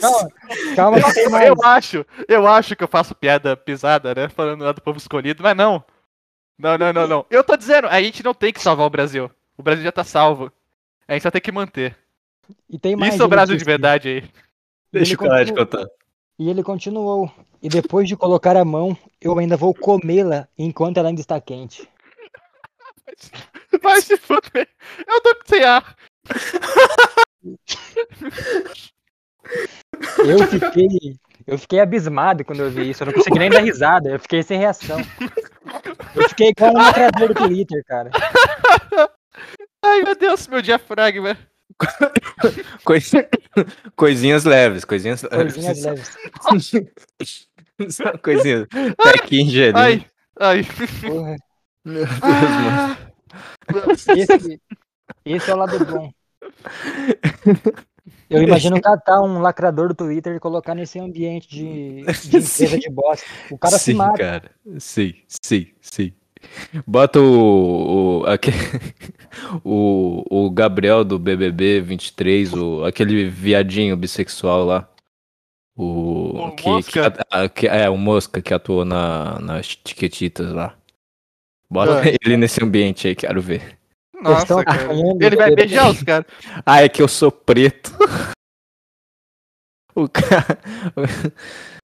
calma, calma, que tem
Eu,
mais.
eu acho, eu acho que eu faço piada pisada, né? Falando lá do povo escolhido, mas não. Não, não, não, não. Eu tô dizendo, a gente não tem que salvar o Brasil. O Brasil já tá salvo. A gente só tem que manter.
E tem mais. um
Isso é o
ele
Brasil de
disse.
verdade aí. [LAUGHS]
Ele
Deixa o cara de
continua-
contar.
E ele continuou. E depois de colocar a mão, eu ainda vou comê-la enquanto ela ainda está quente.
Vai se fuder. Eu tô sem ar.
Eu fiquei, eu fiquei abismado quando eu vi isso. Eu não consegui nem dar risada. Eu fiquei sem reação. Eu fiquei igual um lacrador do Twitter, cara.
Ai, meu Deus, meu é diafragma.
Coisa- [LAUGHS] Coisinhas leves, coisinhas
É,
leves.
Coisinhas leves.
[LAUGHS] Só coisinhas. Tá aqui ingerindo.
Ai, ai.
Porra.
Meu Deus, mano.
Ah,
Esse, esse é o lado bom. Eu imagino catar um lacrador do Twitter e colocar nesse ambiente de,
[LAUGHS]
de empresa de bosta. O cara se
sim,
mata.
cara. Sim, sim, sim. Bota o. O, aque- [LAUGHS] o, o Gabriel do BBB 23, o, aquele viadinho bissexual lá. O.
O
que, que
Mosca?
at- a- que- é, o Mosca que atuou na, nas Tiquetitas lá.
Ah.
Bota ele nesse ambiente aí, quero ver.
Eles tão
Nossa, cara.
apanhando.
Ele vai beijar os caras.
Ah, é que eu sou preto. [LAUGHS] o cara. [LAUGHS]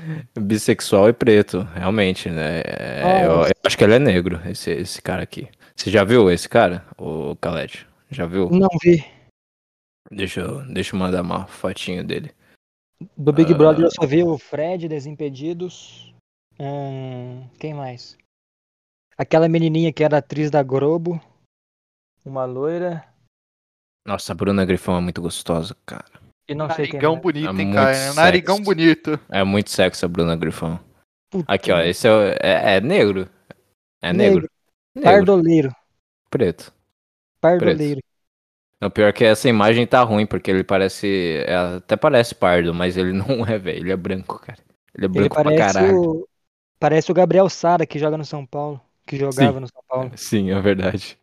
Bissexual e preto, realmente, né? É, eu,
Nossa.
eu acho que ele é negro, esse, esse cara aqui. Você já viu esse cara, o Khaled? Já viu?
Não vi.
Deixa eu, deixa eu mandar uma fotinho dele.
Do Big
Ah.
Brother eu só vi o Fred, Desimpedidos. Ahn, quem mais? Aquela menininha que era atriz da Globo. Uma loira.
Nossa, a Bruna Grifão é muito gostosa, cara.
E não sei quem Tá
Narigão
mais.
bonito,
É
hein,
muito
cara. Narigão
sexy.
bonito.
É muito sexy a Bruna Grifão.
Puta,
Aqui, ó, esse é, o- é, é negro. É negro.
Uhum. Negro.
Negro,
Pardoleiro.
preto.
Pardoleiro.
O pior é que essa imagem tá ruim, porque ele parece. é, Até parece pardo, mas ele [LAUGHS] não é, velho. Ele é branco, cara. Ele é
Ele
branco pra
parece
caralho.
o, parece o Gabriel Sara que joga no São Paulo. Que jogava no São Paulo.
Sim, é verdade.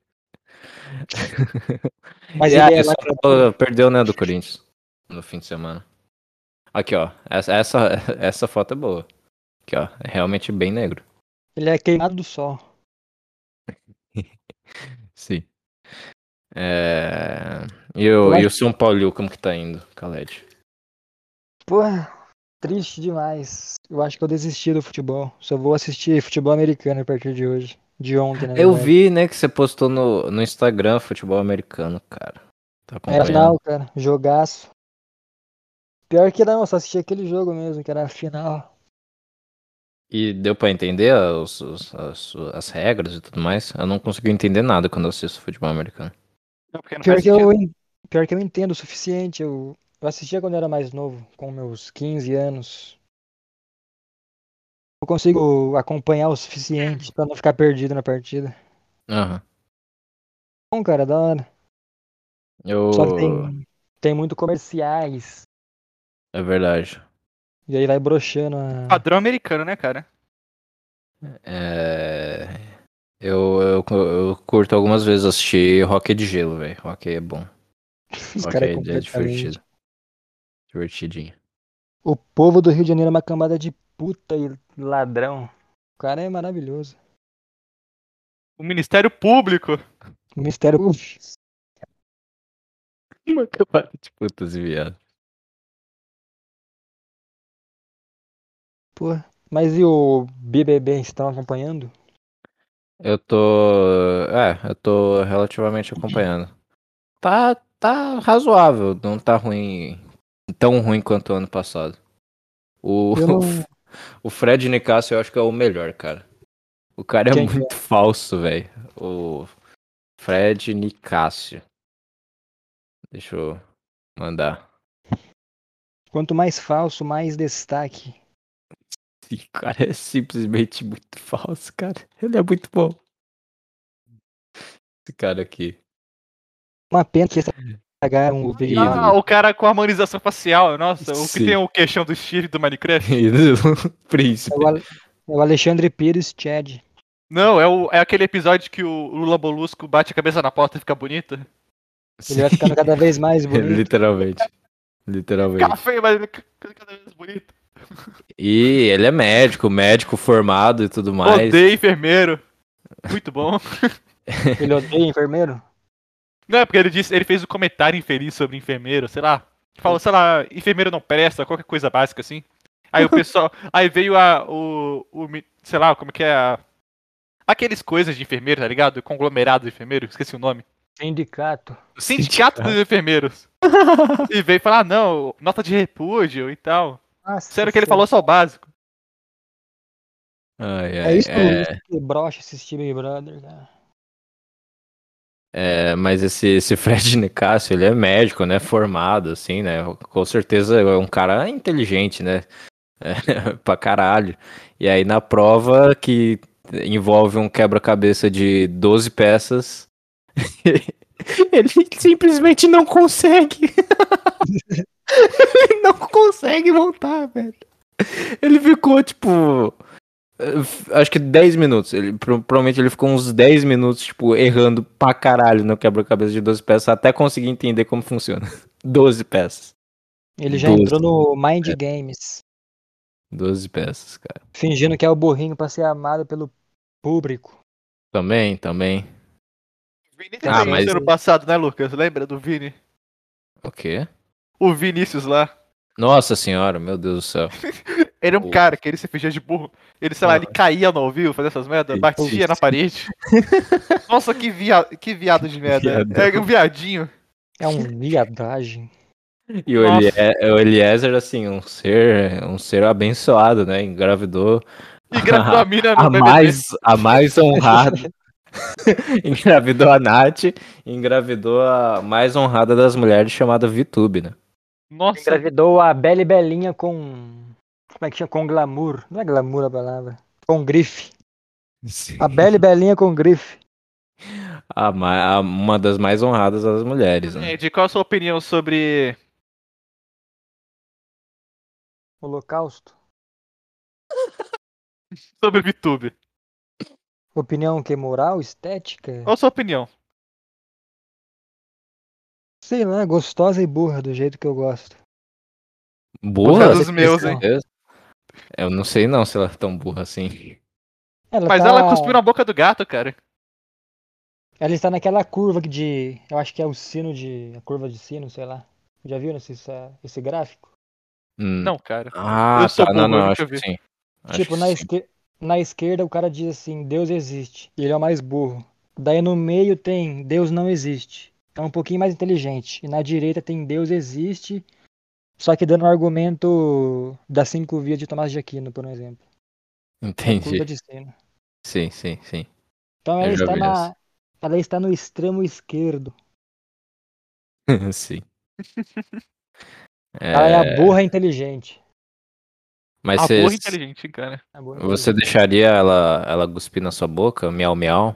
Mas
E, ah,
ele é
o São
lacrador.
Paulo perdeu, né, do Corinthians no fim de semana. Aqui, ó. Essa, essa, [LAUGHS] essa foto é boa. Aqui, ó. É realmente bem negro.
Ele é queimado do sol.
Sim. É, E, o, e o São Paulo, como que tá indo, Khaled?
Porra, triste demais. Eu acho que eu desisti do futebol. Só vou assistir futebol americano a partir de hoje. De ontem, né?
Eu vi, né, que você postou no, no Instagram futebol americano, cara. Tá acompanhando?
Era É final, cara. Jogaço. Pior que não, eu só assisti aquele jogo mesmo, que era a final.
E deu pra entender os- os- as, as regras e tudo mais? Eu não consegui entender nada quando eu assisto futebol americano.
Não, porque não
Pior
faz
que, eu,
sentido.
en- pior que eu entendo o suficiente. Eu, eu assistia quando eu era mais novo, com meus 15 anos. Eu consigo acompanhar o suficiente pra não ficar perdido na partida.
Aham.
Bom, cara, da hora.
Eu...
Só que tem, um. tem muito comerciais.
É verdade.
E aí vai broxando [LAUGHS] a.
Padrão americano, né, cara?
É, Eu, eu, eu curto algumas vezes assistir Rock de Gelo, velho. Rock é bom.
Os
Rock
caras
é, é
completamente.
divertido.
[LAUGHS]
Divertidinho.
O povo do Rio de Janeiro é uma camada de puta e ladrão. O cara é maravilhoso.
O Ministério Público.
O Ministério Público.
Uma camada de putas e viado.
Porra. Mas e o BBB estão acompanhando?
Eu tô. É, eu tô relativamente acompanhando. Tá, tá razoável, não tá ruim. Tão ruim quanto o ano passado. O,
Eu não-
[LAUGHS] o Fred Nicasso eu acho que é o melhor, cara. O cara é
Quem que
muito falso, velho. O Fred Nicásio. Deixa eu mandar. [LAUGHS]
Quanto mais falso, mais destaque.
Esse cara é simplesmente muito falso, cara. Ele é muito bom. Esse cara aqui.
Uma pena que eles pagaram o Big Brother.
Ah, o cara com a harmonização facial, nossa, o que
Sim.
tem o queixão do Steve do Minecraft?
[LAUGHS] Príncipe.
É o Ale- é o Alexandre Pires Chad.
Não, é, o- é aquele episódio que o Lula Molusco bate a cabeça na porta e fica bonita.
Ele vai ficando cada
[LAUGHS]
vez mais
É
é bonito.
Literalmente. Literalmente.
Fica feio, mas ele fica cada vez bonito.
E ele é médico, médico formado e tudo mais.
Odeio enfermeiro. Muito bom.
Ele odeia enfermeiro?
Não, é porque ele disse, ele fez um comentário infeliz sobre enfermeiro, sei lá. Falou, sei lá, enfermeiro não presta, qualquer coisa básica assim. Aí o pessoal. aí veio a. O, o. mi- Sei lá, como que é a. Aqueles coisas de enfermeiro, tá ligado? Conglomerado de enfermeiro, esqueci o nome.
Sindicato.
Sindicato dos enfermeiros. e veio falar, ah, não, nota de repúdio e tal.
Nossa,
Sério que ele falou só o básico.
Ai, ai,
É isso,
é,
Luiz, que brocha assistir Big Brother, cara.
é, mas esse, esse [LAUGHS] Fred Nicásio, ele é médico, né? Formado, assim, né? Com certeza é um cara inteligente, né? É, [LAUGHS] pra caralho. E aí na prova que envolve um quebra-cabeça de 12 peças, [LAUGHS] ele simplesmente não consegue. [LAUGHS] ele não consegue montar, velho. Ele ficou tipo. eh, f- Acho que 10 minutos. Ele, pro- provavelmente ele ficou uns 10 minutos, tipo, errando pra caralho no quebra-cabeça de 12 peças até conseguir entender como funciona. [LAUGHS] 12 peças.
Ele já
Doze.
entrou no Mind
É.
Games,
12 peças, cara.
fingindo que é o burrinho pra ser amado pelo público.
Também, também.
Vini
Ah,
também
mas-
no ano passado, né, Lucas? Lembra do Vini?
O quê?
O Vinícius lá.
Nossa senhora, meu Deus do céu.
Ele é um
O-
cara que ele se fingia de burro. Ele, sei lá, ele caía no ouvido, fazia essas merdas,
Ah. Sim,
batia
sim. [LAUGHS]
na parede. Nossa, que, via... que viado de merda.
Viado.
É um viadinho. [LAUGHS]
É um viadagem.
E o,
Nossa.
Elie- o Eliezer, assim, um ser, um ser abençoado, né? Engravidou [LAUGHS]
E gravou a mina no
a
BBB.
mais, a mais honrada. [LAUGHS] engravidou a Nath, engravidou a mais honrada das mulheres, chamada Vitube, né?
Nossa,
Engravidou a Bela e Belinha com. Como é que chama? Com glamour. Não é glamour a palavra. Com grife. A Bela e Belinha com grife.
A ma- a- uma das mais honradas das mulheres, né?
Ned, qual a sua opinião sobre...
Holocausto.
Sobre o VTube?
Opinião que moral, estética?
Qual a sua opinião?
Sei lá, gostosa e burra do jeito que eu gosto.
Por
Burra?
causa dos meus, hein?
Eu não sei não se ela é tão burra assim.
Ela
Mas
tá-
ela cuspiu na boca do gato, cara.
Hum.
Ela está naquela curva que de. Eu acho que é o sino de. A curva de sino, sei lá. Já viu esse, essa- esse gráfico?
Hum.
Não, cara.
Ah,
Eu sou
tá, não,
burro, eu
não,
nunca
acho que
vi.
sim. Acho
tipo,
que
na,
sim.
esque- na esquerda o cara diz assim: Deus existe. E ele é o mais burro. Daí no meio tem Deus não existe. É um pouquinho mais inteligente. E na direita tem Deus existe. Só que dando o argumento das cinco vias de Tomás de Aquino, por um exemplo.
Entendi.
Curva de sino.
Sim, sim, sim. [LAUGHS]
Então
Eu
ela
já
está
vi
na.
essa.
Ela está no extremo esquerdo.
Sim.
Ela é
É,
a burra inteligente.
mas
a
cê-
burra inteligente, hein, cara.
A burra
você deixaria ela, ela cuspir na sua boca? Miau, miau?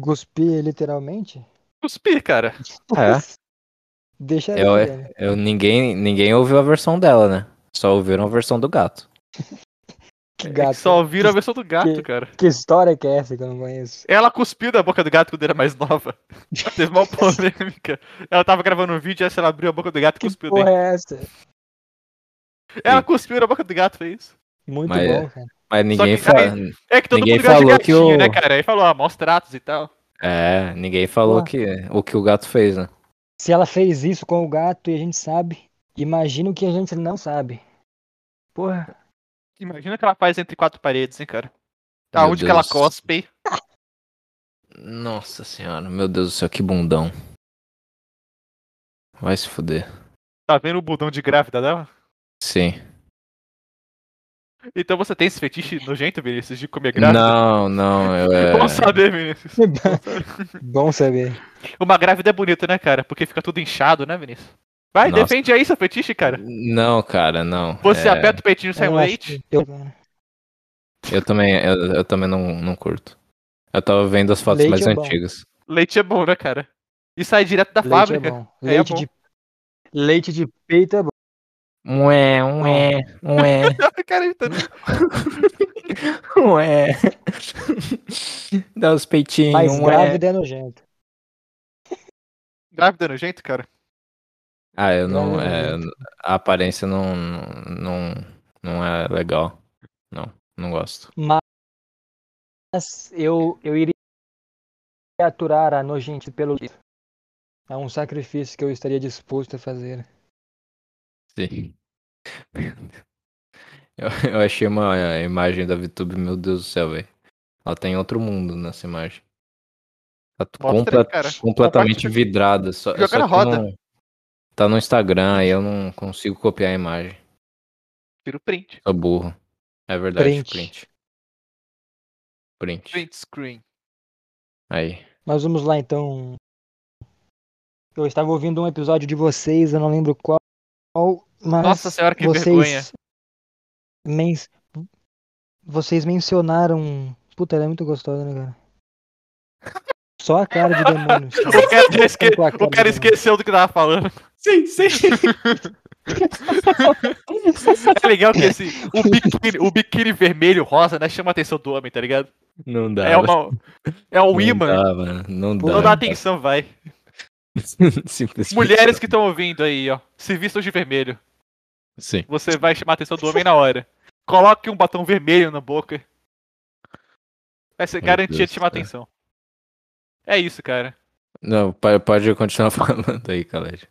Cuspir literalmente?
Cuspir, cara.
É.
[LAUGHS] Deixa
É,
ela,
ué.
velho.
Eu, ninguém, ninguém ouviu a versão dela, né? Só ouviram a versão do gato.
Que
É que
gato.
só viram a versão do gato,
Que-
cara.
Que história que é essa que eu não conheço?
Ela cuspiu da boca do gato quando era mais nova. [LAUGHS] Teve
[LAUGHS]
uma polêmica. Ela tava gravando um vídeo, aí ela abriu a boca do gato e
Que
cuspiu dentro.
porra é essa?
Ela cuspiu na boca do gato, foi isso.
Muito
Mas- é.
bom, cara.
Mas ninguém
que-
fala.
É que todo
Ninguém
mundo gosta
falou
de
que
gatinho,
o-
né, cara? Aí falou, ah, maus tratos e tal.
É, ninguém falou
Porra.
que, o que o gato fez, né?
Se ela fez isso
[LAUGHS]
com o gato e a gente sabe, imagina o que a gente não sabe. Porra,
Imagina o que ela faz entre quatro paredes, hein, cara.
Meu
Aonde que ela
Deus.
cospe, hein?
Nossa senhora, meu Deus do céu, que bundão. Vai se fuder.
Tá vendo o budão de grávida dela?
Sim.
Então você tem esse fetiche nojento, Vinícius, de comer grávida?
Não, não, eu é.
Vamos saber, Vinícius. [LAUGHS]
Bom saber.
Uma grávida é bonita, né, cara? Porque fica tudo inchado, né, Vinícius? Vai,
Nossa.
defende aí seu fetiche, cara.
Não, cara, não.
Você
É,
aperta o peitinho e sai
Eu
um
acho
leite.
que eu- cara,
Eu também, eu, eu também não, não curto. Eu tava vendo as fotos
Leite
mais
é bom.
antigas.
Leite é bom, né, cara? E sai direto da
Leite é
fábrica.
bom.
É
Leite,
bom.
De... leite de peito é bom.
Ué, ué, ué,
[LAUGHS] [LAUGHS] cara, então,
ué. Dá os
Mas
peitinhos, ué.
grávida é nojento.
grávida é nojento, cara?
Ah, eu não.
Grávida é
é, a aparência não, não, não é legal. Não, não gosto.
Mas eu, eu iria aturar a nojente pelo jeito. É um sacrifício que eu estaria disposto a fazer.
Sim. [LAUGHS] Eu, eu achei uma é, imagem da VTube, meu Deus do céu, velho. Ela tá em outro mundo nessa imagem. Tá tu-
Mostra aí,
complet-
cara.
completamente
Compartilha.
vidrada. Só,
Joga
só
na
que
roda.
não- tá no Instagram e eu não consigo copiar a imagem.
Tira o print.
Sou burro. É verdade,
Print.
print. Print.
Print screen.
Aí.
Mas vamos lá então. Eu estava ouvindo um episódio de vocês, eu não lembro qual, mas
Nossa senhora, que
vocês
vergonha.
men- vocês mencionaram, puta, ela é muito gostosa, né, cara? Só a cara
[LAUGHS]
de demônio.
O cara, esque...
Com a cara
o cara
de
esqueceu do que tava falando.
Sim, sim.
[LAUGHS] É legal que esse. O biquíni, o biquíni vermelho rosa, né? Chama a atenção do homem, tá ligado?
Não dá.
É, uma, é um
tá,
imã.
Não dá.
Não dá atenção, vai.
[LAUGHS] Simplesmente.
Mulheres que estão ouvindo aí, ó. Se vistam de vermelho.
Sim.
Você vai chamar a atenção do homem na hora. Coloque um batom vermelho na boca. Essa é
Meu
garantia
Deus,
de chamar
cara.
atenção. É isso, cara.
Não, pa- pode continuar [LAUGHS] falando aí, Caled.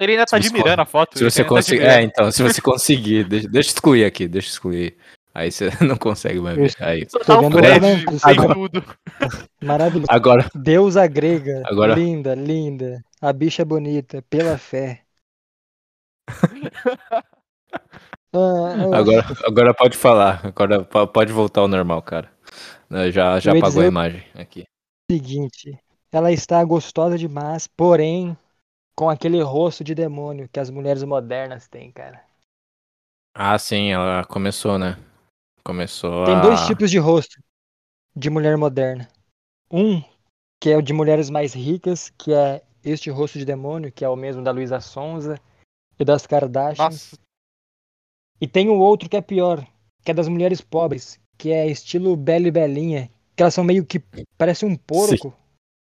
Ele ainda tá
você
admirando a foto.
Se
ele
você
ainda tá
conseguir. É,
admirando.
então, se você conseguir, deixa, deixa eu excluir aqui, deixa eu excluir. Aí você [LAUGHS] não consegue mais ver. Aí.
Só tá
Tô
um
vendo
Fred
ela, né?
sem
Agora-
tudo.
Maravilhoso.
Agora,
Deusa grega,
Agora-
linda, linda. A bicha é bonita, pela
[LAUGHS]
fé. Ah, eu-
agora, agora pode falar. Agora po- pode voltar ao normal, cara. Né, Já, já
Eu ia
apagou a
dizer-
imagem aqui.
seguinte, ela está gostosa demais, porém com aquele rosto de demônio que as mulheres modernas têm, cara.
Ah, sim, ela começou, né? Começou.
Tem dois tipo-
a-
tipos de rosto de mulher moderna. Um que é o de mulheres mais ricas, que é este rosto de demônio, que é o mesmo da Luísa Sonza e das Kardashians.
Nossa,
E tem o outro que é pior, que é das mulheres pobres, que é estilo Bela e Belinha, que elas são meio que parece um porco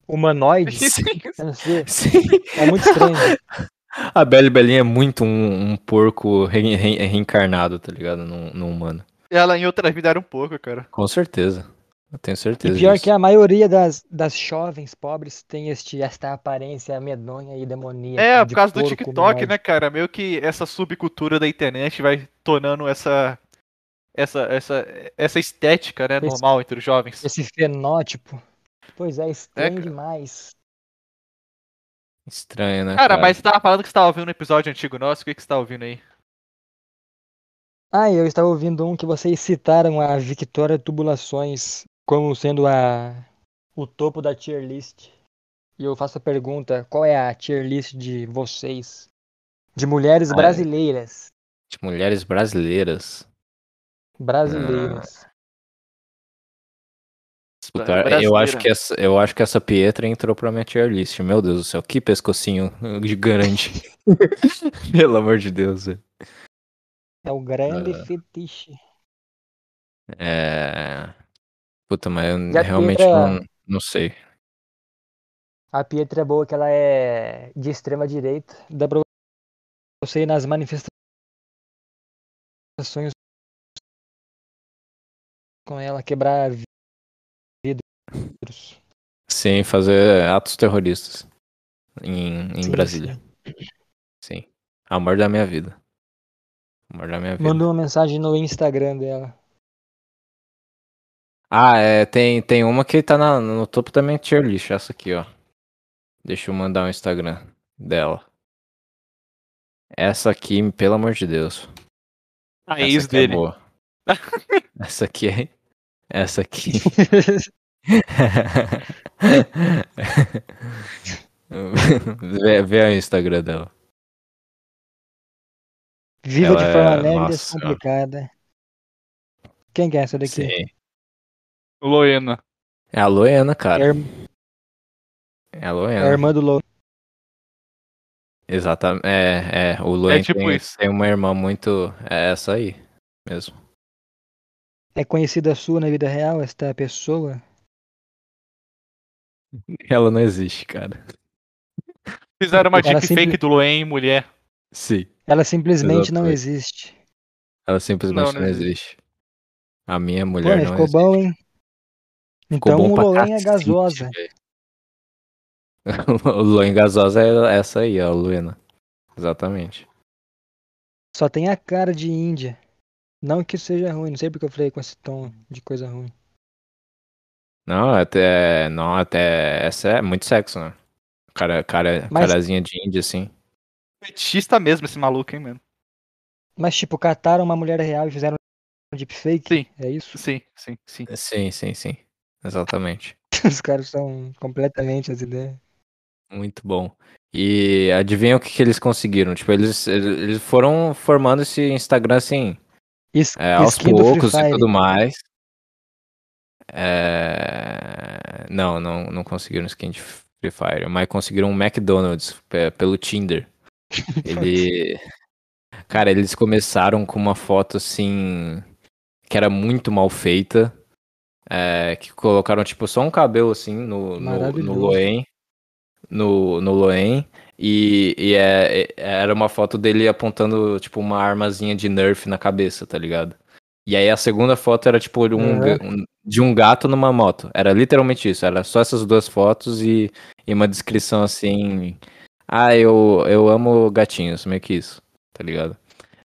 humanoide.
[LAUGHS]
Sim,
Eu não sei,
sim.
é muito estranho.
A Belle Belinha é muito um, um porco re- re- reencarnado, tá ligado? Num, num humano.
ela em outra vida era um pouco, cara.
Com certeza. Eu tenho
E
certeza.
pior
disso.
que a maioria das, das jovens pobres tem este, esta aparência medonha e demoníaca.
É,
de
por causa do
porco
TikTok,
humanoide.
né, cara? Meio que essa subcultura da internet vai tornando essa. Essa, essa, essa estética, né,
Esse-
normal entre os jovens.
Esse fenótipo. Pois é, estranho
cara.
demais.
Estranho, né?
Cara, mas você tava falando que você tava ouvindo um episódio antigo nosso, o que, que você tá ouvindo aí?
Ah, eu estava ouvindo um que vocês citaram a Victoria Tubulações como sendo a o topo da tier list. E eu faço a pergunta, qual é a tier list de vocês? De mulheres
Ah, é.
brasileiras.
De mulheres brasileiras.
Brasileiras.
Puta, eu, acho que essa, eu acho que essa Pietra entrou pra minha tier list. Meu Deus do céu, que pescocinho gigante. [LAUGHS] Pelo amor de Deus. velho.
É o grande fetiche.
É. Puta, mas eu
E a
realmente
Pietra-
não, não sei.
A Pietra é boa que ela é de extrema direita. Dá pra você ir nas manifestações com ela, quebrar vi- vidros.
Sim, fazer atos terroristas em, em
Sim,
Brasília. Sim. Amor da minha vida. Amor da minha vida.
Mandou uma mensagem no
[LAUGHS]
Instagram dela.
Ah, é, tem, tem uma que tá na- no topo da minha tier list, essa aqui, ó. Deixa eu mandar o Instagram dela. Essa aqui, pelo amor de Deus.
A
essa
ex
aqui é
Ah, dele.
boa.
[LAUGHS]
essa aqui é. Essa aqui. [LAUGHS] vê, vê o Instagram dela.
Viva
Ela
de
é-
forma leve e
nossa
descomplicada. Quem que é essa daqui?
Sim.
Loena.
É a Loena,
É a
cara.
irm-
É a
é
Loena.
a irmã do Lou.
Exatamente. É, é. O Luen
tipo
tem,
isso.
tem uma irmã muito. É essa aí mesmo.
É conhecida sua na vida real, esta pessoa?
Ela não existe, cara.
Fizeram uma
Ela
deep
sempre-
fake do Loen, mulher.
Sim.
Ela simplesmente não
Exatamente.
existe.
Ela simplesmente
Não,
não,
não
existe. A minha
Pô,
mulher
mas
não
ficou
existe.
bom, hein?
Ficou
Então
bom
o
pra
Loen é
cacete,
gasosa.
velho. [LAUGHS] o Luen gasosa é essa aí, ó, Luena. Exatamente.
Só tem a cara de Índia. Não que isso seja ruim, não sei porque eu falei com esse tom de coisa ruim.
Não, até. Não, até. Essa é muito sexo, né? Cara, cara,
Mas-
Carazinha de índia, assim.
Petista mesmo esse maluco, hein, mano.
Mas, tipo, cataram uma mulher real e fizeram um deepfake?
Sim.
É isso? [LAUGHS]
Sim, sim, sim.
Sim, sim, sim. Exatamente.
Os caras são completamente as ideias.
Muito bom. E adivinha o que, que eles conseguiram? Tipo, eles, eles foram formando esse Instagram assim,
Is-
é, aos
skin do Free
poucos e
Fire.
tudo mais. É, Não, não, não conseguiram um skin de Free Fire, mas conseguiram um McDonald's pe- pelo
[LAUGHS]
Tinder. Ele. Cara, eles começaram com uma foto assim. que era muito mal feita. é, que colocaram, tipo, só um cabelo assim no, no, no
Maravilhoso.
Loen. No, no Loen. E, e é- é- era uma foto dele apontando, tipo, uma armazinha de Nerf na cabeça, tá ligado? E aí a segunda foto era, tipo, um
Uhum.
ga- um- de um gato numa moto. Era literalmente isso. Era só essas duas fotos e, e uma descrição assim. Ah, eu, eu amo gatinhos, meio que isso, tá ligado?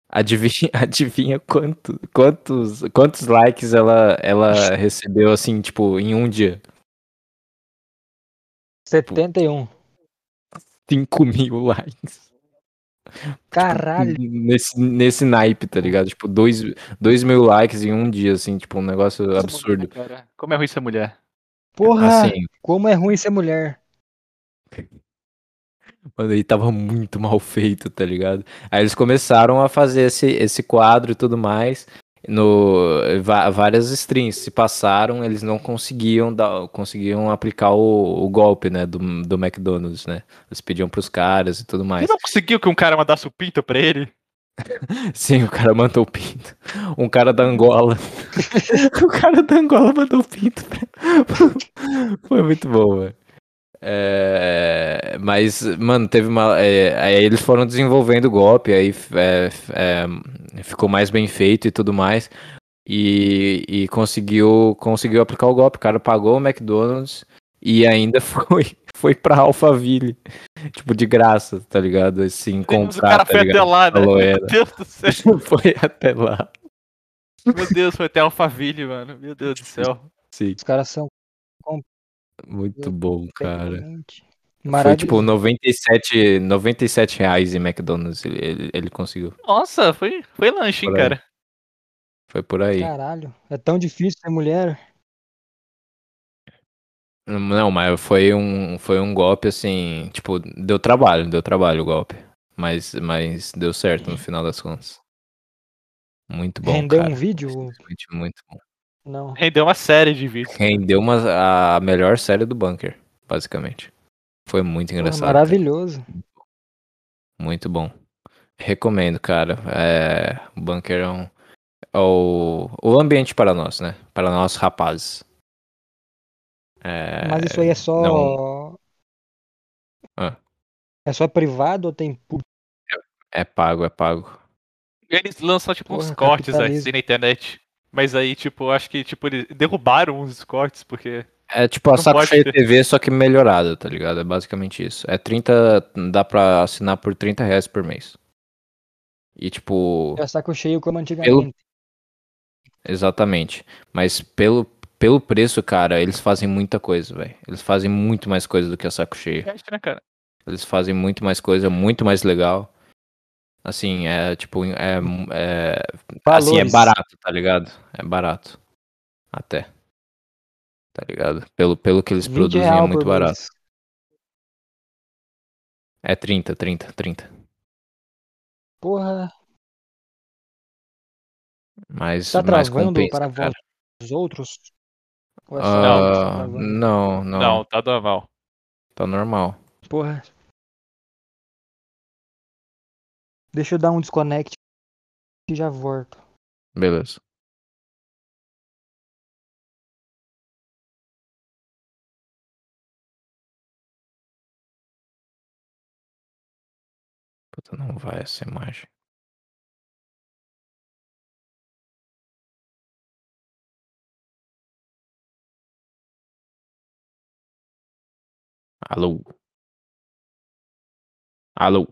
Adivinha, [LAUGHS] adivinha quanto, quantos, quantos likes ela, ela recebeu, assim, tipo, em um dia?
71.
5 mil [LAUGHS] likes. Tipo,
Caralho.
Nesse, nesse naipe, tá ligado? Tipo, 2 mil likes em um dia, assim, tipo, um negócio
Essa
absurdo.
mulher, cara. Como é ruim ser mulher?
Porra,
Assim,
como é ruim ser mulher.
mano, ele tava muito mal feito, tá ligado? Aí eles começaram a fazer esse, esse quadro e tudo mais. No, va- várias strings se passaram, eles não conseguiam dar, conseguiam aplicar o, o golpe, né, do, do McDonald's, né? Eles pediam pros caras e tudo
Ele
mais.
não conseguiu que um cara mandasse o pinto pra ele?
Sim, o cara mandou o pinto. Um cara da Angola. [LAUGHS] o cara da Angola mandou o pinto. pra- Foi muito bom, velho. É, mas, mano, teve uma. é, aí eles foram desenvolvendo o golpe, aí é, f- é, ficou mais bem feito e tudo mais. E, e conseguiu, conseguiu aplicar o golpe. O cara pagou o McDonald's e ainda [LAUGHS] foi, foi pra Alphaville. Tipo, de graça, tá ligado? Assim,
Mas o
comprar,
cara
tá
foi até
ligado?
lá, né?
Falou, era.
Meu Deus do céu.
[LAUGHS] Foi até lá.
Meu Deus, foi até Alphaville, mano. Meu Deus do céu.
Sim,
Os caras são
muito bom, cara.
completamente
Foi
maravilhosos.
tipo 97, 97 reais em McDonald's. Ele, ele, ele conseguiu.
Nossa, foi, foi lanche, hein,
Por aí.
cara.
Foi por aí.
Caralho, é tão difícil ser mulher.
Não, mas foi um, foi um golpe assim. Tipo, deu trabalho, deu trabalho o golpe. Mas, mas deu certo no final das contas. Muito bom,
Rendeu
cara.
um vídeo?
Simplesmente Muito bom.
Não.
Rendeu uma série de vídeos.
Rendeu uma, a melhor série do Bunker, basicamente. Foi muito
Porra,
engraçado. cara.
maravilhoso.
Muito bom. Recomendo, cara. É, o bunker é um, é o, o ambiente para nós, né? Para nós rapazes. É,
Mas isso aí é só.
Ah.
É só privado ou tem público?
é pago, é pago.
Eles lançam, tipo, uns
Porra,
cortes assim
capitalismo.
na internet. Mas aí, tipo, acho que, tipo, eles derrubaram os cortes, porque.
É tipo a
Não
Saco
pode
Cheio
ter.
TV, só que melhorada, tá ligado? É basicamente isso. É 30, dá pra assinar por 30 reais por mês. E tipo.
É o saco cheio como antigamente.
Pelo- Exatamente. Mas pelo, pelo preço, cara, eles fazem muita coisa, velho. Eles fazem muito mais coisa do que a saco cheio.
Cash, né, cara?
Eles fazem muito mais coisa, muito mais legal. Assim, é tipo, é, é- assim, é
Valores.
barato, tá ligado? É barato. Até. Tá ligado? Pelo, pelo que eles
20
produzem
real
é
por
muito
mês.
barato. É 30, 30, 30.
Porra,
Mas,
tá
mas
travando
é compensa,
para
cara.
os outros? Ou é só eu que tá
Ah,
travando?
não, não,
Não. tá normal.
Tá normal.
Porra. Deixa eu dar um desconnect e já volto.
Beleza. Puta, não vai essa imagem. Alô? Alô?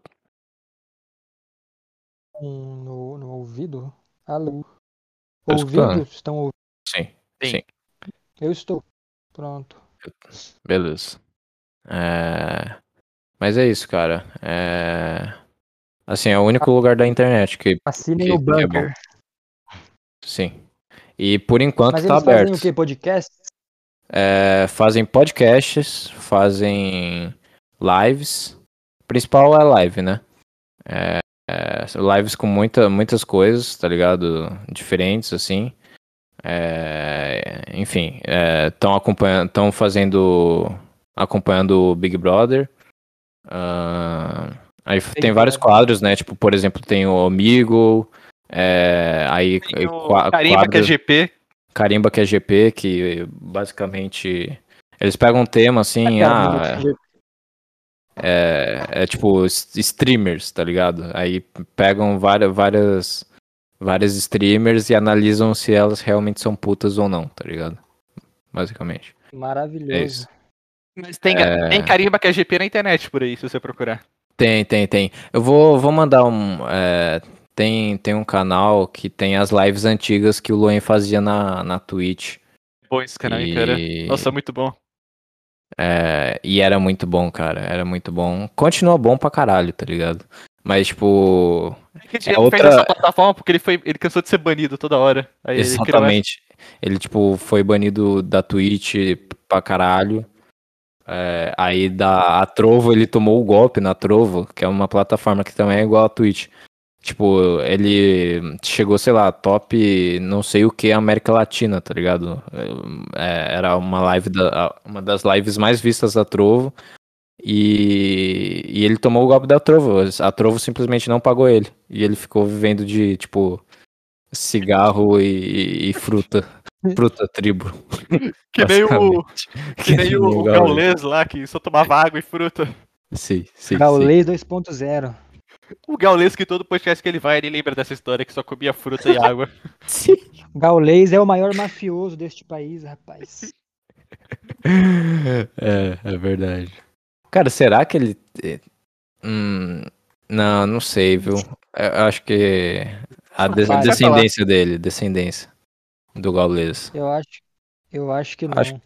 Um no, no ouvido? Alô?
Tô Tá escutando.
Ouvido? Estão ouvindo?
Sim.
Eu estou. Pronto.
Beleza. É, Mas é isso, cara. É, Assim, é o único lugar da internet que.
Assinem
Que-
o
que é
bunker.
Sim. E por enquanto
Mas
tá
eles
aberto.
fazem o quê? Podcast?
É, fazem podcasts, fazem lives. O principal é live, né? É, é, lives com muita, muitas coisas, tá ligado? Diferentes, assim. É, enfim, estão acompanhando, estão fazendo, acompanhando o Big Brother. Ah, aí f-
Big
tem vários
Brother.
quadros, né? Tipo, por exemplo, tem o Amigo. é, aí
Tem o
qua-
Carimba, que é
quadros-
GP.
Carimba que é GP, que basicamente eles pegam um tema assim,
é
ah, é, é tipo s- streamers, tá ligado? Aí pegam várias, várias, várias streamers e analisam se elas realmente são putas ou não, tá ligado? Basicamente.
Maravilhoso.
É isso.
Mas tem,
É.
tem Carimba, que é GP na internet por aí, se você procurar.
Tem, tem, tem. Eu vou, vou mandar um. é, tem, tem um canal que tem as lives antigas que o Luan fazia na, na Twitch.
Bom esse canal, hein, cara.
E-
Nossa, muito bom.
É, e era muito bom, cara. Era muito bom. Continua bom pra caralho, tá ligado? Mas, tipo.
É que ele
É
fez
outra-
essa plataforma porque ele, foi, ele cansou de ser banido toda hora. Aí ele criou
Exatamente. Ele, tipo, foi banido da Twitch pra caralho. É, aí da a Trovo, ele tomou o golpe na Trovo, que é uma plataforma que também é igual à Twitch. Tipo, ele chegou, sei lá, top não sei o que América Latina, tá ligado? É, era uma live da, uma das lives mais vistas da Trovo. E, e ele tomou o golpe da Trovo. A Trovo simplesmente não pagou ele. E ele ficou vivendo de, tipo, cigarro e, e- e
[LAUGHS]
fruta. Fruta tribo.
Que nem o,
basicamente.
que nem o, o gaulês lá, que só tomava água e fruta.
Sim, sim, sim.
Gaulês 2.0.
O gaulês que todo podcast que ele vai, ele lembra dessa história que só comia fruta e água.
Sim.
Gaulês é o maior mafioso deste
[LAUGHS]
país, rapaz.
É, é verdade. Cara, será que ele. eh, Hum, não, não sei, viu? Eu eu acho que. A de-
Vai.
descendência dele, descendência do gaulês.
Eu acho, eu acho que não.
Acho tá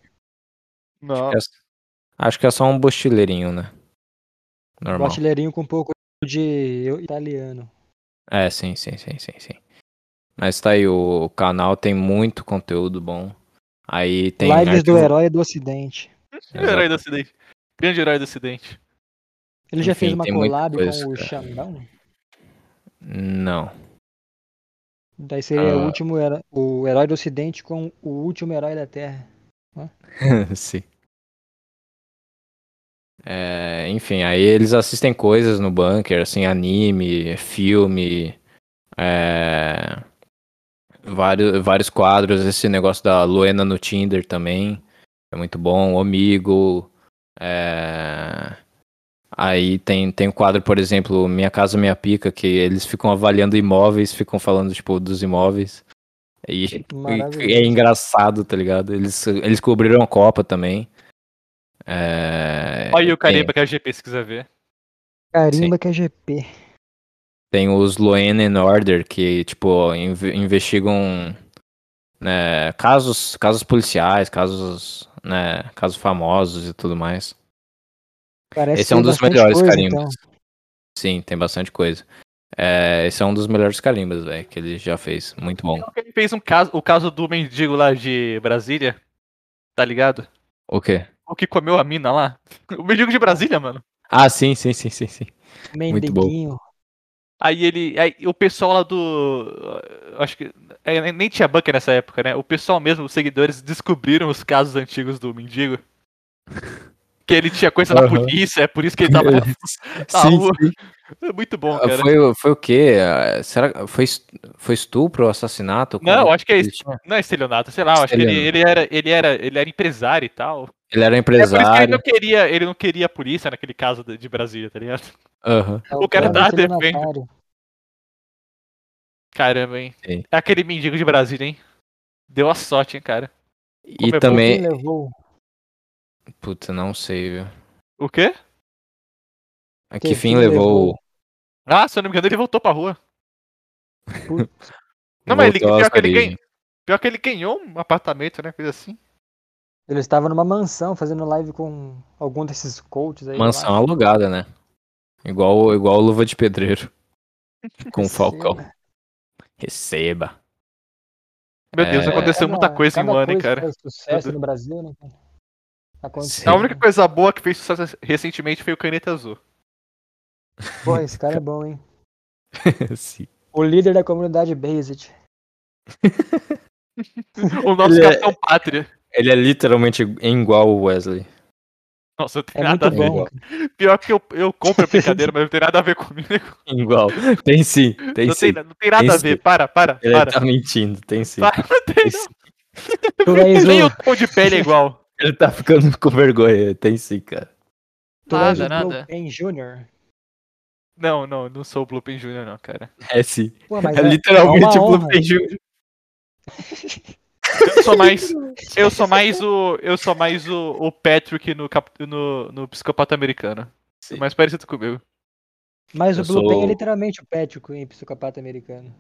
Não.
Acho que é- Acho que é só um bochileirinho, né?
Um
Normal.
artilheirinho com um pouco de eu- italiano.
É, sim, sim, sim, sim, sim. Mas tá aí, o canal tem muito conteúdo bom. Aí tem. né,
Lives do
arquivo-
herói do ocidente.
Grande herói do acidente. Grande herói do acidente.
Ele já fez
Enfim,
uma
tem muita
collab
coisa, é.
com o
cara.
Xandão.
Não.
Daí seria
Ah.
o último heró- o herói do ocidente com o último herói da Terra.
[LAUGHS] sim. É, enfim, aí eles assistem coisas no bunker, assim, anime, filme, é, vários, vários quadros, esse negócio da Luena no Tinder também, é muito bom, o Amigo, é, aí tem, tem um quadro, por exemplo, Minha Casa Minha Pica, que eles ficam avaliando imóveis, ficam falando, tipo, dos imóveis, e, e é
Maravilhoso.
engraçado, tá ligado? Eles, eles cobriram a Copa também. É,
Olha aí o
tem-
Carimba, que é GP, se quiser ver.
Carimba que é GP.
Tem os Loen and Order, que, tipo, inve- investigam né, casos, casos policiais, casos, né, casos famosos e tudo mais.
Parece
Esse é um
ter
dos
bastante
melhores
coisa,
carimbos.
então.
Sim, tem bastante coisa. É, esse é um dos melhores carimbos, velho, que ele já fez. Muito bom.
Ele fez um caso, o caso do mendigo lá de Brasília, tá ligado?
O quê?
O que comeu a mina lá. O mendigo de Brasília, mano.
Ah, sim, sim, sim, sim, sim. Muito bom.
Mendiguinho.
Aí ele. Aí o pessoal lá do. Acho que. é, nem- Nem tinha bunker nessa época, né? O pessoal mesmo, os seguidores, descobriram os casos antigos
[LAUGHS]
do mendigo. Que ele tinha coisa na
Aham.
polícia, é por isso que ele
[LAUGHS]
tava. na
Sim,
rua.
sim.
É muito bom,
Ah,
cara.
Foi, o- foi o quê? Ah, Será foi est- foi estupro ou assassinato?
Não, eu acho que é
ele,
isso. Não é estelionato, sei lá, eu acho que ele, ele, era, ele, era, ele era empresário e tal.
ele era um
É por isso que ele
empresário.
não queria, ele não queria a polícia naquele caso de, de Brasília, tá ligado? [LAUGHS]
Aham.
É
O cara
cara
tá defendendo.
estelionatário.
Caramba, hein?
Sim.
É aquele mendigo de Brasília, hein? Deu a sorte, hein, cara. Como é
E
bom
também.
Quem levou?
Puta, não sei, viu?
O quê?
A
Que
que fim
fim
levou.
Ah, se eu não me engano, ele voltou pra rua.
Putz,
Não, mas ele,
voltou à
pior, que ele
origem.
ganhou, pior que ele ganhou um apartamento, né? Coisa assim.
Ele estava numa mansão fazendo live com algum desses coaches aí. eu
Mansão
acho.
alugada, né? Igual, igual luva de [LAUGHS] pedreiro. Com o
Sim,
Falcão.
né?
Receba.
Meu Deus,
É.
aconteceu muita
Cada-
coisa em
cada
um ano, hein,
coisa
cara.
faz sucesso no Brasil, né? cara? Aconteceu.
A única coisa boa que fez sucesso recentemente foi o Caneta Azul.
Pô, esse cara é bom, hein?
[LAUGHS] Sim.
O líder da comunidade Basic.
[LAUGHS]
O nosso
Ele é-
Capitão Pátria.
Ele é literalmente igual o Wesley.
Nossa, não tem
É
nada
muito
a
ver.
bom. cara.
Pior que eu, eu compro
[LAUGHS]
a brincadeira, mas não tem nada a ver comigo.
Igual. Tem sim, tem
Não
sim.
tem, na- não tem nada a
É Esse-
ver. Para, para,
Ele
para.
tá mentindo, tem sim.
Para, não tem,
Tem
não.
sim.
Tu és
Nem
o,
o tom de pele é igual.
Ele tá ficando com vergonha, tem sim, cara.
tu és o
Nada,
Blue
nada.
Pen Jr.
Não, não, não sou o Blueprint Jr., não, cara.
É sim.
Pô, mas
É literalmente
uma
o
honra.
Blue Jr.
Eu sou mais. Eu sou mais o. Eu sou mais o, o Patrick no, cap- no, no Psicopata Americano.
Sim.
Mais parecido comigo.
Mas
Eu
o Blue Pen é
sou-
literalmente o Patrick em Psicopata Americano.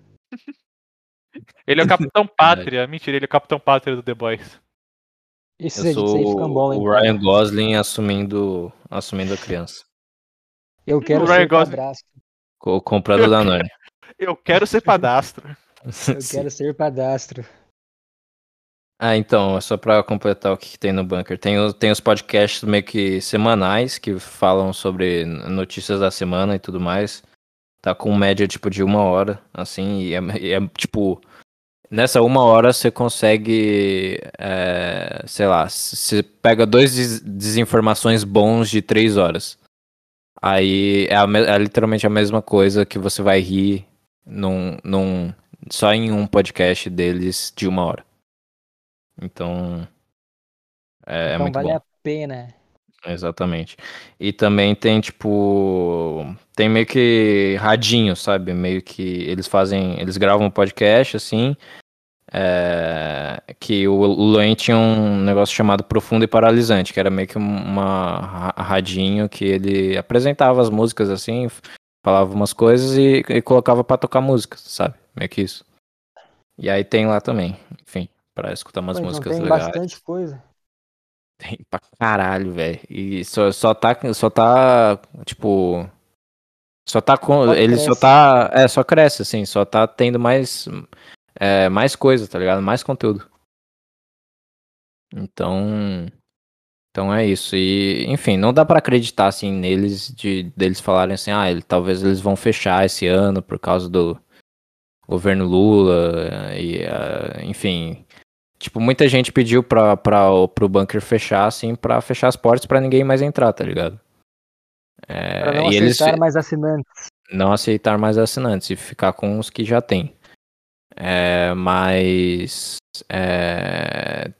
Ele é
[LAUGHS]
o Capitão Pátria. Mentira, ele é o Capitão Pátria do The Boys.
Esses
Eu
edits aí
sou
ficam bons, hein?
o
cara?
Ryan Gosling assumindo, assumindo a criança.
Eu quero
Ryan
ser o
Gosling.
padrasto.
Co- Comprando o Danone.
Eu quero ser [LAUGHS] padastro.
[LAUGHS] Eu quero ser padastro.
[LAUGHS] Ah, então, é só pra completar o que, que tem no bunker. Tem, o- tem os podcasts meio que semanais que falam sobre n- notícias da semana e tudo mais. Tá com média tipo de uma hora, assim, e é, e é, tipo. Nessa uma hora você consegue. é, sei lá, c- você pega dois des- desinformações bons de três horas. Aí é, a me- é literalmente a mesma coisa que você vai rir num, num, só em um podcast deles de uma hora. Então. É, é
então
muito
vale
bom.
a pena.
Exatamente. E também tem, tipo. Tem meio que radinho, sabe? Meio que eles fazem. Eles gravam um podcast, assim. é, que o Luen tinha um negócio chamado Profundo e Paralisante, que era meio que uma ra- radinho que ele apresentava as músicas assim, f- falava umas coisas e, e colocava pra tocar músicas, sabe? Meio que isso. E aí tem lá também, enfim, pra escutar umas
Pô, então
músicas
tem
legais.
bastante coisa.
Tem pra caralho, velho. E só, só tá, só tá, tipo... Só tá com...
Só
ele só
cresce.
tá... É, só cresce, assim. Só tá tendo mais... É, mais coisa, tá ligado? Mais conteúdo. Então... Então é isso. E, enfim, não dá pra acreditar, assim, neles, de, deles falarem assim, ah, ele, talvez eles vão fechar esse ano por causa do governo Lula e, ah, enfim... Tipo, muita gente pediu pra, pra, pro bunker fechar, assim, pra fechar as portas pra ninguém mais entrar, tá ligado? É,
Pra não
e eles
aceitar mais assinantes.
não aceitar mais assinantes e ficar com os que já tem. É, mas. é,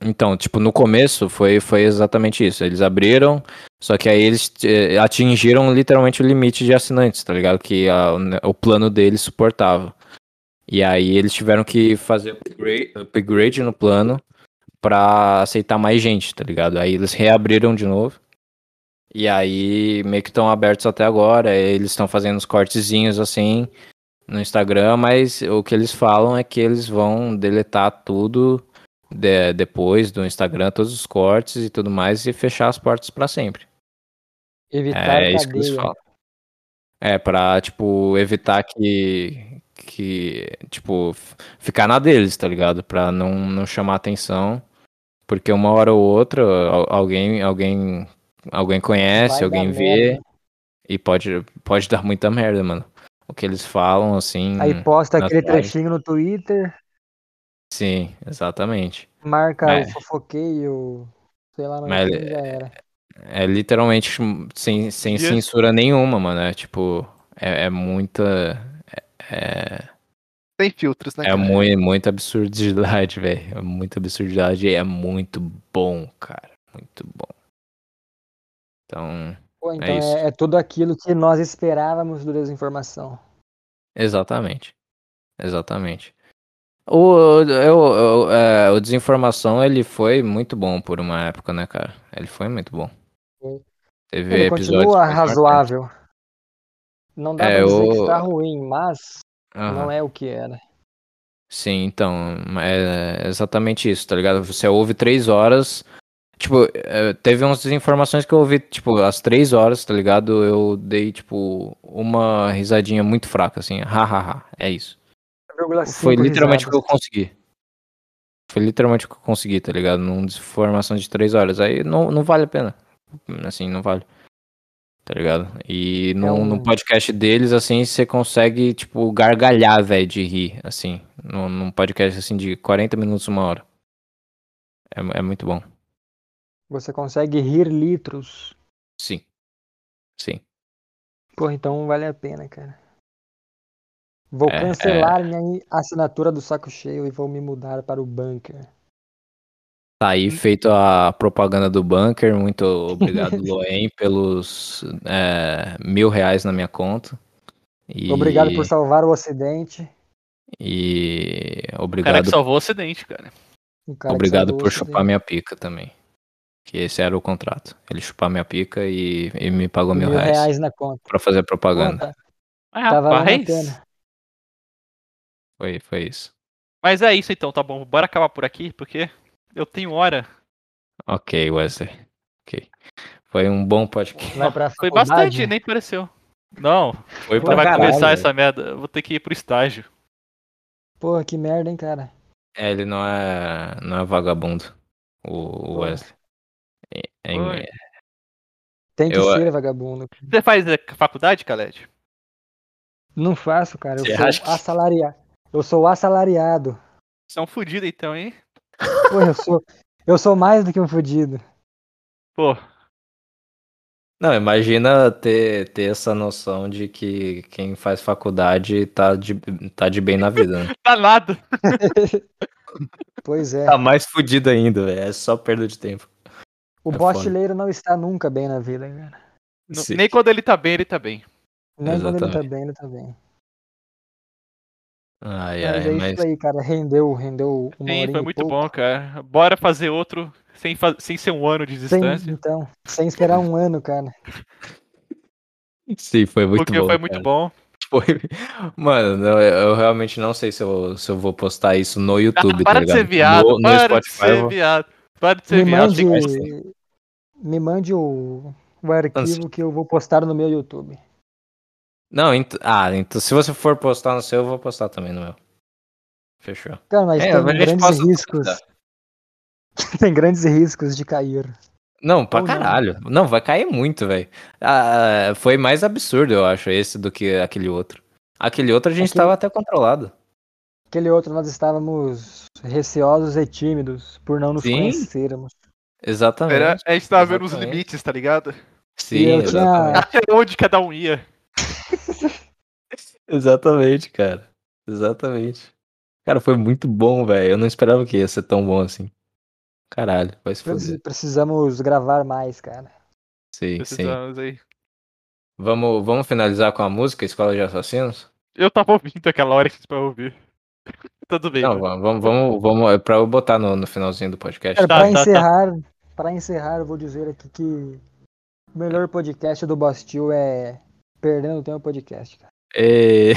Então, tipo, no começo foi, foi exatamente isso. Eles abriram, só que aí eles eh, atingiram literalmente o limite de assinantes, tá ligado? Que a- o ne- o plano deles suportava. E aí eles tiveram que fazer upgrade, upgrade no plano pra aceitar mais gente, tá ligado? Aí eles reabriram de novo. E aí, meio que estão abertos até agora. Eles estão fazendo uns cortezinhos assim no Instagram, mas o que eles falam é que eles vão deletar tudo de- depois do Instagram, todos os cortes e tudo mais, e fechar as portas pra sempre.
Evitar
É,
a
isso que eles
cadeia.
falam. É, pra, tipo, evitar que. que tipo, f- ficar na deles, tá ligado? Pra não, não chamar atenção. Porque uma hora ou outra, al- alguém, alguém, alguém conhece,
Vai
né? alguém
dar
vê.
merda.
E pode, pode [LAUGHS] dar muita merda, mano. O que eles falam, assim.
Aí posta
nas
aquele
lives.
trechinho no Twitter,
Sim, exatamente.
marca
É.
o fofoqueio, sei lá,
Mas
mas
ele-
já era.
É literalmente hum, sem, sem
E-
censura nenhuma, mano. É tipo. É, é muita. É,
Tem filtros, né?
é
cara?
muito, muita absurdidade, [LAUGHS] velho. É muita absurdidade e é muito bom, cara. Muito bom. Então,
Pô, então
isso.
é, é tudo aquilo que nós esperávamos do Desinformação.
exatamente. Exatamente. O, eu, eu- é, o Desinformação, ele foi muito bom por uma época, né, cara? Ele foi muito bom.
Foi.
Teve
Ele
episódios
continua
mais marcantes.
razoável. Não dá
É,
pra dizer que
eu-
está ruim, mas
Aham.
não é o que era.
Sim, então, é exatamente isso, tá ligado? Você ouve três horas. Tipo, eh, teve umas informações que eu ouvi, tipo, às três horas, tá ligado? Eu dei, tipo, uma risadinha muito fraca, assim, hahaha, é isso. Foi literalmente o que eu consegui. Foi literalmente o que eu consegui, tá ligado? Numa desinformação de três horas. Aí não, não vale a pena. Assim, não vale. Tá ligado? E no, no
um-
podcast deles, assim, você consegue, tipo, gargalhar, velho, de rir, assim. Num, num podcast, assim, de 40 minutos, uma hora. É, mu- é muito bom.
Você consegue rir litros.
Sim. Sim.
Pô, então vale a pena, cara. Vou
É, é.
cancelar minha assinatura do saco cheio e vou me mudar para o bunker.
Tá aí
Uhum.
feito a propaganda do Bunker. Muito
[LAUGHS]
obrigado, Loen, pelos é, mil reais na minha conta. E...
Obrigado por salvar o Ocidente.
E
O cara que
obrigado,
salvou o acidente, cara.
O Um cara que
obrigado
salvou o
por chupar
Ocidente.
minha pica também. Que esse era o contrato. Ele chupar minha pica e, e me pagou mil,
mil
reais,
reais na conta.
pra fazer propaganda.
Conta,
Ah,
Tava lá na
rapaz.
pena.
Foi, foi isso.
Mas é isso então, tá bom. Bora acabar por aqui, porque eu tenho hora.
Ok, Wesley. Ok. Foi um bom podcast.
Vai pra
Foi
faculdade. né?
bastante, né? nem pareceu. Não,
Foi
Pô,
não vai
caralho,
começar
velho.
essa merda. Eu vou ter que ir pro estágio.
Porra, que merda, hein, cara.
É, ele não é, não é vagabundo, o, o
Foi.
Wesley. É- é-
Foi.
Tem que
Eu- é.
ser vagabundo. cara.
Você faz eh, faculdade, Caled?
Não faço, cara. Eu
Você
sou
acha que-
assalariado. Eu sou assalariado.
Você é um fudido então, hein?
Pô, eu sou, eu sou mais do que um fudido.
Pô, [LAUGHS]
Não, imagina ter, ter essa noção de que quem faz faculdade tá de, tá de bem na vida, né?
tá nada.
Pois
[LAUGHS]
é.
Tá mais fudido ainda, velho. É só perda de tempo.
O
é
bostileiro não está nunca bem na vida, cara.
Não-
Sim.
Nem quando ele tá bem, ele tá bem.
Nem quando ele tá
Exatamente.
bem, ele tá bem.
Ai,
Mas
ai,
é
mas.
isso aí, cara. Rendeu, rendeu uma
Sim,
horinha
foi
e
muito
pouco.
bom, cara. Bora fazer outro sem, fa- sem ser um ano de distância.
Sem, então, sem esperar um ano, cara.
Sim, foi muito
porque
bom.
foi muito
cara.
bom.
Foi- Mano, não, eu eu realmente não sei se eu, se eu vou postar isso no YouTube, tá
para de
ligado?
ser viado,
no, no
para de
Spotify. eu
ser
vou-
viado. Para de ser
Me
viado.
mande,
tem mais tempo.
me mande o, o arquivo que eu vou postar no meu YouTube.
Não, ent- ah, então se você for postar no seu, eu vou postar também no meu. Fechou.
Cara, mas
É,
tem
a gente
grandes
posta tudo,
riscos.
cara.
[LAUGHS] tem grandes riscos de cair.
Não, pra
Ou não.
caralho. Não. vai cair muito, velho. Ah, foi mais absurdo, eu acho, esse do que aquele outro. Aquele outro a gente
Aquele-
tava até controlado.
Aquele outro nós estávamos receosos e tímidos por não nos
Sim.
conhecermos. [LAUGHS]
Exatamente.
Era- a gente tava vendo os
Exatamente.
limites, tá [LAUGHS] ligado?
Sim,
e eu
exatamente.
tinha,
Até onde cada um ia.
[LAUGHS] Exatamente, cara. Exatamente. Cara, foi muito bom, velho. Eu não esperava que ia ser tão bom assim. Caralho, vai se
preci-
foder.
precisamos gravar mais, cara.
Sim, sim.
Precisamos aí.
Vamos, vamos finalizar com a música Escola de Assassinos? Eu
Eu tava ouvindo aquela hora que vocês vão ouvir. [LAUGHS] Tudo bem.
Não,
cara.
vamos, vamos, vamos, vamos é pra eu botar no, no finalzinho do podcast.
Cara,
Tá,
pra
tá, tá.
encerrar, para encerrar, eu vou dizer aqui que O melhor podcast do Bastil é Perdendo Tempo Podcast, cara.
E...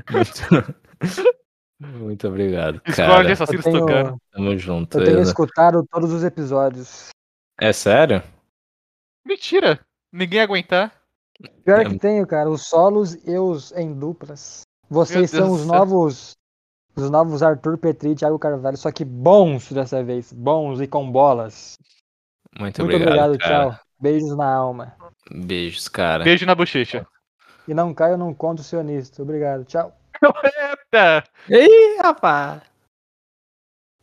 muito... [LAUGHS] muito obrigado,
Escola de
cara.
Eu
Assassinos
tenho,
Tocando.
Tamo junto.
eu tenho
Eza.
escutado todos os episódios.
É sério?
Mentira! Ninguém ia aguentar.
Pior
É.
que tenho, cara, os solos e os em duplas. Vocês
Deus
são
do
os
céu.
novos. Os novos Arthur Petri e Thiago Carvalho, só que bons dessa vez. Bons e com bolas.
Muito,
Muito
obrigado,
obrigado,
cara.
tchau. Beijos na alma.
Beijos, cara.
Beijo na bochecha.
E não caio, não conto o sionista. Obrigado, tchau.
Tá.
Ih, rapaz!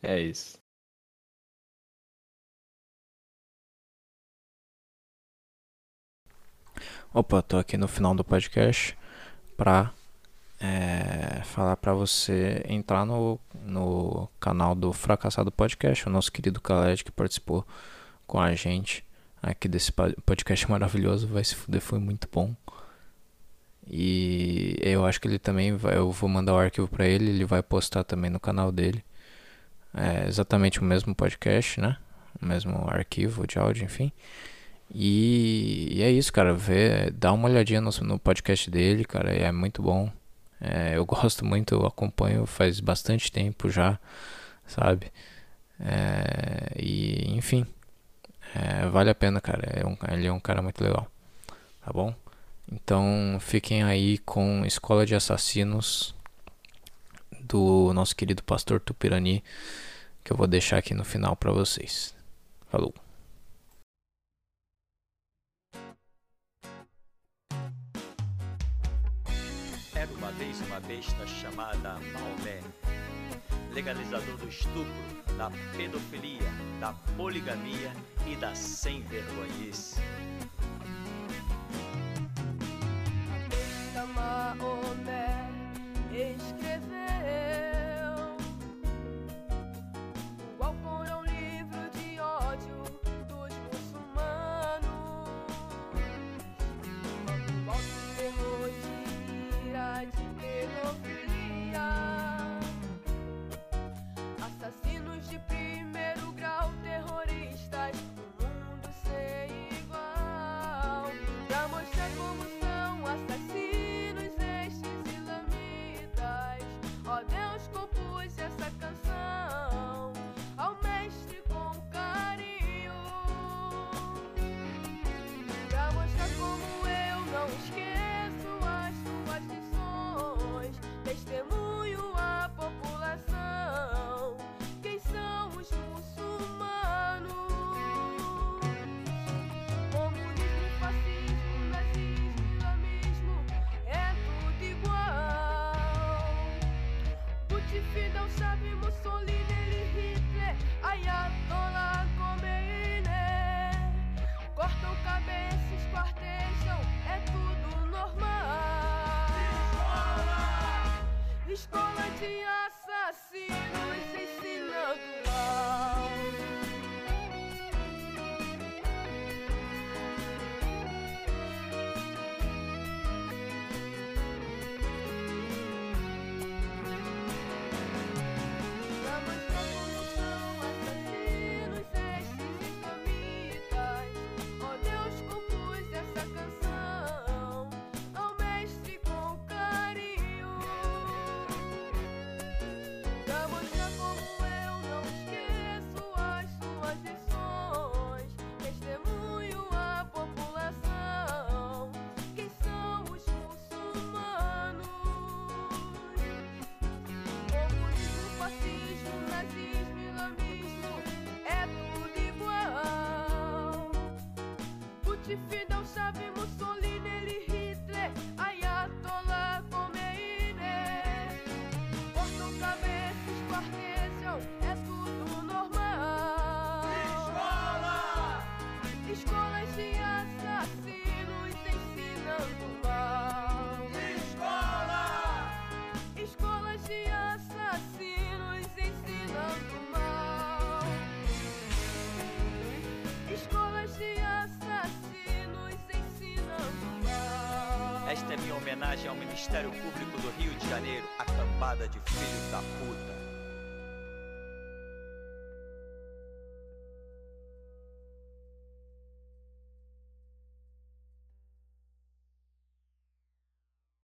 É isso. Opa, tô aqui no final do podcast pra é, falar pra você entrar no, no canal do Fracassado Podcast, o nosso querido Khaled que participou com a gente aqui desse pa- podcast [LAUGHS] maravilhoso. Vai se fuder, foi muito bom. E eu acho que ele também vai, eu vou mandar o arquivo pra ele, ele vai postar também no canal dele. É exatamente o mesmo podcast, né? O mesmo arquivo de áudio, enfim. E, e é isso, cara. Vê, dá uma olhadinha no, no podcast dele, cara. É muito bom. É, eu [LAUGHS] gosto muito, eu acompanho faz bastante tempo já, sabe? É, e enfim, é, vale a pena, cara. É um- ele é um cara muito legal, tá bom? Então fiquem aí com Escola de Assassinos do nosso querido pastor Tupirani, que eu vou deixar aqui no final pra vocês. Falou.
Era É uma vez uma besta chamada Maomé, legalizador do estupro, da pedofilia, da poligamia e da sem-vergonhice.
Profeta Maomé escreveu o Alcorão, livro de ódio dos muçulmanos. O alto terror de ira de pedofilia. Assassinos de primeiro grau, terroristas, um mundo sem igual. Pra mostrar como são assassinos estes ilamitas. Ó Deus, compus essa canção ao mestre com carinho. Pra mostrar como eu não esqueço as tuas lições. Testemunho à população. Quem são os muçulmanos? Comunismo, fascismo, nazismo, islamismo é tudo igual. Putin, não sabe Mussolini, ele Hitler, Ayatollah Khomeini. Cortam cabeças, esquartejam, é tudo normal. Escola de assassinos ensinando mal. Pra mostrar como são assassinos estes islamitas. Ó Oh, Deus, compus essa canção ao mestre com carinho. Pra mostrar como eu não esqueço as suas lições. Testemunho à população. Quem são os muçulmanos? Comunismo, fascismo, nazismo, islamismo é tudo igual. Putin, não sabe Mussolini, ele Hitler, Ayatollah Khomeini. Cortam cabeças, quartejam, é tudo normal. Escola! Escolas de assassinos ensinando mal. Escola! Escolas de assassinos ensinando mal. Escolas de assassinos ensinando mal.
Esta é minha homenagem ao Ministério Público do Rio de Janeiro, a cambada de filhos da puta.